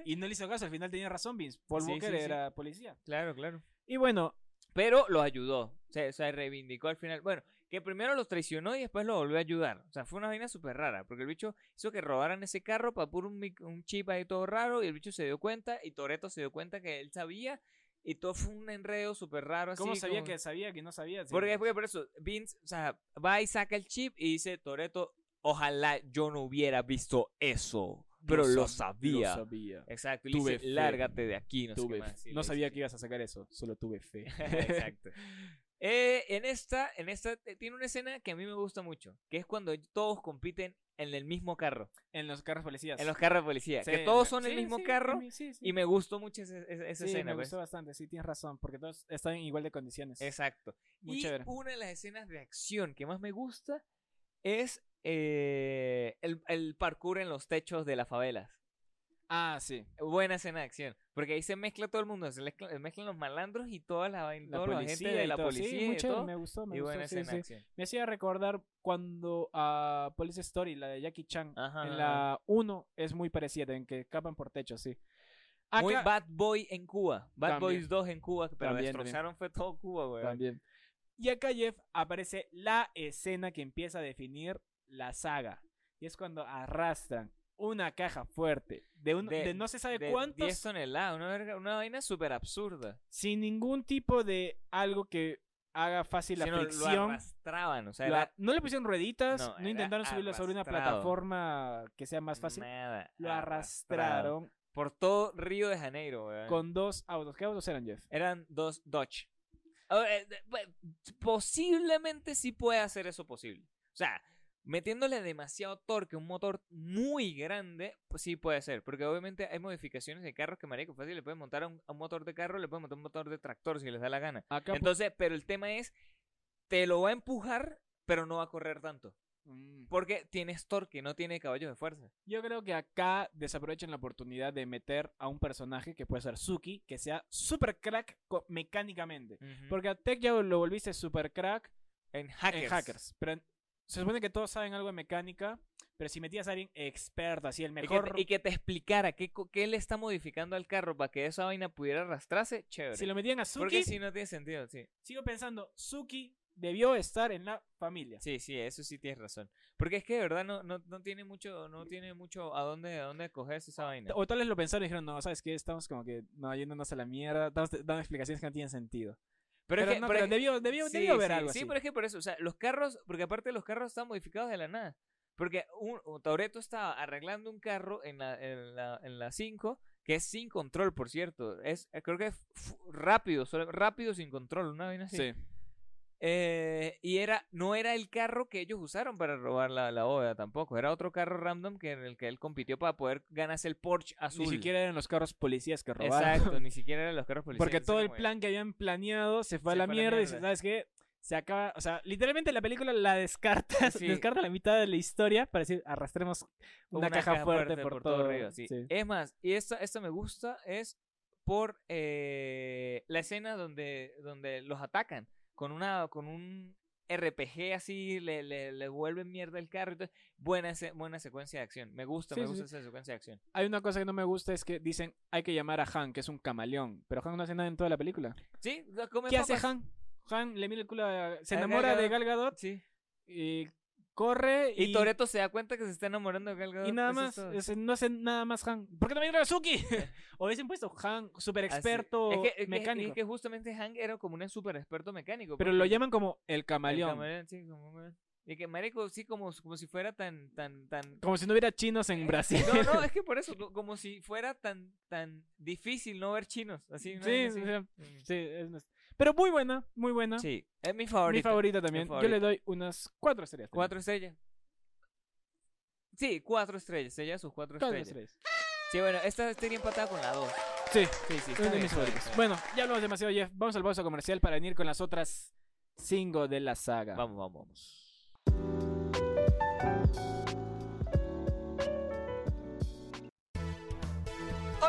Speaker 1: y no le hizo caso, al final tenía razón Vince. Paul
Speaker 2: Sí,
Speaker 1: Walker
Speaker 2: sí, sí.
Speaker 1: era policía.
Speaker 2: Claro, claro.
Speaker 1: Y bueno,
Speaker 2: Pero los ayudó. Se, se reivindicó al final. Bueno, que primero los traicionó y después los volvió a ayudar. O sea, fue una vaina súper rara. Porque el bicho hizo que robaran ese carro para puro un, mic- un chip ahí todo raro. Y el bicho se dio cuenta. Y Toreto se dio cuenta que él sabía. Y todo fue un enredo súper raro.
Speaker 1: ¿cómo
Speaker 2: así,
Speaker 1: sabía
Speaker 2: como-
Speaker 1: que sabía que no sabía? Sí.
Speaker 2: Porque es porque por eso, Vince, o sea, va y saca el chip y dice, Toreto, ojalá yo no hubiera visto eso. Pero lo,
Speaker 1: sab-
Speaker 2: sabía.
Speaker 1: lo sabía.
Speaker 2: Exacto. Y le
Speaker 1: Tuve
Speaker 2: dice,
Speaker 1: fe.
Speaker 2: lárgate de aquí. No, sé qué
Speaker 1: Tuve
Speaker 2: más,
Speaker 1: fe.
Speaker 2: sí, le
Speaker 1: no
Speaker 2: dice,
Speaker 1: sabía
Speaker 2: sí.
Speaker 1: que ibas a sacar eso, solo tuve fe.
Speaker 2: Exacto. Eh, en esta, en esta, eh, tiene una escena que a mí me gusta mucho, que es cuando todos compiten en el mismo carro,
Speaker 1: en los carros policías.
Speaker 2: en los carros de policía,
Speaker 1: Sí,
Speaker 2: que todos
Speaker 1: sí,
Speaker 2: son el
Speaker 1: sí,
Speaker 2: mismo
Speaker 1: sí,
Speaker 2: carro
Speaker 1: a mí sí, sí.
Speaker 2: y me gustó mucho esa, esa- esa
Speaker 1: Sí,
Speaker 2: escena.
Speaker 1: me
Speaker 2: pues.
Speaker 1: gustó bastante, sí, tienes razón, porque todos están en igual de condiciones.
Speaker 2: Exacto.
Speaker 1: Muy
Speaker 2: y
Speaker 1: chévere.
Speaker 2: una de las escenas de acción que más me gusta es eh, el, el parkour en los techos de las favelas.
Speaker 1: Ah, sí.
Speaker 2: Buena escena de acción. Porque ahí se mezcla todo el mundo. Se mezcla- mezclan los malandros y toda la, vaina-
Speaker 1: La
Speaker 2: toda la gente
Speaker 1: policía
Speaker 2: de
Speaker 1: y
Speaker 2: la
Speaker 1: todo.
Speaker 2: policía.
Speaker 1: Sí, muy
Speaker 2: y
Speaker 1: chévere,
Speaker 2: todo.
Speaker 1: me gustó, me
Speaker 2: Y
Speaker 1: gustó.
Speaker 2: buena
Speaker 1: sí,
Speaker 2: escena
Speaker 1: sí.
Speaker 2: de acción.
Speaker 1: Me hacía recordar cuando a Police Story, la de Jackie Chan,
Speaker 2: Ah, Ajá,
Speaker 1: en
Speaker 2: ajá.
Speaker 1: la 1 es muy parecida, en que escapan por techo, sí. Acá
Speaker 2: Muy Bad Boy en Cuba. Bad
Speaker 1: Ah, También.
Speaker 2: Boys 2 en Cuba. Pero
Speaker 1: También,
Speaker 2: destrozaron fue todo Cuba, güey.
Speaker 1: también. Y acá, Jeff, aparece la escena que empieza a definir la saga. Y es cuando arrastran una caja fuerte de, un-
Speaker 2: De-
Speaker 1: de no se sabe
Speaker 2: De
Speaker 1: cuántos
Speaker 2: 10 toneladas. Una, verga- una vaina súper absurda.
Speaker 1: sin ningún tipo de algo que haga fácil la
Speaker 2: Si no, Lo
Speaker 1: fricción.
Speaker 2: arrastraban. O sea,
Speaker 1: Lo a-
Speaker 2: era
Speaker 1: no le pusieron rueditas,
Speaker 2: No,
Speaker 1: no,
Speaker 2: era
Speaker 1: intentaron subirlo sobre una
Speaker 2: arrastrado.
Speaker 1: plataforma que sea más fácil.
Speaker 2: nada.
Speaker 1: Lo
Speaker 2: arrastrado.
Speaker 1: arrastraron
Speaker 2: Por todo Río de Janeiro, güey.
Speaker 1: con dos autos. ¿Qué autos eran, Jeff?
Speaker 2: Eran dos Dodge. Ahora, eh, de- bueno, Posiblemente sí puede hacer eso posible. O sea, metiéndole demasiado torque a un motor muy grande, pues sí puede ser. Porque obviamente hay modificaciones de carros que, marico, fácil le pueden montar a un, a un motor de carro, le pueden montar un motor de tractor si les da la gana.
Speaker 1: Acá.
Speaker 2: Entonces, pero el tema es, te lo va a empujar, pero no va a correr tanto.
Speaker 1: Mm.
Speaker 2: Porque tienes torque, no tiene caballos de fuerza.
Speaker 1: Yo creo que acá desaprovechan la oportunidad de meter a un personaje que puede ser Suki, que sea super crack co- mecánicamente. Porque a Tech ya lo volviste super crack
Speaker 2: en hackers.
Speaker 1: en hackers. Pero en- se supone que todos saben algo de mecánica, pero si metías a alguien experto, así el
Speaker 2: Y que,
Speaker 1: mejor...
Speaker 2: te, y que te explicara qué, co- qué le está modificando al carro para que esa vaina pudiera arrastrarse, chévere.
Speaker 1: Si lo metían a Suki,
Speaker 2: Porque si no tiene sentido, sí.
Speaker 1: sigo pensando, Suki debió estar en la familia.
Speaker 2: Sí, sí, eso sí tienes razón. Porque es que de verdad no, no, no tiene mucho, no tiene mucho a dónde, a dónde cogerse esa vaina.
Speaker 1: O tal vez lo pensaron y dijeron, no, ¿sabes qué? Estamos como que no, yéndonos a la mierda, estamos te- dando explicaciones que no tienen sentido. Pero,
Speaker 2: es que,
Speaker 1: no,
Speaker 2: pero
Speaker 1: pero
Speaker 2: es que-
Speaker 1: debió, debió,
Speaker 2: sí,
Speaker 1: debió haber
Speaker 2: sí,
Speaker 1: algo
Speaker 2: sí,
Speaker 1: así.
Speaker 2: pero es que por eso, o sea, los carros, porque aparte los carros están modificados de la nada. Porque un, un Toretto estaba arreglando un carro en la, en la, en la 5, que es sin control, por cierto. Es, creo que es f- rápido, solo- rápido sin control, una vaina así.
Speaker 1: Sí.
Speaker 2: Eh, y era, no era el carro que ellos usaron para robar la, la bóveda tampoco. Era otro carro random que en el que él compitió para poder ganarse el Porsche azul.
Speaker 1: Ni siquiera eran los carros policías que robaron.
Speaker 2: Exacto, ni siquiera eran los carros policiales.
Speaker 1: Porque
Speaker 2: no sé
Speaker 1: todo el
Speaker 2: cómo era.
Speaker 1: plan que habían planeado se fue a
Speaker 2: Se
Speaker 1: la
Speaker 2: fue a la
Speaker 1: mierda y dices,
Speaker 2: mierda.
Speaker 1: ¿sabes qué? Se acaba, o sea, literalmente la película la descarta,
Speaker 2: Sí.
Speaker 1: descarta la mitad de la historia para decir, arrastremos una, caja, fuerte, por, todo,
Speaker 2: Río, sí.
Speaker 1: Sí.
Speaker 2: Es más, y esta, esta me gusta es por eh, la escena donde, donde los atacan con una con un RPG así, le, le, le vuelven mierda el carro. y todo. buena, se- buena secuencia de acción. Me gusta,
Speaker 1: Sí,
Speaker 2: me
Speaker 1: sí,
Speaker 2: gusta esa secuencia de acción.
Speaker 1: Hay una cosa que no me gusta, es que dicen, hay que llamar a Han, que es un camaleón, pero Han no hace nada en toda la película.
Speaker 2: ¿Sí? lo come
Speaker 1: ¿Qué hace
Speaker 2: papas.
Speaker 1: Han? Han le mira el culo a... Se
Speaker 2: A Gal
Speaker 1: enamora de
Speaker 2: Gadot.
Speaker 1: Gal Gadot
Speaker 2: Sí.
Speaker 1: y corre y...
Speaker 2: Y, Toreto se da cuenta que se está enamorando de Gal Gadot,
Speaker 1: y nada
Speaker 2: eso es
Speaker 1: más,
Speaker 2: todo.
Speaker 1: ese- no hace nada más Han. ¿Por qué no me dieron a Suki? o hubiesen puesto Han, super
Speaker 2: Así-
Speaker 1: experto
Speaker 2: Ah, es que- es que,
Speaker 1: mecánico.
Speaker 2: Es que justamente Hank era como un super experto mecánico.
Speaker 1: Pero
Speaker 2: porque
Speaker 1: lo
Speaker 2: el
Speaker 1: llaman como el camaleón.
Speaker 2: camaleón, sí, como un weón. Y que marico, sí, como, como si fuera tan, tan, tan...
Speaker 1: Como si no hubiera chinos en Brasil.
Speaker 2: No, no, es que por eso, co- como si fuera tan, tan difícil no ver chinos, así. una
Speaker 1: sí,
Speaker 2: vaina así.
Speaker 1: o sea,
Speaker 2: Mm.
Speaker 1: sí, es una- pero muy buena, muy buena.
Speaker 2: Sí, es mi
Speaker 1: Mi
Speaker 2: favorito.
Speaker 1: favorita también. Yo
Speaker 2: favorita.
Speaker 1: le doy unas cuatro estrellas. también.
Speaker 2: Cuatro estrellas. Sí, cuatro estrellas, ella sus cuatro,
Speaker 1: Cuatro
Speaker 2: estrellas. Sí, bueno, esta estaría empatada con la dos.
Speaker 1: Sí,
Speaker 2: Sí, sí,
Speaker 1: uno
Speaker 2: está
Speaker 1: de
Speaker 2: bien,
Speaker 1: mis
Speaker 2: está bien,
Speaker 1: favoritos.
Speaker 2: está bien.
Speaker 1: Bueno, ya hablamos demasiado, Jeff. Vamos al pausa comercial para venir con las otras cinco de la saga.
Speaker 2: Vamos, vamos, vamos.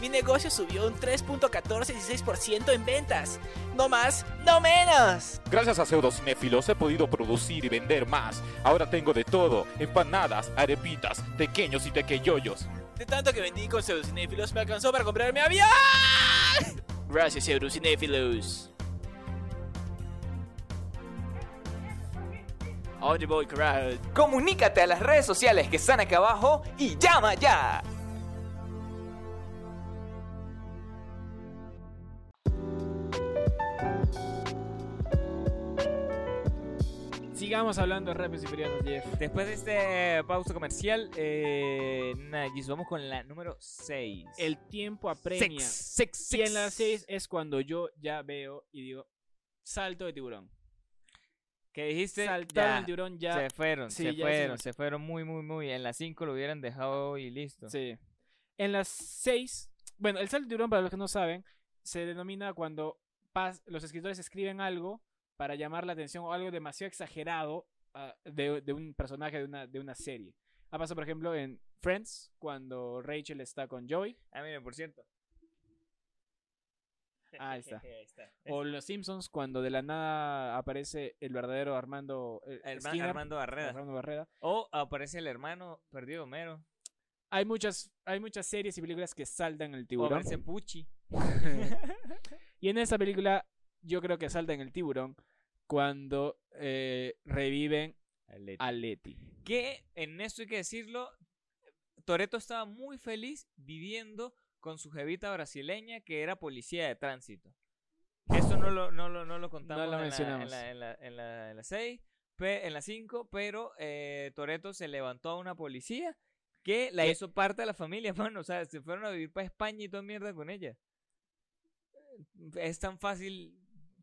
Speaker 3: Mi negocio subió un 3.1416% en ventas. No más, no menos.
Speaker 4: Gracias a pseudocinéfilos he podido producir y vender más. Ahora tengo de todo: empanadas, arepitas, pequeños y tequeyoyos.
Speaker 3: De tanto que vendí con pseudocinéfilos me alcanzó para comprarme avión. Gracias, pseudocinéfilos. Ahora voy, carajo.
Speaker 2: Comunícate a las redes sociales que están acá abajo y llama ya.
Speaker 1: Sigamos hablando de Rápidos y Furiosos, Jeff.
Speaker 2: Después de este pausa comercial, eh, Najis, vamos con la número 6.
Speaker 1: El tiempo apremia. Y en las seis es cuando yo ya veo y digo, Salto de tiburón.
Speaker 2: Que dijiste.
Speaker 1: Saltaron
Speaker 2: ya,
Speaker 1: el tiburón ya.
Speaker 2: Se fueron,
Speaker 1: Sí,
Speaker 2: se
Speaker 1: ya se
Speaker 2: fueron,
Speaker 1: nos-
Speaker 2: se fueron muy, muy, muy. En las 5 lo hubieran dejado y listo.
Speaker 1: Sí. En las seis, bueno, el salto de tiburón, para los que no saben, se denomina cuando pas- los escritores escriben algo para llamar la atención o algo demasiado exagerado ah, de, de un personaje de una, de una serie. Ha pasado, por ejemplo, en Friends, cuando Rachel está con Joey,
Speaker 2: Ah, miren, por cierto.
Speaker 1: Ahí está.
Speaker 2: Ahí está.
Speaker 1: o en Los Simpsons, cuando de la nada aparece el verdadero Armando eh,
Speaker 2: Herma-
Speaker 1: Skinner,
Speaker 2: Armando Barrera.
Speaker 1: Armando Barrera.
Speaker 2: O aparece el hermano perdido Homero.
Speaker 1: Hay muchas, hay muchas series y películas que saltan el
Speaker 2: O
Speaker 1: tiburón.
Speaker 2: aparece Pucci.
Speaker 1: Y en esa película, yo creo que salta en el tiburón cuando eh, reviven a Letty.
Speaker 2: Que en esto hay que decirlo, Toreto estaba muy feliz viviendo con su jevita brasileña que era policía de tránsito. Eso no lo, no lo, no lo
Speaker 1: lo
Speaker 2: contamos en, la, en,
Speaker 1: mencionamos.
Speaker 2: la, en, la, en, la, 6, en la 5, pero eh, Toreto se levantó a una policía que la
Speaker 1: Que-
Speaker 2: hizo parte de la familia, mano. O sea, se fueron a vivir para España y toda mierda con ella. Es tan fácil.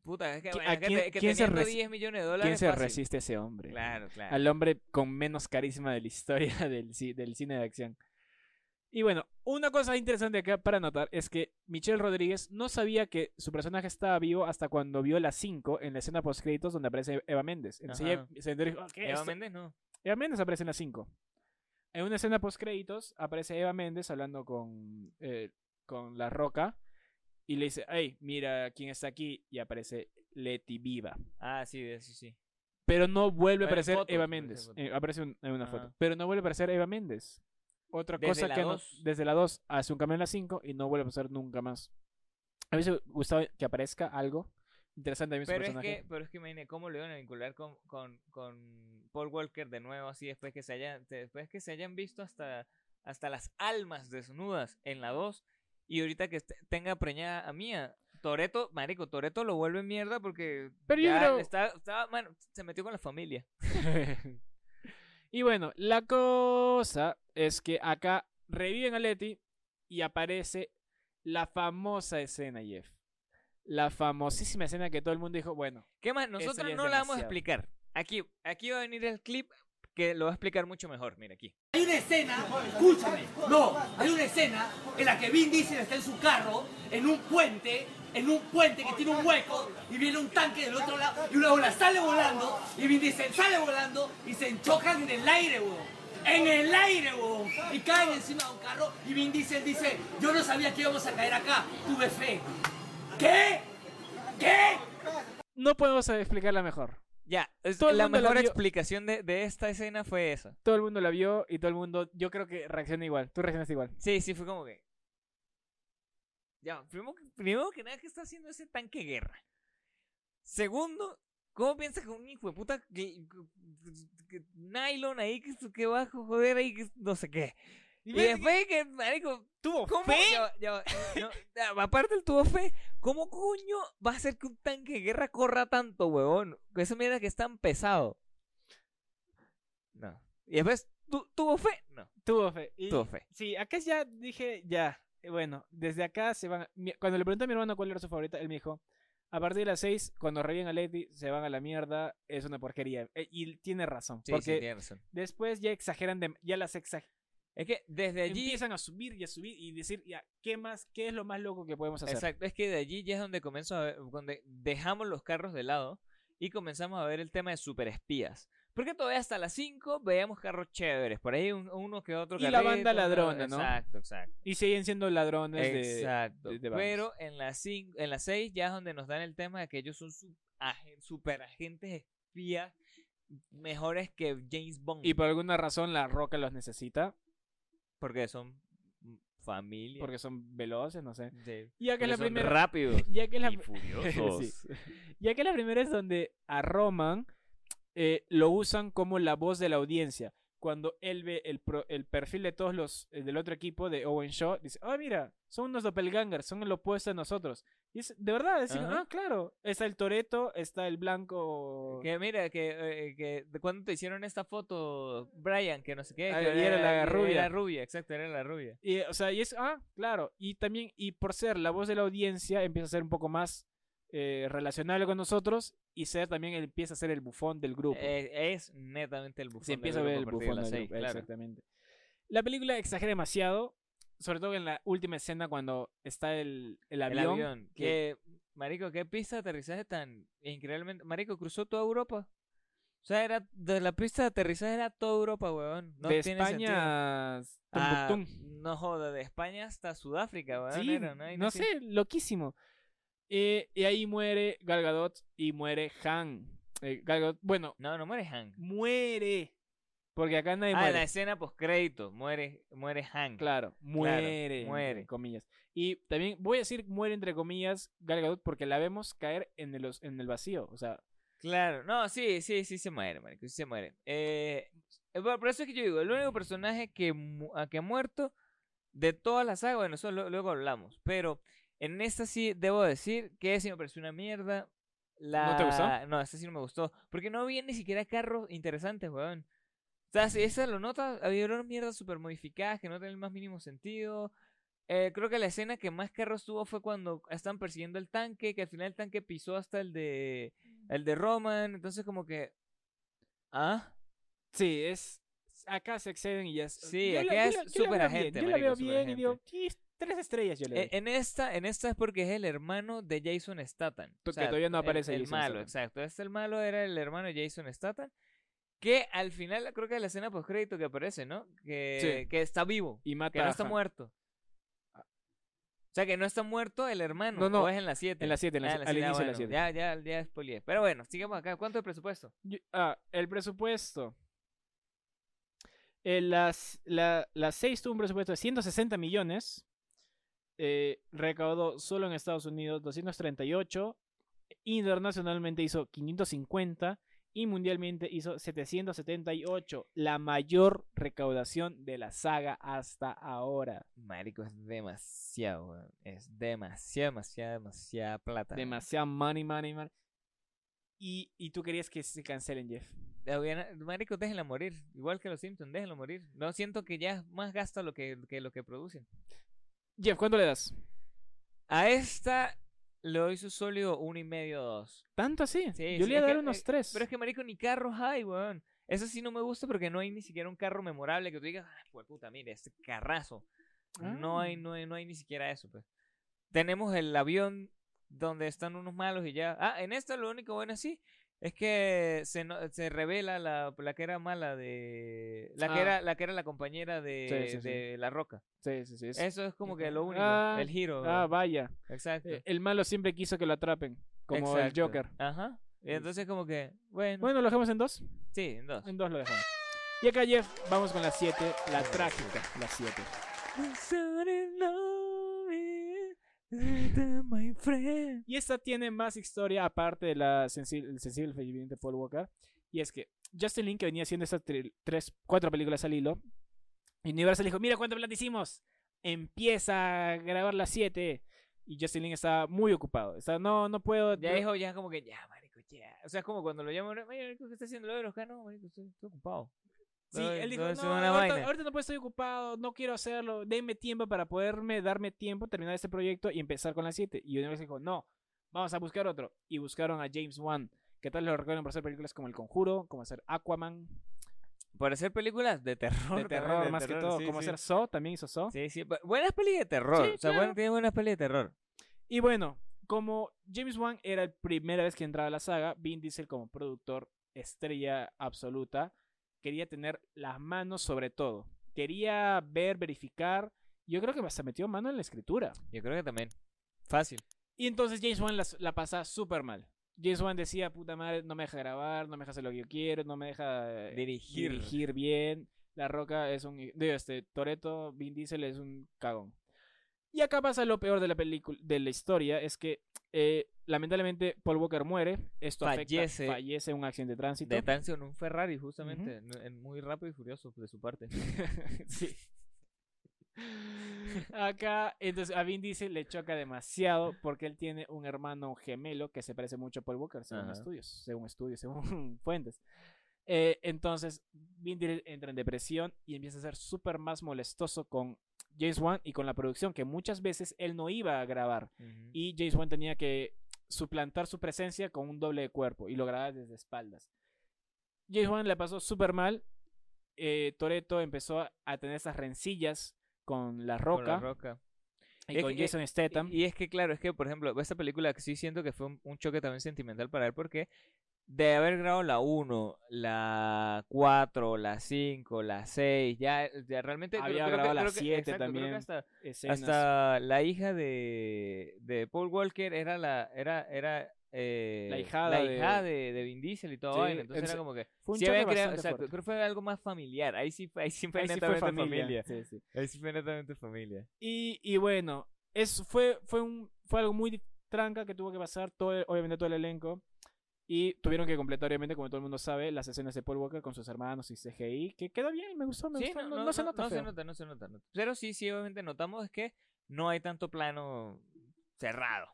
Speaker 2: Puta, es que,
Speaker 1: ¿Qui-
Speaker 2: es
Speaker 1: a
Speaker 2: que
Speaker 1: quién-
Speaker 2: te- que
Speaker 1: quién se
Speaker 2: teniendo
Speaker 1: resi-
Speaker 2: 10 millones de dólares.
Speaker 1: ¿Quién
Speaker 2: es
Speaker 1: se
Speaker 2: fácil.
Speaker 1: resiste a ese hombre?
Speaker 2: Claro, claro.
Speaker 1: Al hombre con menos carisma de la historia del, ci- del cine de acción. Y bueno, una cosa interesante acá para notar es que Michelle Rodríguez no sabía que su personaje estaba vivo hasta cuando vio las 5 en la escena post-créditos donde aparece Eva Méndez. Entonces
Speaker 2: Ajá.
Speaker 1: ella se enteró y dijo, "Ah, ¿qué es
Speaker 2: Eva
Speaker 1: esto?".
Speaker 2: Méndez no.
Speaker 1: Eva Méndez aparece en las 5. En una escena post créditos aparece Eva Méndez hablando con, eh, con La Roca y le dice, hey, mira quién está aquí y aparece Leti viva.
Speaker 2: Ah, sí, de eso sí.
Speaker 1: Pero no vuelve a
Speaker 2: Ah, en
Speaker 1: aparecer
Speaker 2: fotos,
Speaker 1: Eva
Speaker 2: aparece en
Speaker 1: Méndez.
Speaker 2: fotos.
Speaker 1: Eh, aparece un- en una
Speaker 2: Ajá.
Speaker 1: foto. Pero no vuelve a aparecer Eva Méndez. Otra
Speaker 2: Desde
Speaker 1: cosa
Speaker 2: la
Speaker 1: que no-
Speaker 2: dos.
Speaker 1: desde la 2 hace un cambio en la 5 y no vuelve a pasar nunca más. A mí me hubiese gustado que aparezca algo interesante a mí su
Speaker 2: Pero es,
Speaker 1: personaje.
Speaker 2: que, pero es que imagínate cómo lo iban a vincular con, con, con Paul Walker de nuevo, así después que se hayan, después que se hayan visto hasta, hasta las almas desnudas en la 2 y ahorita que est- tenga preñada a Mía. Toreto, marico, Toreto lo vuelve mierda porque
Speaker 1: Pero yo
Speaker 2: ya
Speaker 1: creo-
Speaker 2: está, estaba- mano, se metió con la familia.
Speaker 1: y bueno, la cosa es que acá reviven a Letty y aparece la famosa escena, Jeff. La famosísima escena que todo el mundo dijo, bueno,
Speaker 2: ¿Qué más?
Speaker 1: ya
Speaker 2: Nosotros
Speaker 1: es
Speaker 2: no la vamos a
Speaker 1: demasiado.
Speaker 2: explicar. Aquí, aquí va a venir el clip que lo va a explicar mucho mejor. Mira aquí.
Speaker 5: Hay una escena, escúchame, no, hay una escena en la que Vin Diesel está en su carro, en un puente, en un puente que tiene un hueco y viene un tanque del otro lado y una bola sale volando y Vin Diesel sale volando y se enchocan en el aire, weón. En el aire, weón. Y caen encima de un carro y Vin Diesel dice, yo no sabía que íbamos a caer acá, tuve fe. ¿Qué? ¿Qué?
Speaker 1: no podemos explicarla mejor.
Speaker 2: Ya, es-
Speaker 1: Todo el
Speaker 2: la
Speaker 1: mundo la
Speaker 2: mejor
Speaker 1: vio.
Speaker 2: explicación de, de esta escena fue esa.
Speaker 1: Todo el mundo la vio y todo el mundo, yo creo que reacciona igual. Tú reaccionaste igual.
Speaker 2: Sí, sí, fue como que. Ya, primero, que- primero que nada, ¿qué está haciendo ese tanque guerra? Segundo, ¿cómo piensa que un hijo de puta que- que- que- nylon ahí que, que va a joder ahí, que no sé qué? Y, después que, marico,
Speaker 1: tuvo
Speaker 2: ¿cómo? Ya va, ya va, no, ya, aparte el tuvo fe, ¿cómo coño va a hacer que un tanque de guerra corra tanto, huevón? Con Esa mierda que es tan pesado. No. Y después, ¿tu- ¿tuvo fe? No,
Speaker 1: Tuvo fe. Y-
Speaker 2: tuvo fe.
Speaker 1: Sí, acá ya dije, ya. eh, Bueno, desde acá se van. mi- Cuando le pregunté a mi hermano cuál era su favorita, él me dijo: A partir de las 6, cuando reviven a Lady, se van a la mierda, es una porquería. Eh, Y tiene razón.
Speaker 2: Sí, sí,
Speaker 1: porque
Speaker 2: tiene razón.
Speaker 1: después ya exageran, de, ya las exageran.
Speaker 2: Es que desde allí.
Speaker 1: Empiezan a subir y a subir y decir: ya, ¿Qué más? ¿Qué es lo más loco que podemos hacer?
Speaker 2: Exacto, es que de allí ya es donde comenzó a ver, donde dejamos los carros de lado y comenzamos a ver el tema de superespías. Porque todavía hasta las 5 veíamos carros chéveres, por ahí un- uno que otro
Speaker 1: Y la banda
Speaker 2: carrito,
Speaker 1: ladrona, ¿no?
Speaker 2: Exacto, exacto.
Speaker 1: Y siguen siendo ladrones de-
Speaker 2: exacto.
Speaker 1: de- de bandas.
Speaker 2: Pero en las cin- en las 6 ya es donde nos dan el tema de que ellos son su- agen- superagentes espías mejores que James Bond.
Speaker 1: Y por alguna razón la roca los necesita
Speaker 2: Porque son familia.
Speaker 1: porque son veloces, no sé.
Speaker 2: Sí.
Speaker 1: Y acá
Speaker 2: Porque
Speaker 1: es la
Speaker 2: son
Speaker 1: primera.
Speaker 2: rápidos
Speaker 1: Ya que es la,
Speaker 2: y furiosos.
Speaker 1: Sí. Ya que la primera es donde a Roman eh, lo usan como la voz de la audiencia. Cuando él ve el, pro- el perfil de todos los eh, del otro equipo de Owen Shaw, dice, ah, mira, son unos doppelgangers, son el opuesto a nosotros. Y es de verdad, es decir,
Speaker 2: Ajá.
Speaker 1: ah, claro, está el Toreto, está el blanco...
Speaker 2: Que mira, que, eh, que de cuando te hicieron esta foto, Brian, que no sé qué.
Speaker 1: Ah,
Speaker 2: que
Speaker 1: y era la rubia.
Speaker 2: Era rubia, exacto, era la rubia.
Speaker 1: Y, eh, o sea, y es, ah, claro, y también, y por ser la voz de la audiencia, empieza a ser un poco más eh, relacionable con nosotros y ser también empieza a ser el bufón del grupo.
Speaker 2: Eh, es netamente el bufón.
Speaker 1: se empieza a
Speaker 2: del
Speaker 1: ver el
Speaker 2: grupo partir de
Speaker 1: bufón
Speaker 2: las
Speaker 1: del
Speaker 2: seis,
Speaker 1: grupo,
Speaker 2: claro.
Speaker 1: exactamente. La película exagera demasiado, sobre todo en la última escena cuando está el, el
Speaker 2: El
Speaker 1: avión.
Speaker 2: avión. Que, marico, qué pista de aterrizaje tan increíblemente. Marico, cruzó toda Europa. O sea, era de la pista de aterrizaje era toda Europa, weón. No
Speaker 1: de
Speaker 2: tiene sentido.
Speaker 1: España a
Speaker 2: Ah,
Speaker 1: Tombuctú.
Speaker 2: no joda, de España hasta Sudáfrica, weón.
Speaker 1: Sí,
Speaker 2: era, Ahí
Speaker 1: no
Speaker 2: sí.
Speaker 1: sé, loquísimo. Eh, y ahí muere Gal Gadot y muere Han. Eh, Gal Gadot, bueno,
Speaker 2: No, no muere Hank.
Speaker 1: muere. Porque acá nadie
Speaker 2: Ah, en
Speaker 1: muere.
Speaker 2: la escena postcrédito, muere, muere Hank.
Speaker 1: Claro, muere.
Speaker 2: muere.
Speaker 1: Entre comillas. Y también voy a decir muere entre comillas Gal Gadot porque la vemos caer en el, os- en el vacío. O sea,
Speaker 2: Claro, no, sí, sí, sí se muere, marico, sí se muere. Eh, eh, bueno, por eso es que yo digo, el único personaje que, mu- a que ha muerto de todas las sagas, bueno, eso lo- luego hablamos, pero en esta sí debo decir que sí me pareció una mierda. La...
Speaker 1: ¿No te gustó?
Speaker 2: No, esta sí no me gustó, porque no había ni siquiera carros interesantes, weón. O sea, si esa lo notas, había unas mierdas super modificadas que no tienen el más mínimo sentido. Eh, creo que la escena que más carros tuvo fue cuando están persiguiendo el tanque, que al final el tanque pisó hasta el de el de Roman, entonces como que ah,
Speaker 1: sí, es. Acá se exceden y ya es. yo
Speaker 2: Sí,
Speaker 1: la-
Speaker 2: acá
Speaker 1: yo
Speaker 2: es
Speaker 1: la- yo la veo
Speaker 2: superagente,
Speaker 1: bien, Yo la
Speaker 2: marico,
Speaker 1: veo bien y digo,
Speaker 2: superagente.
Speaker 1: "Sí, tres estrellas yo le doy.
Speaker 2: e- en esta en esta es porque es el hermano de Jason Statham,
Speaker 1: To- que todavía no
Speaker 2: el-
Speaker 1: aparece
Speaker 2: el,
Speaker 1: Jason
Speaker 2: malo,
Speaker 1: Statham.
Speaker 2: exacto, este el malo era el hermano de Jason Statham que al final creo que es la escena post crédito que aparece, ¿no? Que
Speaker 1: Sí.
Speaker 2: que está vivo,
Speaker 1: y mata
Speaker 2: que no está
Speaker 1: a Han.
Speaker 2: muerto. O sea, que no está muerto el hermano.
Speaker 1: No, no,
Speaker 2: O es en la 7.
Speaker 1: en la siete, en la
Speaker 2: Ah,
Speaker 1: si- al
Speaker 2: siete, ah,
Speaker 1: inicio de la
Speaker 2: bueno,
Speaker 1: siete.
Speaker 2: Ya, ya, ya spoileé. Pero bueno, sigamos acá. ¿Cuánto de presupuesto?
Speaker 1: Yo- ah, el presupuesto. Eh, las, la, las seis tuvo un presupuesto de 160 millones. eh, recaudó solo en Estados Unidos 238. Internacionalmente hizo 550. Y mundialmente hizo 778. La mayor recaudación de la saga hasta ahora.
Speaker 2: Marico, es demasiado, weón. Es demasiado, demasiado, demasiada plata. weón.
Speaker 1: Demasiado money, money, money. Y, y tú querías que se cancelen, Jeff.
Speaker 2: La hubiera- Marico, déjenla morir. Igual que los Simpsons, déjenlo morir. No siento que ya es más gasto lo que, que lo que producen.
Speaker 1: Jeff, ¿cuánto le das?
Speaker 2: A esta le doy su sólido uno y medio dos.
Speaker 1: ¿Tanto así?
Speaker 2: Sí,
Speaker 1: Yo le
Speaker 2: sí,
Speaker 1: iba a
Speaker 2: es
Speaker 1: dar
Speaker 2: que-
Speaker 1: unos
Speaker 2: eh,
Speaker 1: tres.
Speaker 2: Pero es que, marico, ni carros hay, weón. Eso sí no me gusta porque no hay ni siquiera un carro memorable que tú digas, ah, pues puta, mire, este carrazo. No
Speaker 1: Ah.
Speaker 2: hay, no hay, no hay ni siquiera eso, pues. Tenemos el avión donde están unos malos y ya. Ah, en esta lo único bueno sí es que se, no- se revela la, la que era mala de. La que
Speaker 1: Ah.
Speaker 2: era, la que era la compañera de,
Speaker 1: Sí, sí, sí.
Speaker 2: de La Roca.
Speaker 1: Sí, sí, sí. es-
Speaker 2: Eso es como que lo único.
Speaker 1: Ah,
Speaker 2: el giro.
Speaker 1: Ah, vaya.
Speaker 2: exacto.
Speaker 1: Eh, El malo siempre quiso que lo atrapen, como el
Speaker 2: exacto.
Speaker 1: Joker.
Speaker 2: Ajá. Y entonces como que, bueno,
Speaker 1: Bueno, ¿lo dejamos en dos?
Speaker 2: sí, en dos.
Speaker 1: En dos lo dejamos. Y acá, Jeff, vamos con la 7, la trágica, la 7. Y esta tiene más historia aparte de la sensible, el sensible de Paul Walker. Y es que Justin Lin, que venía haciendo estas tri- tres, cuatro películas al hilo, Universal dijo, mira cuánto plata hicimos. Empieza a grabar la 7. Y Justin Lin estaba muy ocupado. Estaba, no, no puedo.
Speaker 2: Ya
Speaker 1: no-
Speaker 2: dijo, ya como que, ya, marico, ya. O sea, es como cuando lo llaman, "Oye, marico, ¿qué está haciendo? Lo de los canos, marico, estoy, estoy ocupado.
Speaker 1: Sí,
Speaker 2: No,
Speaker 1: él dijo,
Speaker 2: no,
Speaker 1: no,
Speaker 2: eso es una
Speaker 1: ahorita,
Speaker 2: vaina".
Speaker 1: ahorita no puedo, estoy ocupado, no quiero hacerlo, denme tiempo para poderme, darme tiempo, terminar este proyecto y empezar con la 7. Y Universal dijo, no, vamos a buscar otro. Y buscaron a James Wan, que tal lo recuerdan por hacer películas como El Conjuro, como hacer Aquaman,
Speaker 2: Por hacer películas de
Speaker 1: de
Speaker 2: terror. también,
Speaker 1: terror más
Speaker 2: terror,
Speaker 1: que todo,
Speaker 2: sí,
Speaker 1: como
Speaker 2: sí.
Speaker 1: hacer Saw, también hizo Saw.
Speaker 2: Sí, sí, bu- buenas pelis de terror.
Speaker 1: Sí,
Speaker 2: o sea,
Speaker 1: claro.
Speaker 2: bueno, tiene buenas pelis de terror.
Speaker 1: Y bueno, como James Wan era la primera vez que entraba a la saga, Vin Diesel como productor estrella absoluta quería tener las manos sobre todo. Quería ver, verificar. Yo creo que hasta metió mano en la escritura.
Speaker 2: Yo creo que también. Fácil.
Speaker 1: Y entonces James Wan las- la, pasa súper mal. James Wan decía, puta madre, no me deja grabar, no me deja hacer lo que yo quiero, no me deja eh,
Speaker 2: Dirigir.
Speaker 1: dirigir bien. La Roca es un... Digo, este, Toreto, Vin Diesel es un cagón. Y acá pasa lo peor de la película, de la historia, es que eh, lamentablemente Paul Walker muere, esto
Speaker 2: Fallece.
Speaker 1: afecta, fallece en un accidente de tránsito.
Speaker 2: De tancio en un Ferrari, justamente. en- en muy rápido y furioso de su parte.
Speaker 1: Sí. Acá, entonces a Vin Diesel le choca demasiado porque él tiene un hermano gemelo que se parece mucho a Paul Walker, según
Speaker 2: Ajá.
Speaker 1: estudios, según estudios, según fuentes. Eh, entonces, Vin Diesel entra en depresión y empieza a ser súper más molestoso con James Wan y con la producción, que muchas veces él no iba a grabar
Speaker 2: Ujú.
Speaker 1: y James Wan tenía que suplantar su presencia con un doble de cuerpo y lo grababa desde espaldas. James Wan le pasó súper mal. Eh, Toreto empezó a- a tener esas rencillas con la
Speaker 2: con
Speaker 1: roca,
Speaker 2: la roca.
Speaker 1: y
Speaker 2: Es
Speaker 1: con
Speaker 2: que-
Speaker 1: Jason Statham.
Speaker 2: Y, y es que, claro, es que, por ejemplo, esta película que sí siento que fue un, un choque también sentimental para él porque de haber grabado la 1, la 4, la 5, la 6, ya, ya realmente... creo-
Speaker 1: Había
Speaker 2: creo que-
Speaker 1: grabado la
Speaker 2: creo que-
Speaker 1: 7
Speaker 2: exacto, creo que
Speaker 1: también.
Speaker 2: hasta-
Speaker 1: escenas.
Speaker 2: Hasta la hija de, de Paul Walker era la era era eh,
Speaker 1: La hijada de-
Speaker 2: hija de, de Vin Diesel y todo
Speaker 1: Sí,
Speaker 2: vaina, entonces
Speaker 1: en se-
Speaker 2: era como que
Speaker 1: Fue un
Speaker 2: sí
Speaker 1: choque
Speaker 2: habían creado-
Speaker 1: bastante
Speaker 2: exacto,
Speaker 1: fuerte.
Speaker 2: creo que fue algo más familiar ahí sí fue- ahí sí fue
Speaker 1: Ahí sí fue
Speaker 2: netamente
Speaker 1: familia,
Speaker 2: familia.
Speaker 1: sí, sí.
Speaker 2: ahí sí fue netamente familia
Speaker 1: Y, y bueno, es, fue, fue, un, fue algo muy tranca que tuvo que pasar, todo, el- obviamente todo el elenco. Y tuvieron que completar, obviamente, como todo el mundo sabe, las escenas de Paul Walker con sus hermanos y CGI, que queda bien, me gustó, me
Speaker 2: sí
Speaker 1: gustó.
Speaker 2: no, no,
Speaker 1: se nota.
Speaker 2: no se
Speaker 1: feo.
Speaker 2: nota no se nota no. pero sí sí obviamente notamos es que no hay tanto plano cerrado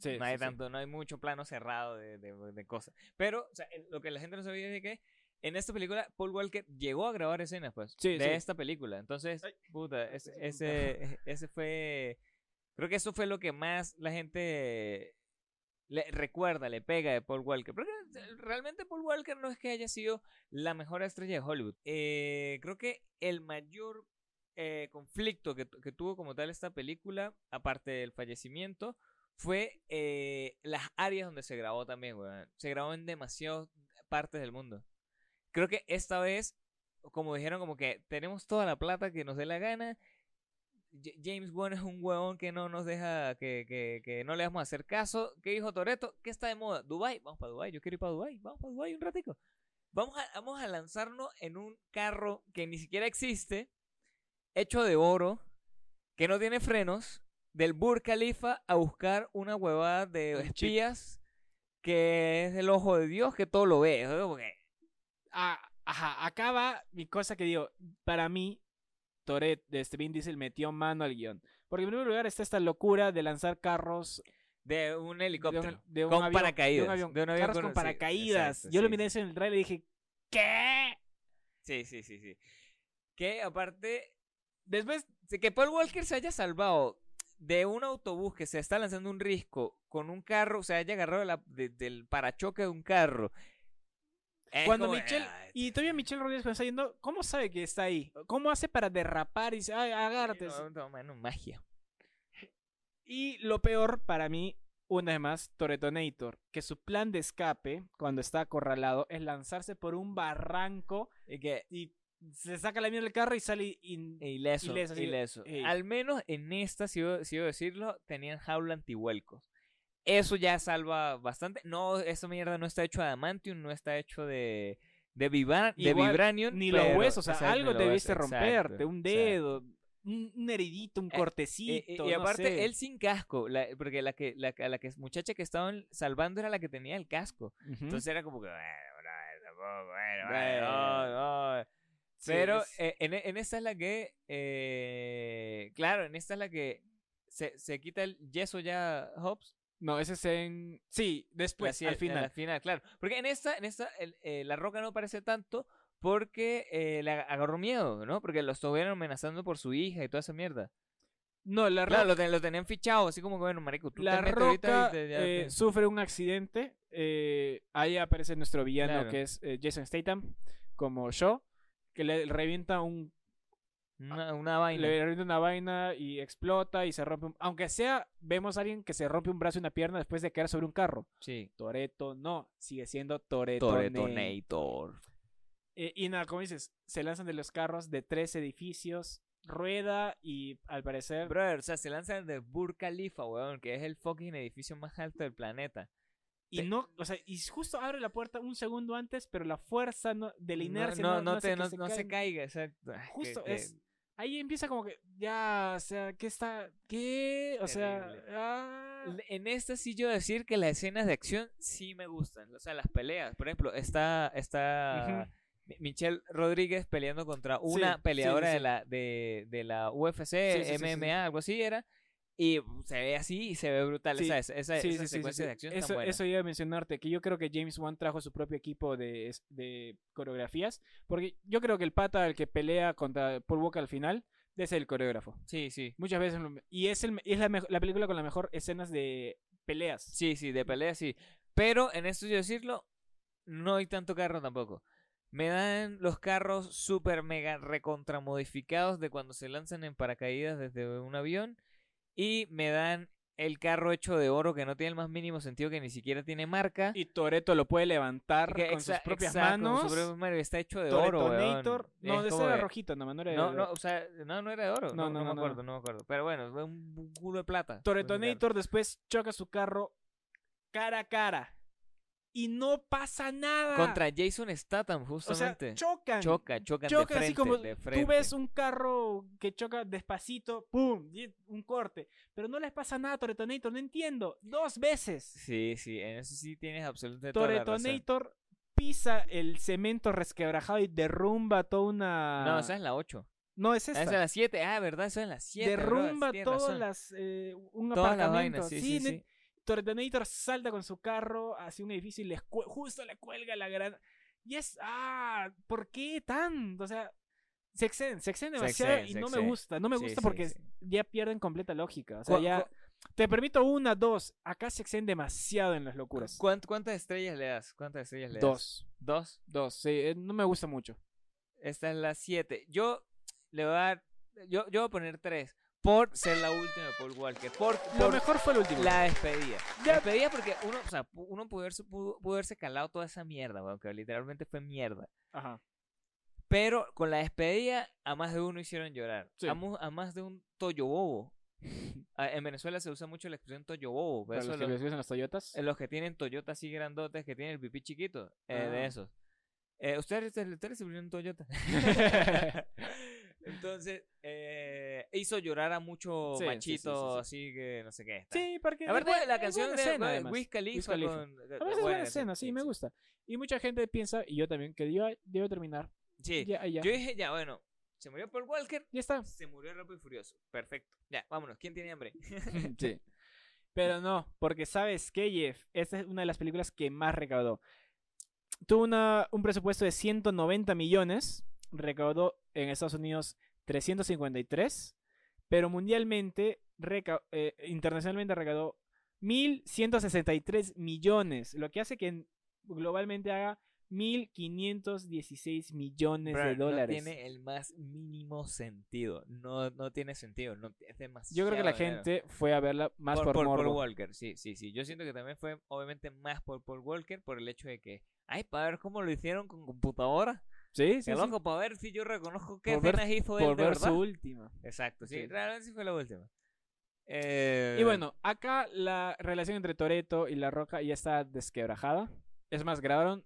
Speaker 1: Sí,
Speaker 2: no hay
Speaker 1: sí, sí.
Speaker 2: tanto, no hay mucho plano cerrado de, de- de cosas. Pero, o sea, el- lo que la gente no sabía es de que en esta película Paul Walker llegó a grabar escenas, pues,
Speaker 1: Sí,
Speaker 2: de
Speaker 1: sí.
Speaker 2: esta película. Entonces, puta, ese, ese, e, ese fue, creo que eso fue lo que más la gente le recuerda, le pega de Paul Walker. Porque realmente Paul Walker no es que haya sido la mejor estrella de Hollywood. Eh, creo que el mayor eh, conflicto que, tu- que tuvo como tal esta película, aparte del fallecimiento, fue eh, las áreas donde se grabó también, weón. Se grabó en demasiadas partes del mundo. Creo que esta vez, como dijeron, como que tenemos toda la plata que nos dé la gana. J- James Wan es un huevón que no nos deja, que, que, que no le vamos a hacer caso. ¿Qué dijo Toreto? ¿Qué está de moda? Dubai, vamos para Dubai. Yo quiero ir para Dubai. Vamos para Dubai un ratico. Vamos a, vamos a lanzarnos en un carro que ni siquiera existe, hecho de oro, que no tiene frenos, del Burj Khalifa a buscar una huevada de
Speaker 1: Un chip.
Speaker 2: espías que es el ojo de Dios que todo lo ve. Es como que,
Speaker 1: Ah, ajá, acá va mi cosa que digo. Para mí, Toret de este Vin Diesel metió mano al guión. Porque en primer lugar está esta locura de lanzar carros
Speaker 2: De un helicóptero.
Speaker 1: De un, de un
Speaker 2: con
Speaker 1: avión,
Speaker 2: paracaídas.
Speaker 1: De un avión.
Speaker 2: de un avión
Speaker 1: carros con
Speaker 2: sí,
Speaker 1: paracaídas.
Speaker 2: exacto,
Speaker 1: Yo lo
Speaker 2: sí,
Speaker 1: miré
Speaker 2: sí.
Speaker 1: eso en el trailer y dije, ¿qué?
Speaker 2: Sí, sí, sí, sí. Que aparte, después de que Paul Walker se haya salvado de un autobús que se está lanzando un risco con un carro, se haya agarrado de la- de- del parachoque de un carro. Es
Speaker 1: Cuando
Speaker 2: como,
Speaker 1: Michelle.
Speaker 2: ah,
Speaker 1: Y todavía Michelle Rodríguez cuando está yendo, ¿cómo sabe que está ahí? ¿Cómo hace para derrapar y dice, ay, agárrate?
Speaker 2: no, no, mano, magia.
Speaker 1: Y lo peor para mí, una vez más, Toretonator, que su plan de escape cuando está acorralado es lanzarse por un barranco
Speaker 2: Y que
Speaker 1: y se saca la mierda del carro y sale y- y-
Speaker 2: E Ileso,
Speaker 1: Ileso,
Speaker 2: ileso.
Speaker 1: sí. Ey.
Speaker 2: Al menos en esta, si debo, si debo decirlo, tenían jaula antihuelcos. Eso ya salva bastante. No, esa mierda no está hecho de adamantium, no está hecho de, de, viva- de
Speaker 1: Igual,
Speaker 2: vibranium.
Speaker 1: ni los
Speaker 2: Eh, pero-
Speaker 1: huesos, o sea,
Speaker 2: exacto, ni
Speaker 1: algo
Speaker 2: los
Speaker 1: debiste
Speaker 2: huesos,
Speaker 1: romperte,
Speaker 2: exacto,
Speaker 1: un
Speaker 2: exacto.
Speaker 1: dedo, un, un heridito, un
Speaker 2: Eh,
Speaker 1: cortecito.
Speaker 2: Eh, eh, Y,
Speaker 1: no
Speaker 2: aparte,
Speaker 1: sé.
Speaker 2: él sin casco, la- porque la que, la, a la que muchacha que estaban salvando era la que tenía el casco.
Speaker 1: Ujú.
Speaker 2: Entonces era como que, bueno, bueno, tampoco, bueno,
Speaker 1: Bueno.
Speaker 2: bueno, no, no".
Speaker 1: Sí,
Speaker 2: Pero
Speaker 1: es-
Speaker 2: eh, en, e- en esta es la que, eh, claro, en esta es la que se, se quita el yeso ya Hobbs.
Speaker 1: No, ese es en. Sí, después,
Speaker 2: Así
Speaker 1: al
Speaker 2: es, Al
Speaker 1: final.
Speaker 2: final, claro. Porque en esta, en esta el- eh, la roca no aparece tanto porque eh, le aga- agarró miedo, ¿no? Porque lo estuvieron amenazando por su hija y toda esa mierda.
Speaker 1: No, la,
Speaker 2: Claro,
Speaker 1: roca,
Speaker 2: lo, ten- lo tenían fichado, así como que, bueno, marico, tú
Speaker 1: la
Speaker 2: te metes ahorita y
Speaker 1: roca
Speaker 2: te- ya
Speaker 1: eh,
Speaker 2: te-
Speaker 1: sufre un accidente. eh, ahí aparece nuestro villano
Speaker 2: Claro.
Speaker 1: que es eh, Jason Statham, como yo, que le revienta un,
Speaker 2: una, una vaina.
Speaker 1: le revienta una vaina y explota y se rompe. un- aunque sea, vemos a alguien que se rompe un brazo y una pierna después de caer sobre un carro.
Speaker 2: Sí.
Speaker 1: Toreto no, sigue siendo Toreto.
Speaker 2: Toretonator.
Speaker 1: y nada, como dices, se lanzan de los carros de tres edificios, rueda y al parecer.
Speaker 2: Brother, o sea, se lanzan del Burj Khalifa, weón, que es el fucking edificio más alto del planeta.
Speaker 1: Y
Speaker 2: Te-
Speaker 1: no, o sea, y justo abre la puerta un segundo antes, pero la fuerza no, de la
Speaker 2: No,
Speaker 1: inercia
Speaker 2: no,
Speaker 1: no,
Speaker 2: no
Speaker 1: hace
Speaker 2: te-
Speaker 1: que
Speaker 2: no-
Speaker 1: se
Speaker 2: no se
Speaker 1: caiga.
Speaker 2: caiga, exacto. Ah, este, Ay,
Speaker 1: Justo,
Speaker 2: que- que-
Speaker 1: es. Ahí empieza como que, ya, o sea, ¿qué está? ¿Qué? O sea,
Speaker 2: Terrible.
Speaker 1: ah.
Speaker 2: En esta sí yo decir que las escenas de acción sí me gustan. O sea, las peleas. Por ejemplo, está, está Mi- Michelle Rodríguez peleando contra una
Speaker 1: sí, sí,
Speaker 2: peleadora
Speaker 1: sí.
Speaker 2: De, la, de, de la UFC,
Speaker 1: sí, sí, sí, sí.
Speaker 2: MMA, algo así era. Y se ve así y se ve brutal.
Speaker 1: Sí,
Speaker 2: Esa, esa, esa-
Speaker 1: Sí, sí, sí,
Speaker 2: esas
Speaker 1: sí,
Speaker 2: secuencias
Speaker 1: sí.
Speaker 2: de acción están
Speaker 1: Eso,
Speaker 2: buenas.
Speaker 1: eso iba a mencionarte, que yo creo que James Wan trajo su propio equipo de, es- de coreografías, porque yo creo que el pata, el que pelea contra Paul Walker al final, es el coreógrafo.
Speaker 2: Sí, sí.
Speaker 1: Muchas veces. lo- Y es, el, es la, mej- la película con las mejores escenas de peleas.
Speaker 2: Sí, sí, de pelea sí. Pero en esto yo decirlo, no hay tanto carro tampoco. Me dan los carros super mega recontramodificados de cuando se lanzan en paracaídas desde un avión. Y me dan el carro hecho de oro que no tiene el más mínimo sentido, que ni siquiera tiene marca.
Speaker 1: Y Toreto lo puede levantar
Speaker 2: Que
Speaker 1: con sus
Speaker 2: exa-
Speaker 1: propias
Speaker 2: exacto, con
Speaker 1: manos.
Speaker 2: sus propias manos, Está hecho de oro, weón.
Speaker 1: Toretonator. No,
Speaker 2: Es
Speaker 1: de ese
Speaker 2: como
Speaker 1: era
Speaker 2: que-
Speaker 1: rojito, nomás no era de
Speaker 2: No,
Speaker 1: oro.
Speaker 2: no, o sea, no, no era de oro.
Speaker 1: No,
Speaker 2: No, no,
Speaker 1: no, no,
Speaker 2: me
Speaker 1: no.
Speaker 2: acuerdo, no. me acuerdo. Pero bueno, fue un culo de plata.
Speaker 1: Toretonator después choca su carro cara a cara. Y no pasa nada.
Speaker 2: Contra Jason Statham,
Speaker 1: O sea,
Speaker 2: justamente.
Speaker 1: chocan.
Speaker 2: choca, choca,
Speaker 1: chocan
Speaker 2: de frente,
Speaker 1: así como
Speaker 2: de
Speaker 1: tú
Speaker 2: frente.
Speaker 1: ves un carro que choca despacito, ¡pum! y Un corte. Pero no les pasa nada a Toretonator, no entiendo. Dos veces.
Speaker 2: Sí, sí, en eso sí tienes absolutamente toda la razón.
Speaker 1: Toretonator pisa el cemento resquebrajado y derrumba toda una...
Speaker 2: No, esa es la 8.
Speaker 1: No, es Ah. esta.
Speaker 2: Esa es la 7. Ah, ¿verdad? Esa es la 7.
Speaker 1: derrumba todas
Speaker 2: toda la
Speaker 1: las eh, un
Speaker 2: Todas las
Speaker 1: apartamento.
Speaker 2: vainas, sí,
Speaker 1: sí,
Speaker 2: sí,
Speaker 1: ne-
Speaker 2: sí.
Speaker 1: Toretonator salta con su carro hacia un edificio y les cue- justo le cuelga la gran y es ah, ¿por qué tan? O sea, se exceden, se exceden
Speaker 2: Se
Speaker 1: demasiado
Speaker 2: exceden,
Speaker 1: y
Speaker 2: se
Speaker 1: no me
Speaker 2: exceden.
Speaker 1: gusta, no me
Speaker 2: Sí,
Speaker 1: gusta
Speaker 2: sí,
Speaker 1: porque
Speaker 2: sí.
Speaker 1: ya pierden completa lógica, o sea,
Speaker 2: Cu-
Speaker 1: ya
Speaker 2: cu-
Speaker 1: te permito una, dos, acá se exceden demasiado en las locuras.
Speaker 2: ¿cuánt- ¿Cuántas estrellas le das? ¿Cuántas estrellas le das?
Speaker 1: Dos,
Speaker 2: Dos.
Speaker 1: dos, sí, eh, no me gusta mucho.
Speaker 2: Esta es la 7. Yo le voy a dar. Yo, yo voy a poner 3. Por ser la última de Paul Walker. Por,
Speaker 1: Lo
Speaker 2: por
Speaker 1: mejor fue el último.
Speaker 2: la despedida.
Speaker 1: Ya-
Speaker 2: La despedida porque uno, o sea, pu- uno pudo haberse, pudo, pudo haberse calado toda esa mierda, weón, que literalmente fue mierda.
Speaker 1: Ajá.
Speaker 2: Pero con la despedida, a más de uno hicieron llorar.
Speaker 1: Sí.
Speaker 2: A, mu- a más de un toyobobo. A- En Venezuela se usa mucho la expresión toyobobo.
Speaker 1: Para
Speaker 2: pero Pues eso
Speaker 1: los que
Speaker 2: lo-
Speaker 1: les gustan las Toyotas.
Speaker 2: eh, Los que tienen Toyota así grandotes, que tienen el pipí chiquito, eh,
Speaker 1: Ah.
Speaker 2: de esos. Eh, ustedes, ustedes, ustedes se volvieron Toyota. Entonces, eh, hizo llorar a muchos
Speaker 1: Sí, sí, sí, sí, sí.
Speaker 2: machitos, así que no sé qué. está.
Speaker 1: Sí, porque
Speaker 2: La verdad,
Speaker 1: es
Speaker 2: la
Speaker 1: buena
Speaker 2: canción de
Speaker 1: escena,
Speaker 2: de
Speaker 1: además.
Speaker 2: Wiz Khalifa,
Speaker 1: Wiz Khalifa.
Speaker 2: con-
Speaker 1: A veces
Speaker 2: buena
Speaker 1: es buena
Speaker 2: canción,
Speaker 1: escena, sí, me gusta. Y mucha gente piensa, y yo también, que yo debo terminar.
Speaker 2: Sí,
Speaker 1: Ya, ya.
Speaker 2: yo dije, ya, bueno, se murió Paul Walker,
Speaker 1: Ya está.
Speaker 2: se murió Rápido y Furioso. Perfecto. Ya, vámonos. ¿Quién tiene hambre?
Speaker 1: sí. Pero no, porque sabes que Jeff, esta es una de las películas que más recaudó. Tuvo una- un presupuesto de 190 millones, recaudó en Estados Unidos 353, pero mundialmente, reca- eh, internacionalmente recaudó 1.163 millones, lo que hace que en- globalmente haga 1.516 millones
Speaker 2: Bro,
Speaker 1: de dólares.
Speaker 2: No tiene el más mínimo sentido. No, no tiene sentido. No, es demasiado.
Speaker 1: Yo creo que la
Speaker 2: dinero.
Speaker 1: gente fue a verla más por,
Speaker 2: Paul
Speaker 1: morbo.
Speaker 2: Walker, sí, sí, sí. Yo siento que también fue, obviamente, más por Paul Walker por el hecho de que, ay, para ver cómo lo hicieron con computadora.
Speaker 1: Sí, sí,
Speaker 2: Qué
Speaker 1: sí.
Speaker 2: loco, para ver si yo reconozco qué
Speaker 1: Por ver-
Speaker 2: escenas hizo él
Speaker 1: Por
Speaker 2: de
Speaker 1: ver
Speaker 2: verdad.
Speaker 1: su última.
Speaker 2: Exacto, sí,
Speaker 1: Sí.
Speaker 2: realmente sí fue la última. Eh,
Speaker 1: Y bueno, acá la relación entre Toreto y La Roca ya está desquebrajada. Es más, grabaron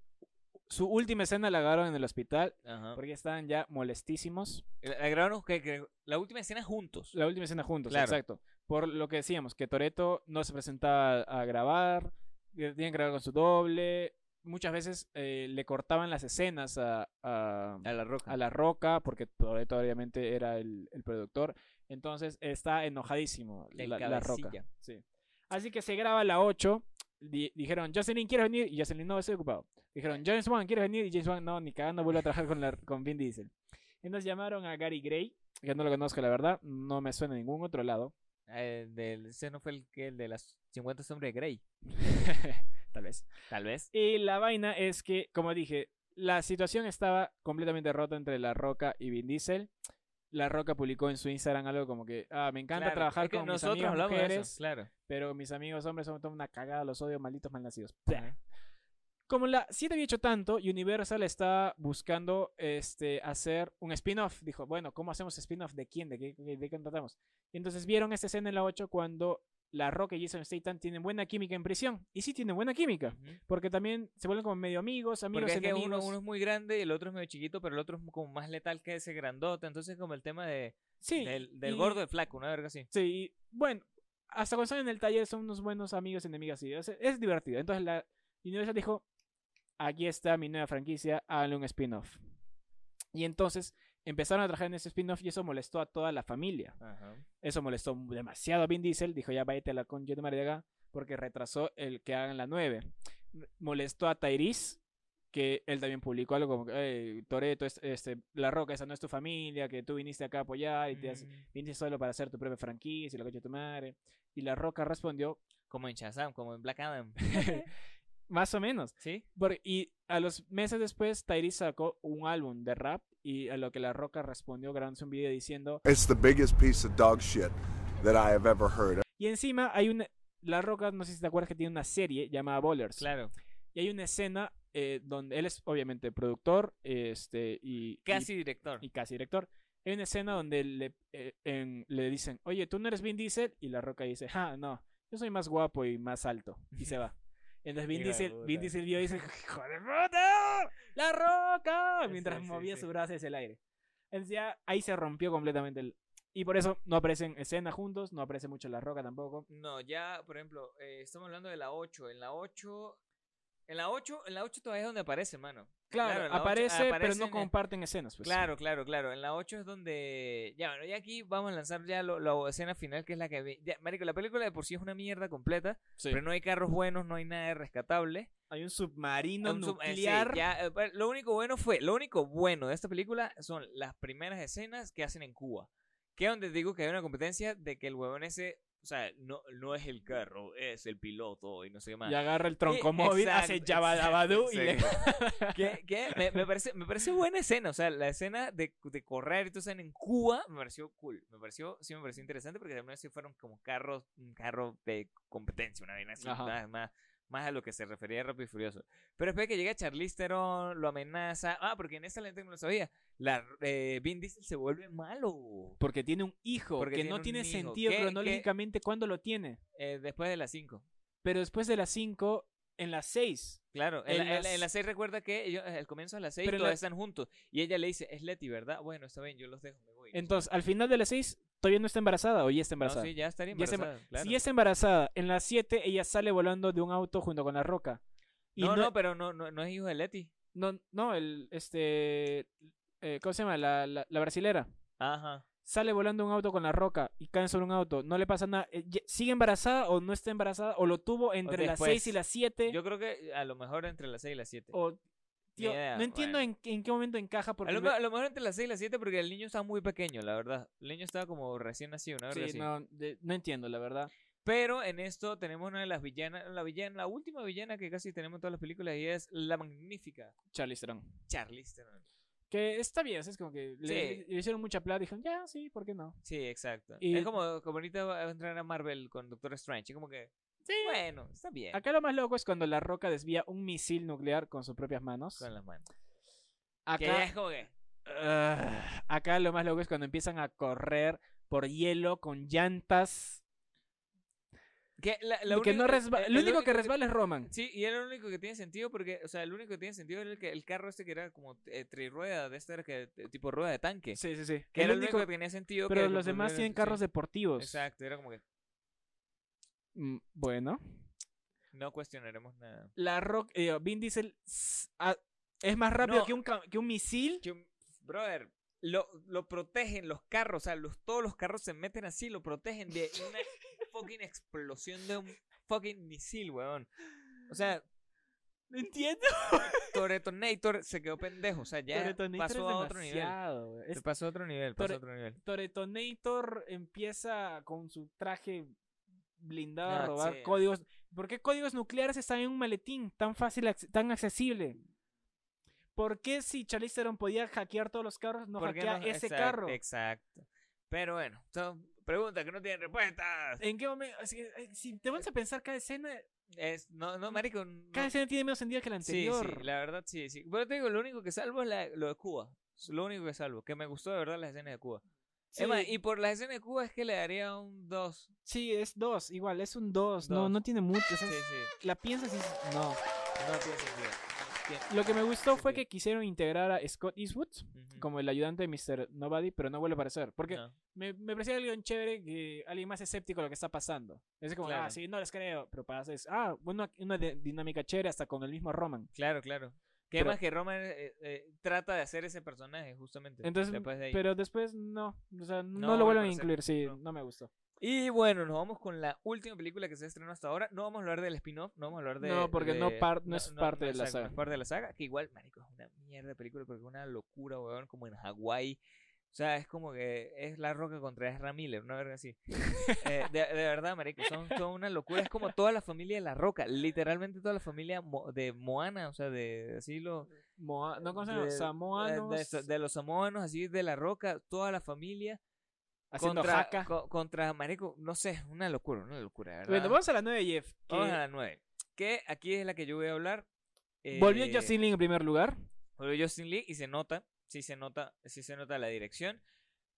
Speaker 1: su última escena la grabaron en el hospital
Speaker 2: ajá.
Speaker 1: porque estaban ya molestísimos.
Speaker 2: La, la grabaron, que, que- la última escena juntos.
Speaker 1: La última escena juntos,
Speaker 2: Claro.
Speaker 1: exacto. Por lo que decíamos, que Toreto no se presentaba a grabar, que tenían que grabar con su doble. Muchas veces eh, le cortaban las escenas a- a,
Speaker 2: A la roca.
Speaker 1: a La Roca, porque Toreto obviamente era el, el productor. Entonces está enojadísimo
Speaker 2: El
Speaker 1: la, La Roca.
Speaker 2: cabecilla.
Speaker 1: Sí. Así que se graba la 8. Di- dijeron, Jocelyn, ¿quieres venir? Y Jocelyn, no, estoy ocupado. Dijeron, James Wan, ¿quieres venir? Y James Wan, no, ni cagando, vuelvo a trabajar con, la, con Vin Diesel. Entonces llamaron a Gary Gray, que no lo conozco, la verdad. No me suena a ningún otro lado.
Speaker 2: Eh, del, ese no fue el, que, el de las 50 sombras de Grey.
Speaker 1: Tal vez.
Speaker 2: Tal vez.
Speaker 1: Y la vaina es que, como dije, la situación estaba completamente rota entre La Roca y Vin Diesel. La Roca publicó en su Instagram algo como que, ah, me encanta
Speaker 2: Claro,
Speaker 1: trabajar
Speaker 2: es que
Speaker 1: con mis
Speaker 2: nosotros
Speaker 1: amigas
Speaker 2: hablamos de eso,
Speaker 1: mujeres,
Speaker 2: claro.
Speaker 1: pero mis amigos hombres son toda una cagada, los odio, malditos malnacidos. Blah. Como la 7 había hecho tanto, Universal está buscando este, hacer un spin-off. Dijo, bueno, ¿cómo hacemos spin-off? ¿De quién? ¿De qué, de qué contratamos? Y entonces vieron esta escena en la 8 cuando La Roca y Jason Statham tienen buena química en prisión. Y sí tienen buena química.
Speaker 2: Ujú.
Speaker 1: Porque también se vuelven como medio amigos, amigos
Speaker 2: Porque es que uno,
Speaker 1: enemigos.
Speaker 2: uno es muy grande y el otro es medio chiquito, pero el otro es como más letal que ese grandote. Entonces, como el tema de,
Speaker 1: Sí,
Speaker 2: del, del
Speaker 1: y-
Speaker 2: gordo, el flaco, una verga así.
Speaker 1: Sí, y, bueno, hasta cuando están en el taller son unos buenos amigos, enemigas, y es, es divertido. Entonces la Universal dijo, aquí está mi nueva franquicia, háganle un spin-off. Y entonces empezaron a trabajar en ese spin-off y eso molestó a toda la familia. Eso molestó demasiado a Vin Diesel. Dijo, ya váyate a la con de María acá, porque retrasó el que hagan la 9. Molestó a Tyrese, que él también publicó algo como que, "Ey, Toreto, es- este, La Roca, esa no es tu familia, que tú viniste acá a apoyar y te has- viniste solo para hacer tu propia franquicia y la coche de tu madre. Y La Roca respondió,
Speaker 2: Como en Shazam, como en Black Adam.
Speaker 1: más o menos.
Speaker 2: ¿Sí?
Speaker 1: Por- y a los meses después, Tyrese sacó un álbum de rap y a lo que La Roca respondió grabándose un video diciendo,
Speaker 6: It's the biggest piece of dog shit that I have ever heard.
Speaker 1: y encima hay una... La Roca, no sé si te acuerdas que tiene una serie llamada Ballers.
Speaker 2: Claro.
Speaker 1: Y hay una escena eh, donde él es obviamente productor este, y, y-
Speaker 2: Casi director.
Speaker 1: y, casi director. Hay una escena donde le, eh, en- le dicen, oye, tú no eres Vin Diesel. Y La Roca dice, ah, no, yo soy más guapo y más alto. Y se va. Entonces Vin
Speaker 2: Hijo de
Speaker 1: Diesel, Vin
Speaker 2: puta.
Speaker 1: Diesel vio y dice, hijo de puta, La Roca.
Speaker 2: Sí,
Speaker 1: Mientras
Speaker 2: sí,
Speaker 1: movía
Speaker 2: sí.
Speaker 1: su brazo hacia el aire. Entonces ya ahí se rompió completamente el... Y por eso no aparecen escenas juntos, no aparece mucho La Roca tampoco.
Speaker 2: No, ya, por ejemplo, eh, estamos hablando de la 8. En la 8. En la 8, en la 8 todavía es donde aparece, mano.
Speaker 1: Claro,
Speaker 2: en la ocho-
Speaker 1: aparece, pero
Speaker 2: aparecen,
Speaker 1: no
Speaker 2: eh,
Speaker 1: comparten escenas. Pues.
Speaker 2: Claro, claro, claro. En la 8 es donde. Ya, bueno, ya aquí vamos a lanzar ya lo- la escena final, que es la que. vi- Ya, marico, la película de por sí es una mierda completa.
Speaker 1: Sí.
Speaker 2: Pero no hay carros buenos, no hay nada de rescatable.
Speaker 1: Hay un submarino
Speaker 2: Un sub- eh, sí,
Speaker 1: nuclear.
Speaker 2: ya, eh, bueno, lo único bueno fue. Lo único bueno de esta película son las primeras escenas que hacen en Cuba. Que es donde digo que hay una competencia de que el huevón ese. O sea, no, no es el carro, es el piloto y no sé qué más.
Speaker 1: Y agarra el troncomóvil,
Speaker 2: Eh, exacto,
Speaker 1: hace
Speaker 2: exacto,
Speaker 1: yabadabadú y le...
Speaker 2: que, que me, me parece, me parece buena escena. O sea, la escena de, de correr y todo eso en Cuba me pareció cool. Me pareció, sí me pareció interesante porque también así fueron como carros, un carro de competencia, una vaina así,
Speaker 1: Ajá.
Speaker 2: más, más, más a lo que se refería Rápido y Furioso. Pero después de que llega Charlize Theron, lo amenaza. Ah, porque en esta lente no lo sabía. La, eh, Vin Diesel se vuelve malo
Speaker 1: Porque tiene un hijo,
Speaker 2: Porque
Speaker 1: que
Speaker 2: tiene
Speaker 1: no
Speaker 2: un
Speaker 1: tiene
Speaker 2: hijo.
Speaker 1: sentido
Speaker 2: ¿Qué- qué?
Speaker 1: cronológicamente cuándo lo tiene.
Speaker 2: eh, después de las 5.
Speaker 1: Pero después de las 5, en las 6.
Speaker 2: Claro, en,
Speaker 1: En
Speaker 2: la- en la-
Speaker 1: las-
Speaker 2: en las 6 recuerda que ellos, al comienzo de las 6
Speaker 1: Pero en la-
Speaker 2: todavía están juntos. Y ella le dice, es Leti, ¿verdad? Bueno, está bien, yo los dejo, me voy.
Speaker 1: Entonces, al final de las 6, todavía no está embarazada o ya está
Speaker 2: No,
Speaker 1: embarazada.
Speaker 2: sí, ya estaría
Speaker 1: Ya se emba-
Speaker 2: embarazada. claro.
Speaker 1: Si es embarazada, en las 7 ella sale volando de un auto junto con la roca. Y
Speaker 2: no,
Speaker 1: no,
Speaker 2: no,
Speaker 1: no,
Speaker 2: pero no, no, no es hijo de Leti.
Speaker 1: no, el, este, eh, ¿cómo se llama? La, la, la brasilera.
Speaker 2: Ajá.
Speaker 1: Sale volando un auto con la roca y cae sobre un auto. No le pasa nada. Eh, ye- ¿Sigue embarazada o no está embarazada? ¿O lo tuvo entre las 6 y
Speaker 2: después.
Speaker 1: las 7?
Speaker 2: Yo creo que eh, a lo mejor entre las 6 y las 7.
Speaker 1: O, tío,
Speaker 2: idea,
Speaker 1: no entiendo
Speaker 2: bueno.
Speaker 1: en, en qué momento encaja
Speaker 2: A
Speaker 1: porque...
Speaker 2: lo,
Speaker 1: me-
Speaker 2: a lo mejor entre las 6 y las 7 porque el niño estaba muy pequeño, la verdad. El niño estaba como recién nacido, una verdad.
Speaker 1: Sí, no, de- no entiendo, la verdad.
Speaker 2: Pero en esto tenemos una de las villanas, la villana, la última villana que casi tenemos en todas las películas y es la magnífica
Speaker 1: Charlie Strong.
Speaker 2: Charlize Theron.
Speaker 1: Que está bien, es como que le,
Speaker 2: Sí.
Speaker 1: le hicieron mucha plata y dijeron, ya, sí, ¿por qué no?
Speaker 2: Sí, exacto.
Speaker 1: Y-
Speaker 2: Es como, como ahorita va a entrar a Marvel con Doctor Strange. Es como que,
Speaker 1: Sí.
Speaker 2: bueno, está bien.
Speaker 1: Acá lo más loco es cuando la roca desvía un misil nuclear con sus propias manos.
Speaker 2: Con las manos. Que ya
Speaker 1: Acá,
Speaker 2: es como que,
Speaker 1: Ugh. acá lo más loco es cuando empiezan a correr por hielo con llantas.
Speaker 2: que, la- la
Speaker 1: que no
Speaker 2: única-
Speaker 1: resba-
Speaker 2: el-
Speaker 1: lo
Speaker 2: el
Speaker 1: único que
Speaker 2: único-
Speaker 1: resbala es Roman.
Speaker 2: Sí, y era lo único que tiene sentido porque, o sea, el único que tiene sentido era el, que, el carro este que era como eh, trirueda, de este era que, eh, tipo rueda de tanque.
Speaker 1: Sí, sí, sí.
Speaker 2: Que
Speaker 1: El
Speaker 2: era
Speaker 1: único-
Speaker 2: que tenía sentido. que
Speaker 1: pero
Speaker 2: lo
Speaker 1: los demás
Speaker 2: pusieron-
Speaker 1: tienen
Speaker 2: sí,
Speaker 1: carros deportivos.
Speaker 2: Exacto, era como que
Speaker 1: Mm, Bueno.
Speaker 2: no cuestionaremos nada.
Speaker 1: La Rock, eh, Vin Diesel s- a- es más rápido
Speaker 2: No.
Speaker 1: que, un, ca- que un misil.
Speaker 2: Yo, brother, lo, lo protegen los carros, o sea, los, todos los carros se meten así, lo protegen de una fucking explosión de un fucking misil, weón. O sea,
Speaker 1: No entiendo.
Speaker 2: Toretonator se quedó pendejo, o sea, ya
Speaker 1: Toretonator
Speaker 2: pasó
Speaker 1: es
Speaker 2: a otro nivel.
Speaker 1: demasiado, güey. Es-
Speaker 2: Pasó a otro nivel, pasó a
Speaker 1: Tore-
Speaker 2: otro nivel.
Speaker 1: Toretonator empieza con su traje blindado a
Speaker 2: Ah,
Speaker 1: robar
Speaker 2: sí.
Speaker 1: códigos. ¿Por qué códigos nucleares están en un maletín tan fácil, ac- tan accesible? ¿Por qué si Charlize Theron podía hackear todos los carros, no
Speaker 2: ¿Por qué
Speaker 1: hackea
Speaker 2: no?
Speaker 1: ese
Speaker 2: Exacto,
Speaker 1: carro?
Speaker 2: Exacto. Pero bueno, son preguntas que no tienen respuestas.
Speaker 1: ¿En qué momento? Así que, eh, si te vas a pensar cada escena,
Speaker 2: Es- no, no, marico. no-
Speaker 1: cada escena tiene menos sentido que la
Speaker 2: sí,
Speaker 1: anterior.
Speaker 2: sí, la verdad sí, sí. Pero te digo, lo único que salvo es la- lo de Cuba. Es Lo único que salvo, que me gustó de verdad las escenas de Cuba. Es
Speaker 1: Sí.
Speaker 2: más, y por las escenas de Cuba es que le daría un 2.
Speaker 1: Sí, es dos, igual, es un dos. No,
Speaker 2: Dos.
Speaker 1: no tiene mucho. o sea,
Speaker 2: Sí, sí.
Speaker 1: La piensas y dices, no.
Speaker 2: No tiene sentido. Bien.
Speaker 1: Lo que me gustó fue
Speaker 2: Sí.
Speaker 1: que quisieron integrar a Scott Eastwood
Speaker 2: Ujú.
Speaker 1: como el ayudante de Mr. Nobody, pero no vuelve a aparecer. Porque
Speaker 2: No.
Speaker 1: me, me parecía alguien chévere que alguien más escéptico a lo que está pasando. Es como, ah,
Speaker 2: Claro.
Speaker 1: sí, no les creo. Pero pasa, es, ah, bueno, una di- dinámica chévere hasta con el mismo Roman.
Speaker 2: Claro, claro. Que
Speaker 1: Pero-
Speaker 2: más que Roman eh, eh, trata de hacer ese personaje, justamente.
Speaker 1: Entonces,
Speaker 2: después de ahí.
Speaker 1: pero después no. O sea, no,
Speaker 2: No
Speaker 1: lo
Speaker 2: vuelve a
Speaker 1: vuelven a
Speaker 2: aparecer,
Speaker 1: incluir, sí,
Speaker 2: no.
Speaker 1: no me gustó.
Speaker 2: Y bueno, nos vamos con la última película que se estrenó hasta ahora. No vamos a hablar del spin-off, no vamos a hablar de.
Speaker 1: No, porque no
Speaker 2: de-
Speaker 1: par- no es parte de la
Speaker 2: exacto, no
Speaker 1: saga.
Speaker 2: es parte de la saga, que igual, marico, es una mierda de película, porque es una locura, weón, como en Hawái. O sea, es como que es La Roca contra Ezra Miller, una verga así. Eh, de, de verdad, marico, son toda una locura. Es como toda la familia de La Roca, literalmente toda la familia mo- de Moana, o sea, de así lo
Speaker 1: Moa- no ¿cómo se llama?
Speaker 2: de-
Speaker 1: Samoanos.
Speaker 2: de- De, de los samoanos, así de la roca, toda la familia.
Speaker 1: haciendo
Speaker 2: contra,
Speaker 1: jaca.
Speaker 2: co- contra Marico, no sé, una locura, una locura, ¿verdad?
Speaker 1: Bueno, vamos a la 9, Jeff. que
Speaker 2: Vamos a la 9. Que aquí es la que yo voy a hablar.
Speaker 1: Volvió
Speaker 2: Eh,
Speaker 1: Justin Lin en primer lugar.
Speaker 2: Volvió Justin Lee y se nota, sí se nota, sí se nota la dirección.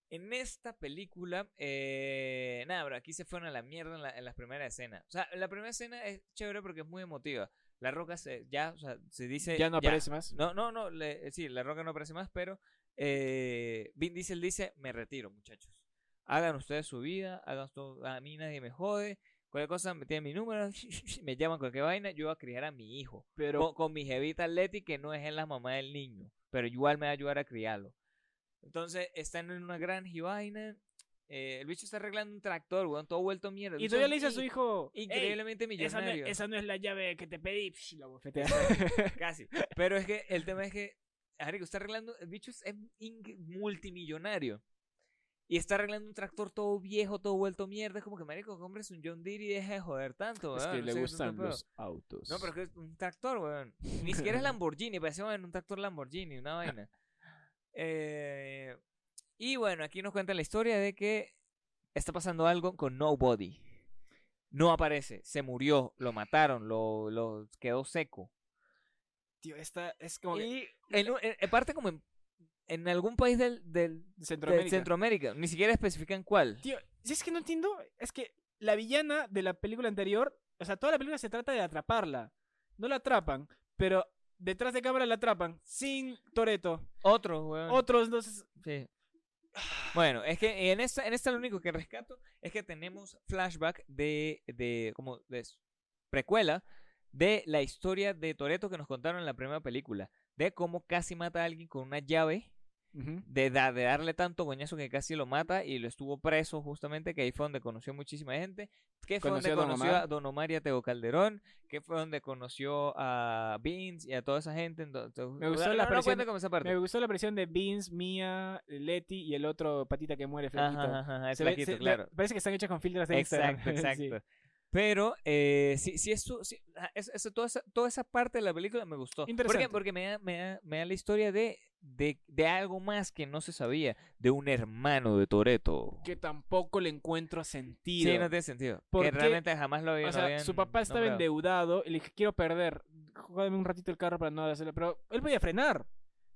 Speaker 2: En esta película, eh, nada, bro, aquí se fueron a la mierda en la, en las primeras escenas. O sea, la primera escena es chévere porque es muy emotiva. La roca se, ya, o sea, se dice.
Speaker 1: Ya no aparece más.
Speaker 2: No, no, no, le- eh, sí, La Roca no aparece más, pero eh, Vin Diesel dice, me retiro, muchachos. Hagan ustedes su vida, hagan todo, a mí nadie me jode, cualquier cosa, me tienen mi número, me llaman cualquier vaina, yo voy a criar a mi hijo.
Speaker 1: Pero
Speaker 2: con, con mi jevita Leti, que no es la mamá del niño, pero igual me va a ayudar a criarlo. Entonces, están en una gran vaina. eh, el bicho está arreglando un tractor, weón, todo vuelto mierda. el
Speaker 1: Y
Speaker 2: bicho
Speaker 1: todavía le dice a
Speaker 2: in-
Speaker 1: su hijo. "Ey,
Speaker 2: Increíblemente
Speaker 1: esa, no,
Speaker 2: millonario.
Speaker 1: es- esa no es la llave que te pedí. Psh, la bofetea.
Speaker 2: Casi. Pero es que el tema es que, marico, está arreglando, el bicho es es ing- multimillonario. Y está arreglando un tractor todo viejo, todo vuelto mierda. Es como que, marico, compres un John Deere y deja de joder tanto,
Speaker 1: es
Speaker 2: weón.
Speaker 1: que
Speaker 2: no
Speaker 1: le
Speaker 2: sé qué
Speaker 1: gustan
Speaker 2: tanto pedo.
Speaker 1: los autos.
Speaker 2: No, pero es que es un tractor, weón. Ni siquiera es Lamborghini, parece weón, un tractor Lamborghini, una vaina. Eh, y bueno, aquí nos cuentan la historia de que está pasando algo con Nobody. No aparece, se murió, lo mataron, lo, lo quedó seco.
Speaker 1: Tío, esta es como que
Speaker 2: Y en, un- en- en parte como en, en algún país del, del-
Speaker 1: Centroamérica.
Speaker 2: de Centroamérica, ni siquiera especifican cuál.
Speaker 1: Tío, si es que no entiendo, es que la villana de la película anterior, o sea, toda la película se trata de atraparla. No la atrapan, pero detrás de cámara la atrapan sin Toreto.
Speaker 2: Otro, weón.
Speaker 1: Otros entonces
Speaker 2: Sí. Bueno, es que en esta, en esta lo único que rescato es que tenemos flashback de, de como de s- precuela de la historia de Toreto que nos contaron en la primera película, de cómo casi mata a alguien con una llave, de, da- de darle tanto coñazo que casi lo mata y lo estuvo preso justamente, que ahí fue donde conoció muchísima gente, que fue
Speaker 1: Conoció a
Speaker 2: donde
Speaker 1: Don
Speaker 2: conoció
Speaker 1: Omar.
Speaker 2: a Don Omar y a Teo Calderón, que fue donde conoció a Beans y a toda esa gente. entonces-
Speaker 1: Me gustó la
Speaker 2: no, no
Speaker 1: aparición-
Speaker 2: cuenta con esa parte.
Speaker 1: Me gustó la presión de Beans, Mia, eh, Letty y el otro patita que muere, flaquito.
Speaker 2: Ajá, ajá, ajá, el
Speaker 1: Se ve-
Speaker 2: flaquito,
Speaker 1: se-
Speaker 2: claro.
Speaker 1: Parece que están hechas con filtros de Instagram.
Speaker 2: Exacto,
Speaker 1: Sí.
Speaker 2: exacto. Pero eh, sí, sí, eso, sí, ah, eso- eso- toda, esa, toda esa parte de la película me gustó. ¿Por qué?
Speaker 1: Interesante.
Speaker 2: Porque me da, me da- me da la historia de, de, de algo más que no se sabía, de un hermano de Toreto.
Speaker 1: Que tampoco le encuentro sentido.
Speaker 2: Sí, no tiene sentido.
Speaker 1: ¿Por
Speaker 2: Que
Speaker 1: qué?
Speaker 2: realmente jamás lo había
Speaker 1: O sea, su papá estaba endeudado y le dije, quiero perder. Jódame un ratito el carro para no hacerlo. Pero él podía frenar.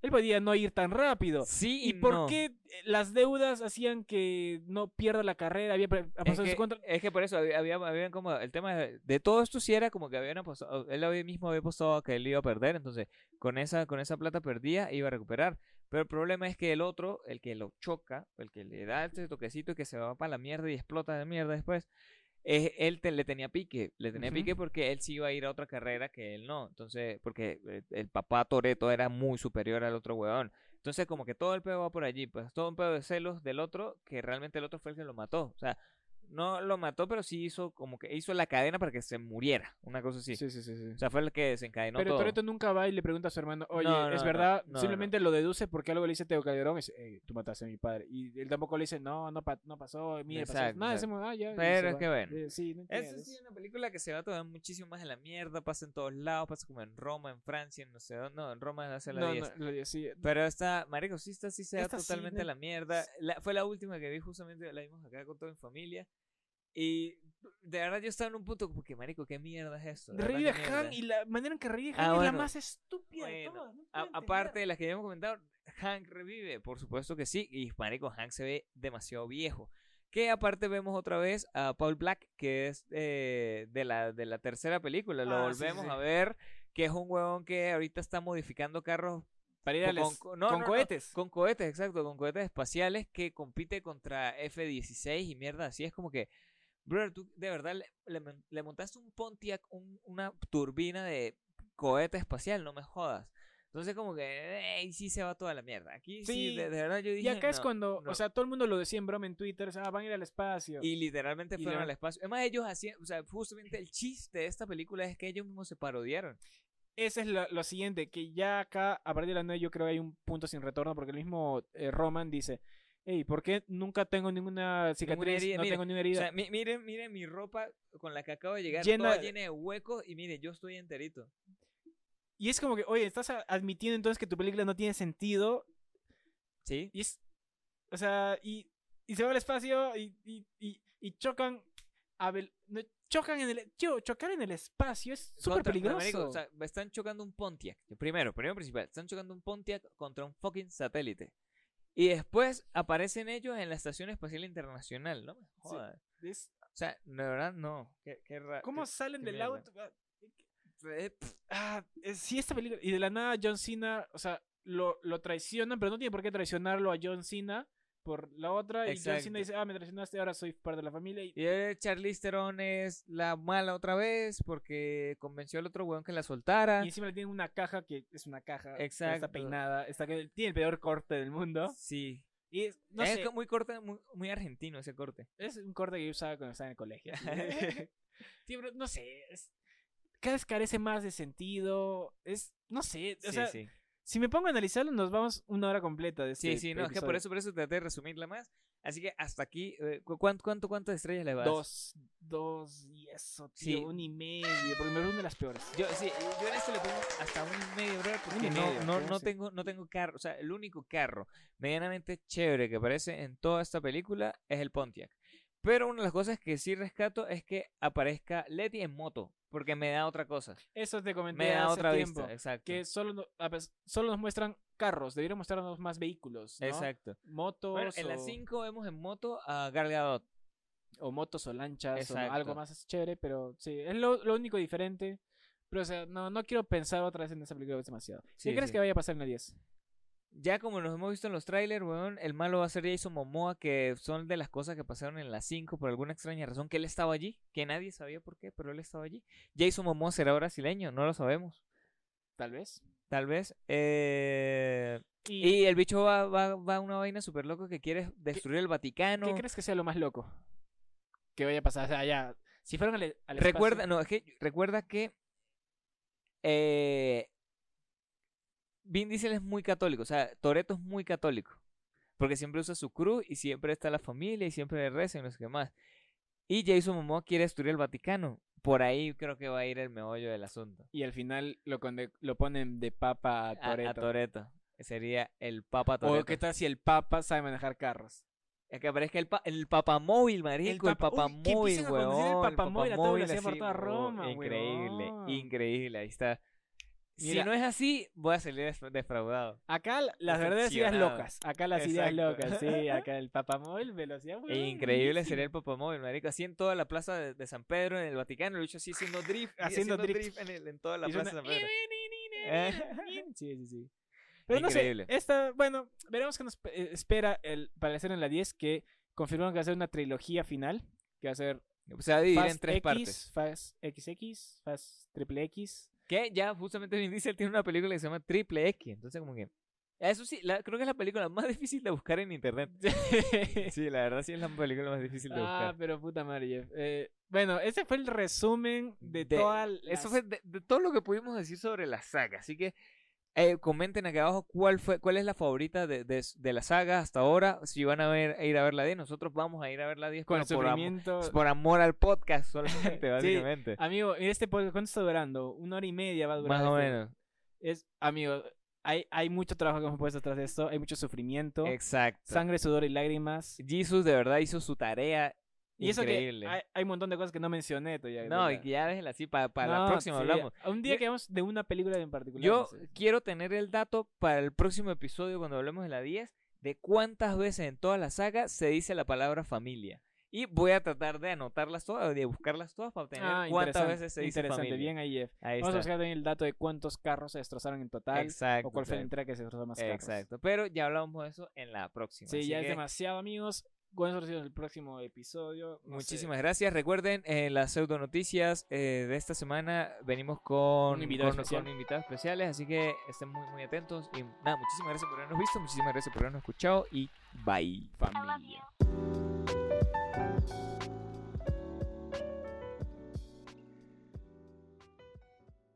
Speaker 1: Él podía no ir tan rápido.
Speaker 2: Sí,
Speaker 1: ¿Y por
Speaker 2: no.
Speaker 1: qué eh, las deudas hacían que no pierda la carrera? Había pre- ha
Speaker 2: Es
Speaker 1: pasado
Speaker 2: que,
Speaker 1: su contra-
Speaker 2: es que por eso había, había- habían como el tema de, de todo esto sí era como que habían apostado, él había mismo había apostado que él iba a perder, entonces con esa con esa plata perdía e iba a recuperar, pero el problema es que el otro, el que lo choca, el que le da este toquecito y que se va para la mierda y explota de mierda después, es- él te- le tenía pique, le tenía
Speaker 1: Ujú.
Speaker 2: pique porque él sí iba a ir a otra carrera que él no, entonces porque eh, el papá Toreto era muy superior al otro huevón. Entonces como que todo el pedo va por allí, pues todo un pedo de celos del otro que realmente el otro fue el que lo mató, o sea, no lo mató, pero sí hizo como que hizo la cadena para que se muriera, una cosa así.
Speaker 1: Sí, sí, sí. sí.
Speaker 2: O sea, fue el que desencadenó
Speaker 1: Pero
Speaker 2: todo.
Speaker 1: Toreto nunca va y le pregunta a su hermano, oye,
Speaker 2: No,
Speaker 1: ¿es
Speaker 2: no,
Speaker 1: verdad?
Speaker 2: no, no,
Speaker 1: Simplemente lo deduce porque algo le dice Teo Calderón, y dice, "Eh, tú mataste a mi padre. Y él tampoco le dice, no, no, pa- no pasó, mire, pasó.
Speaker 2: Exacto,
Speaker 1: Nada,
Speaker 2: exacto.
Speaker 1: decimos, ah, ya. y
Speaker 2: Pero
Speaker 1: se
Speaker 2: es
Speaker 1: va.
Speaker 2: que bueno.
Speaker 1: Eh, sí, no
Speaker 2: Esa
Speaker 1: entiendo.
Speaker 2: sí es una película que se va todavía muchísimo más en la mierda, pasa en todos lados, pasa como en Roma, en Francia, en no sé dónde, no, en Roma hace la
Speaker 1: No,
Speaker 2: 10.
Speaker 1: no, la 10, sí.
Speaker 2: Pero esta, marico, sí, esta sí se da
Speaker 1: Esta sí,
Speaker 2: totalmente
Speaker 1: no-
Speaker 2: a la mierda. La- fue la última que vi, justamente la vimos acá con toda mi familia. Y de verdad yo estaba en un punto como que, marico, ¿qué mierda es esto? De verdad,
Speaker 1: Revive a
Speaker 2: ¿qué
Speaker 1: Han
Speaker 2: mierda?
Speaker 1: y la manera en que revive
Speaker 2: Ah,
Speaker 1: Han es la
Speaker 2: bueno.
Speaker 1: más estúpida de
Speaker 2: Bueno,
Speaker 1: todas. no
Speaker 2: A-
Speaker 1: puedo entender.
Speaker 2: aparte de las que ya hemos comentado, Hank revive, por supuesto que sí. Y marico, Hank se ve demasiado viejo. Que aparte vemos otra vez a Paul Black, que es eh, de, la, de la tercera película. Lo
Speaker 1: Ah, sí, sí,
Speaker 2: volvemos
Speaker 1: sí.
Speaker 2: a ver, que es un huevón que ahorita está modificando carros
Speaker 1: Para ir a
Speaker 2: con-
Speaker 1: las-
Speaker 2: con- no,
Speaker 1: con
Speaker 2: no, no,
Speaker 1: cohetes.
Speaker 2: con cohetes, exacto, con cohetes espaciales que compite contra F-16 y mierda. Así es como que, brother, tú de verdad le, le mon- le montaste un Pontiac, un- una turbina de cohete espacial, no me jodas. Entonces, como que eh, ahí sí se va toda la mierda. Aquí sí,
Speaker 1: Sí.
Speaker 2: de, de verdad yo dije.
Speaker 1: Y acá es
Speaker 2: "No".
Speaker 1: cuando,
Speaker 2: no.
Speaker 1: o sea, todo el mundo lo decía en broma en Twitter, o sea, "Ah, van a ir al espacio.
Speaker 2: Y literalmente
Speaker 1: Y
Speaker 2: fueron
Speaker 1: la-
Speaker 2: al espacio. Además, ellos hacían, o sea, justamente el chiste de esta película es que ellos mismos se parodiaron.
Speaker 1: Ese es lo, lo siguiente, que ya acá, a partir de la 9, yo creo que hay un punto sin retorno, porque el mismo eh, Roman dice, hey, ¿por qué nunca tengo ninguna cicatriz?
Speaker 2: herida,
Speaker 1: no
Speaker 2: mira,
Speaker 1: tengo ninguna
Speaker 2: O
Speaker 1: herida.
Speaker 2: sea, mi- miren, miren mi ropa con la que acabo de llegar,
Speaker 1: Llena-
Speaker 2: toda llena de huecos y miren, yo estoy enterito.
Speaker 1: y es como que, oye, estás a- admitiendo entonces que tu película no tiene sentido.
Speaker 2: Sí.
Speaker 1: Y es, o sea, y, y se va al espacio y, y, y, y chocan a vel- no, chocan en el... Yo, chocar en el espacio es súper
Speaker 2: Contra-
Speaker 1: peligroso.
Speaker 2: marico, o sea, están chocando un Pontiac. Primero, primero principal, están chocando un Pontiac contra un fucking satélite. Y después aparecen ellos en la Estación Espacial Internacional, ¿no? me jodas.
Speaker 1: Es-
Speaker 2: O sea, de verdad no. Qué, qué ra-
Speaker 1: ¿Cómo
Speaker 2: qué-
Speaker 1: salen
Speaker 2: qué
Speaker 1: del
Speaker 2: mierda.
Speaker 1: auto? Ah, eh, pf, ah, eh, sí, esta película. Y de la nada John Cena, o sea, lo, lo traicionan, pero no tiene por qué traicionarlo a John Cena por la otra. Y John
Speaker 2: Exacto.
Speaker 1: Cena dice, ah, me traicionaste, ahora soy parte de la familia. Y
Speaker 2: Y eh, Charlize Theron es la mala otra vez porque convenció al otro weón que la soltara.
Speaker 1: Y encima le tienen una caja que es una caja. pero
Speaker 2: Exacto.
Speaker 1: Está peinada. Está que tiene el peor corte del mundo.
Speaker 2: Sí.
Speaker 1: Y es, no
Speaker 2: es
Speaker 1: sé,
Speaker 2: co- muy corta, muy, muy argentino ese corte.
Speaker 1: es un corte que yo usaba cuando estaba en el colegio. sí, pero no sé. es- cada vez carece más de sentido. Es, no sé. O
Speaker 2: sí,
Speaker 1: sea,
Speaker 2: sí.
Speaker 1: si me pongo a analizarlo, nos vamos una hora completa de
Speaker 2: Sí,
Speaker 1: este
Speaker 2: sí, no, es que por
Speaker 1: episodio.
Speaker 2: eso, por eso traté de resumirla más. Así que hasta aquí, eh, ¿cu- ¿cuánto, cuánto, cuántas estrellas le vas?
Speaker 1: Dos, dos y eso, tío,
Speaker 2: Sí.
Speaker 1: un y medio, porque me una de las peores.
Speaker 2: Yo, sí, yo en esto le pongo hasta un y medio, brother, porque
Speaker 1: y
Speaker 2: no,
Speaker 1: medio,
Speaker 2: no,
Speaker 1: creo,
Speaker 2: no
Speaker 1: sí.
Speaker 2: tengo, no tengo carro. O sea, el único carro medianamente chévere que aparece en toda esta película es el Pontiac. Pero una de las cosas que sí rescato es que aparezca Letty en moto, porque me da otra cosa.
Speaker 1: Eso te comenté
Speaker 2: Me da
Speaker 1: hace
Speaker 2: otra
Speaker 1: tiempo,
Speaker 2: vista, exacto.
Speaker 1: que solo, no- a pes- solo nos muestran carros, debieron mostrarnos más vehículos, ¿no?
Speaker 2: Exacto.
Speaker 1: Motos
Speaker 2: Bueno, en la
Speaker 1: o-
Speaker 2: 5 vemos en moto a Gal Gadot.
Speaker 1: o motos o lanchas
Speaker 2: Exacto.
Speaker 1: o algo más chévere, pero sí, es lo, lo único diferente. Pero, o sea, no, no quiero pensar otra vez en esa película, es demasiado.
Speaker 2: Sí,
Speaker 1: ¿Qué crees
Speaker 2: sí.
Speaker 1: que vaya a pasar en la 10?
Speaker 2: Ya como nos hemos visto en los trailers, weón, el malo va a ser Jason Momoa, que son de las cosas que pasaron en la 5 por alguna extraña razón, que él estaba allí, que nadie sabía por qué, pero él estaba allí. Jason Momoa será brasileño, no lo sabemos,
Speaker 1: Tal vez.
Speaker 2: tal vez. Eh, Y el bicho va, va, va a una vaina súper loco que quiere destruir el Vaticano.
Speaker 1: ¿Qué crees que sea lo más loco que vaya a pasar? O sea, ya, si fueron al, al espacio-
Speaker 2: Recuerda, no, es que recuerda que eh, Vin Diesel es muy católico, o sea, Toreto es muy católico. Porque siempre usa su cruz y siempre está la familia y siempre le reza y no sé qué más. Y Jason Momoa quiere destruir el Vaticano. Por ahí creo que va a ir el meollo del asunto.
Speaker 1: Y al final lo, conde- lo ponen de papa a
Speaker 2: A, a
Speaker 1: Toretto.
Speaker 2: Toretto. Sería el Papa
Speaker 1: o
Speaker 2: Toreto.
Speaker 1: qué tal si el papa sabe manejar carros.
Speaker 2: que aparezca el, pa- el Papamóvil, marico. El,
Speaker 1: papa- uy, que
Speaker 2: Papamóvil,
Speaker 1: empiecen a
Speaker 2: weón.
Speaker 1: conducir el papamóvil a toda
Speaker 2: papamóvil
Speaker 1: velocidad por
Speaker 2: así,
Speaker 1: toda
Speaker 2: weón,
Speaker 1: Roma,
Speaker 2: Increíble,
Speaker 1: weón.
Speaker 2: increíble. Ahí está.
Speaker 1: Mira.
Speaker 2: Si no es así, voy a salir desf- defraudado.
Speaker 1: Acá la- las verdaderas ideas
Speaker 2: Decepcionado.
Speaker 1: locas. Acá las ideas
Speaker 2: Exacto.
Speaker 1: locas, sí. Acá el papamóvil, velocidad.
Speaker 2: E
Speaker 1: weón,
Speaker 2: increíble
Speaker 1: buenísimo.
Speaker 2: sería el papamóvil, marico. Así en toda la plaza de, de San Pedro, en el Vaticano, el bicho así haciendo drift. y
Speaker 1: Haciendo drift.
Speaker 2: en, el- en toda la
Speaker 1: Y
Speaker 2: plaza
Speaker 1: suena-
Speaker 2: de San Pedro.
Speaker 1: Sí, sí, sí. Pero no sé,
Speaker 2: Increípe.
Speaker 1: esta, bueno, veremos qué nos eh, espera el, para hacer en la 10, que confirmaron que va a ser una trilogía final, que va a ser
Speaker 2: Se va a dividir en
Speaker 1: Fast
Speaker 2: tres
Speaker 1: X,
Speaker 2: partes.
Speaker 1: Fast XX, Fast Triple X.
Speaker 2: Que ya justamente Vin Diesel tiene una película que se llama Triple X. Entonces, como que. Eso sí, la- creo que es la película más difícil de buscar en internet. sí, la verdad sí es la película más difícil de buscar.
Speaker 1: Ah, pero puta madre, Jeff. Eh, bueno, ese fue el resumen de,
Speaker 2: De-
Speaker 1: toda la...
Speaker 2: Eso fue de, de todo lo que pudimos decir sobre la saga. Así que eh, comenten acá abajo cuál fue, cuál es la favorita de, de- de la saga hasta ahora. Si van a ver, a ir a ver la 10, nosotros vamos a ir a ver la 10
Speaker 1: con
Speaker 2: pero
Speaker 1: el
Speaker 2: por, am-
Speaker 1: sufrimiento.
Speaker 2: por amor al podcast solamente,
Speaker 1: Sí,
Speaker 2: básicamente.
Speaker 1: Amigo, mira este podcast, ¿cuánto está durando? Una hora y media va a durar.
Speaker 2: Más o
Speaker 1: este.
Speaker 2: menos.
Speaker 1: Es, amigo, hay, hay mucho trabajo que hemos puesto atrás de esto, hay mucho sufrimiento,
Speaker 2: Exacto.
Speaker 1: sangre, sudor y lágrimas.
Speaker 2: Jesus de verdad hizo su tarea
Speaker 1: Y eso
Speaker 2: increíble.
Speaker 1: que hay, hay un montón de cosas que no mencioné todavía.
Speaker 2: no, y
Speaker 1: ¿verdad?
Speaker 2: que ya déjenla así, para la
Speaker 1: No,
Speaker 2: próxima
Speaker 1: sí,
Speaker 2: hablamos.
Speaker 1: Un
Speaker 2: Yo-
Speaker 1: día que vamos de una película en particular. no
Speaker 2: Yo
Speaker 1: sé.
Speaker 2: quiero tener el dato para el próximo episodio cuando hablemos de la 10 de cuántas veces en toda la saga se dice la palabra familia. Y voy a tratar de anotarlas todas, de buscarlas todas para obtener
Speaker 1: Ah,
Speaker 2: cuántas
Speaker 1: interesante,
Speaker 2: veces se dice
Speaker 1: Interesante,
Speaker 2: familia.
Speaker 1: bien ahí, Jeff.
Speaker 2: Ahí
Speaker 1: Vamos a
Speaker 2: está.
Speaker 1: buscar también el dato de cuántos carros se destrozaron en total.
Speaker 2: Exacto.
Speaker 1: o cuál fue la
Speaker 2: exacto.
Speaker 1: entrega que se destrozó más carros.
Speaker 2: Exacto. Pero ya hablamos de eso en la próxima.
Speaker 1: Sí,
Speaker 2: así
Speaker 1: ya es
Speaker 2: que
Speaker 1: demasiado, amigos. Con eso ha sido el próximo episodio. No sé.
Speaker 2: Muchísimas gracias. Recuerden, eh, las pseudo noticias eh, de esta semana venimos con,
Speaker 1: Un invitado
Speaker 2: con-
Speaker 1: especial.
Speaker 2: con invitados especiales, así que estén muy, muy atentos. Y nada, muchísimas gracias por habernos visto, muchísimas gracias por habernos escuchado y bye, familia.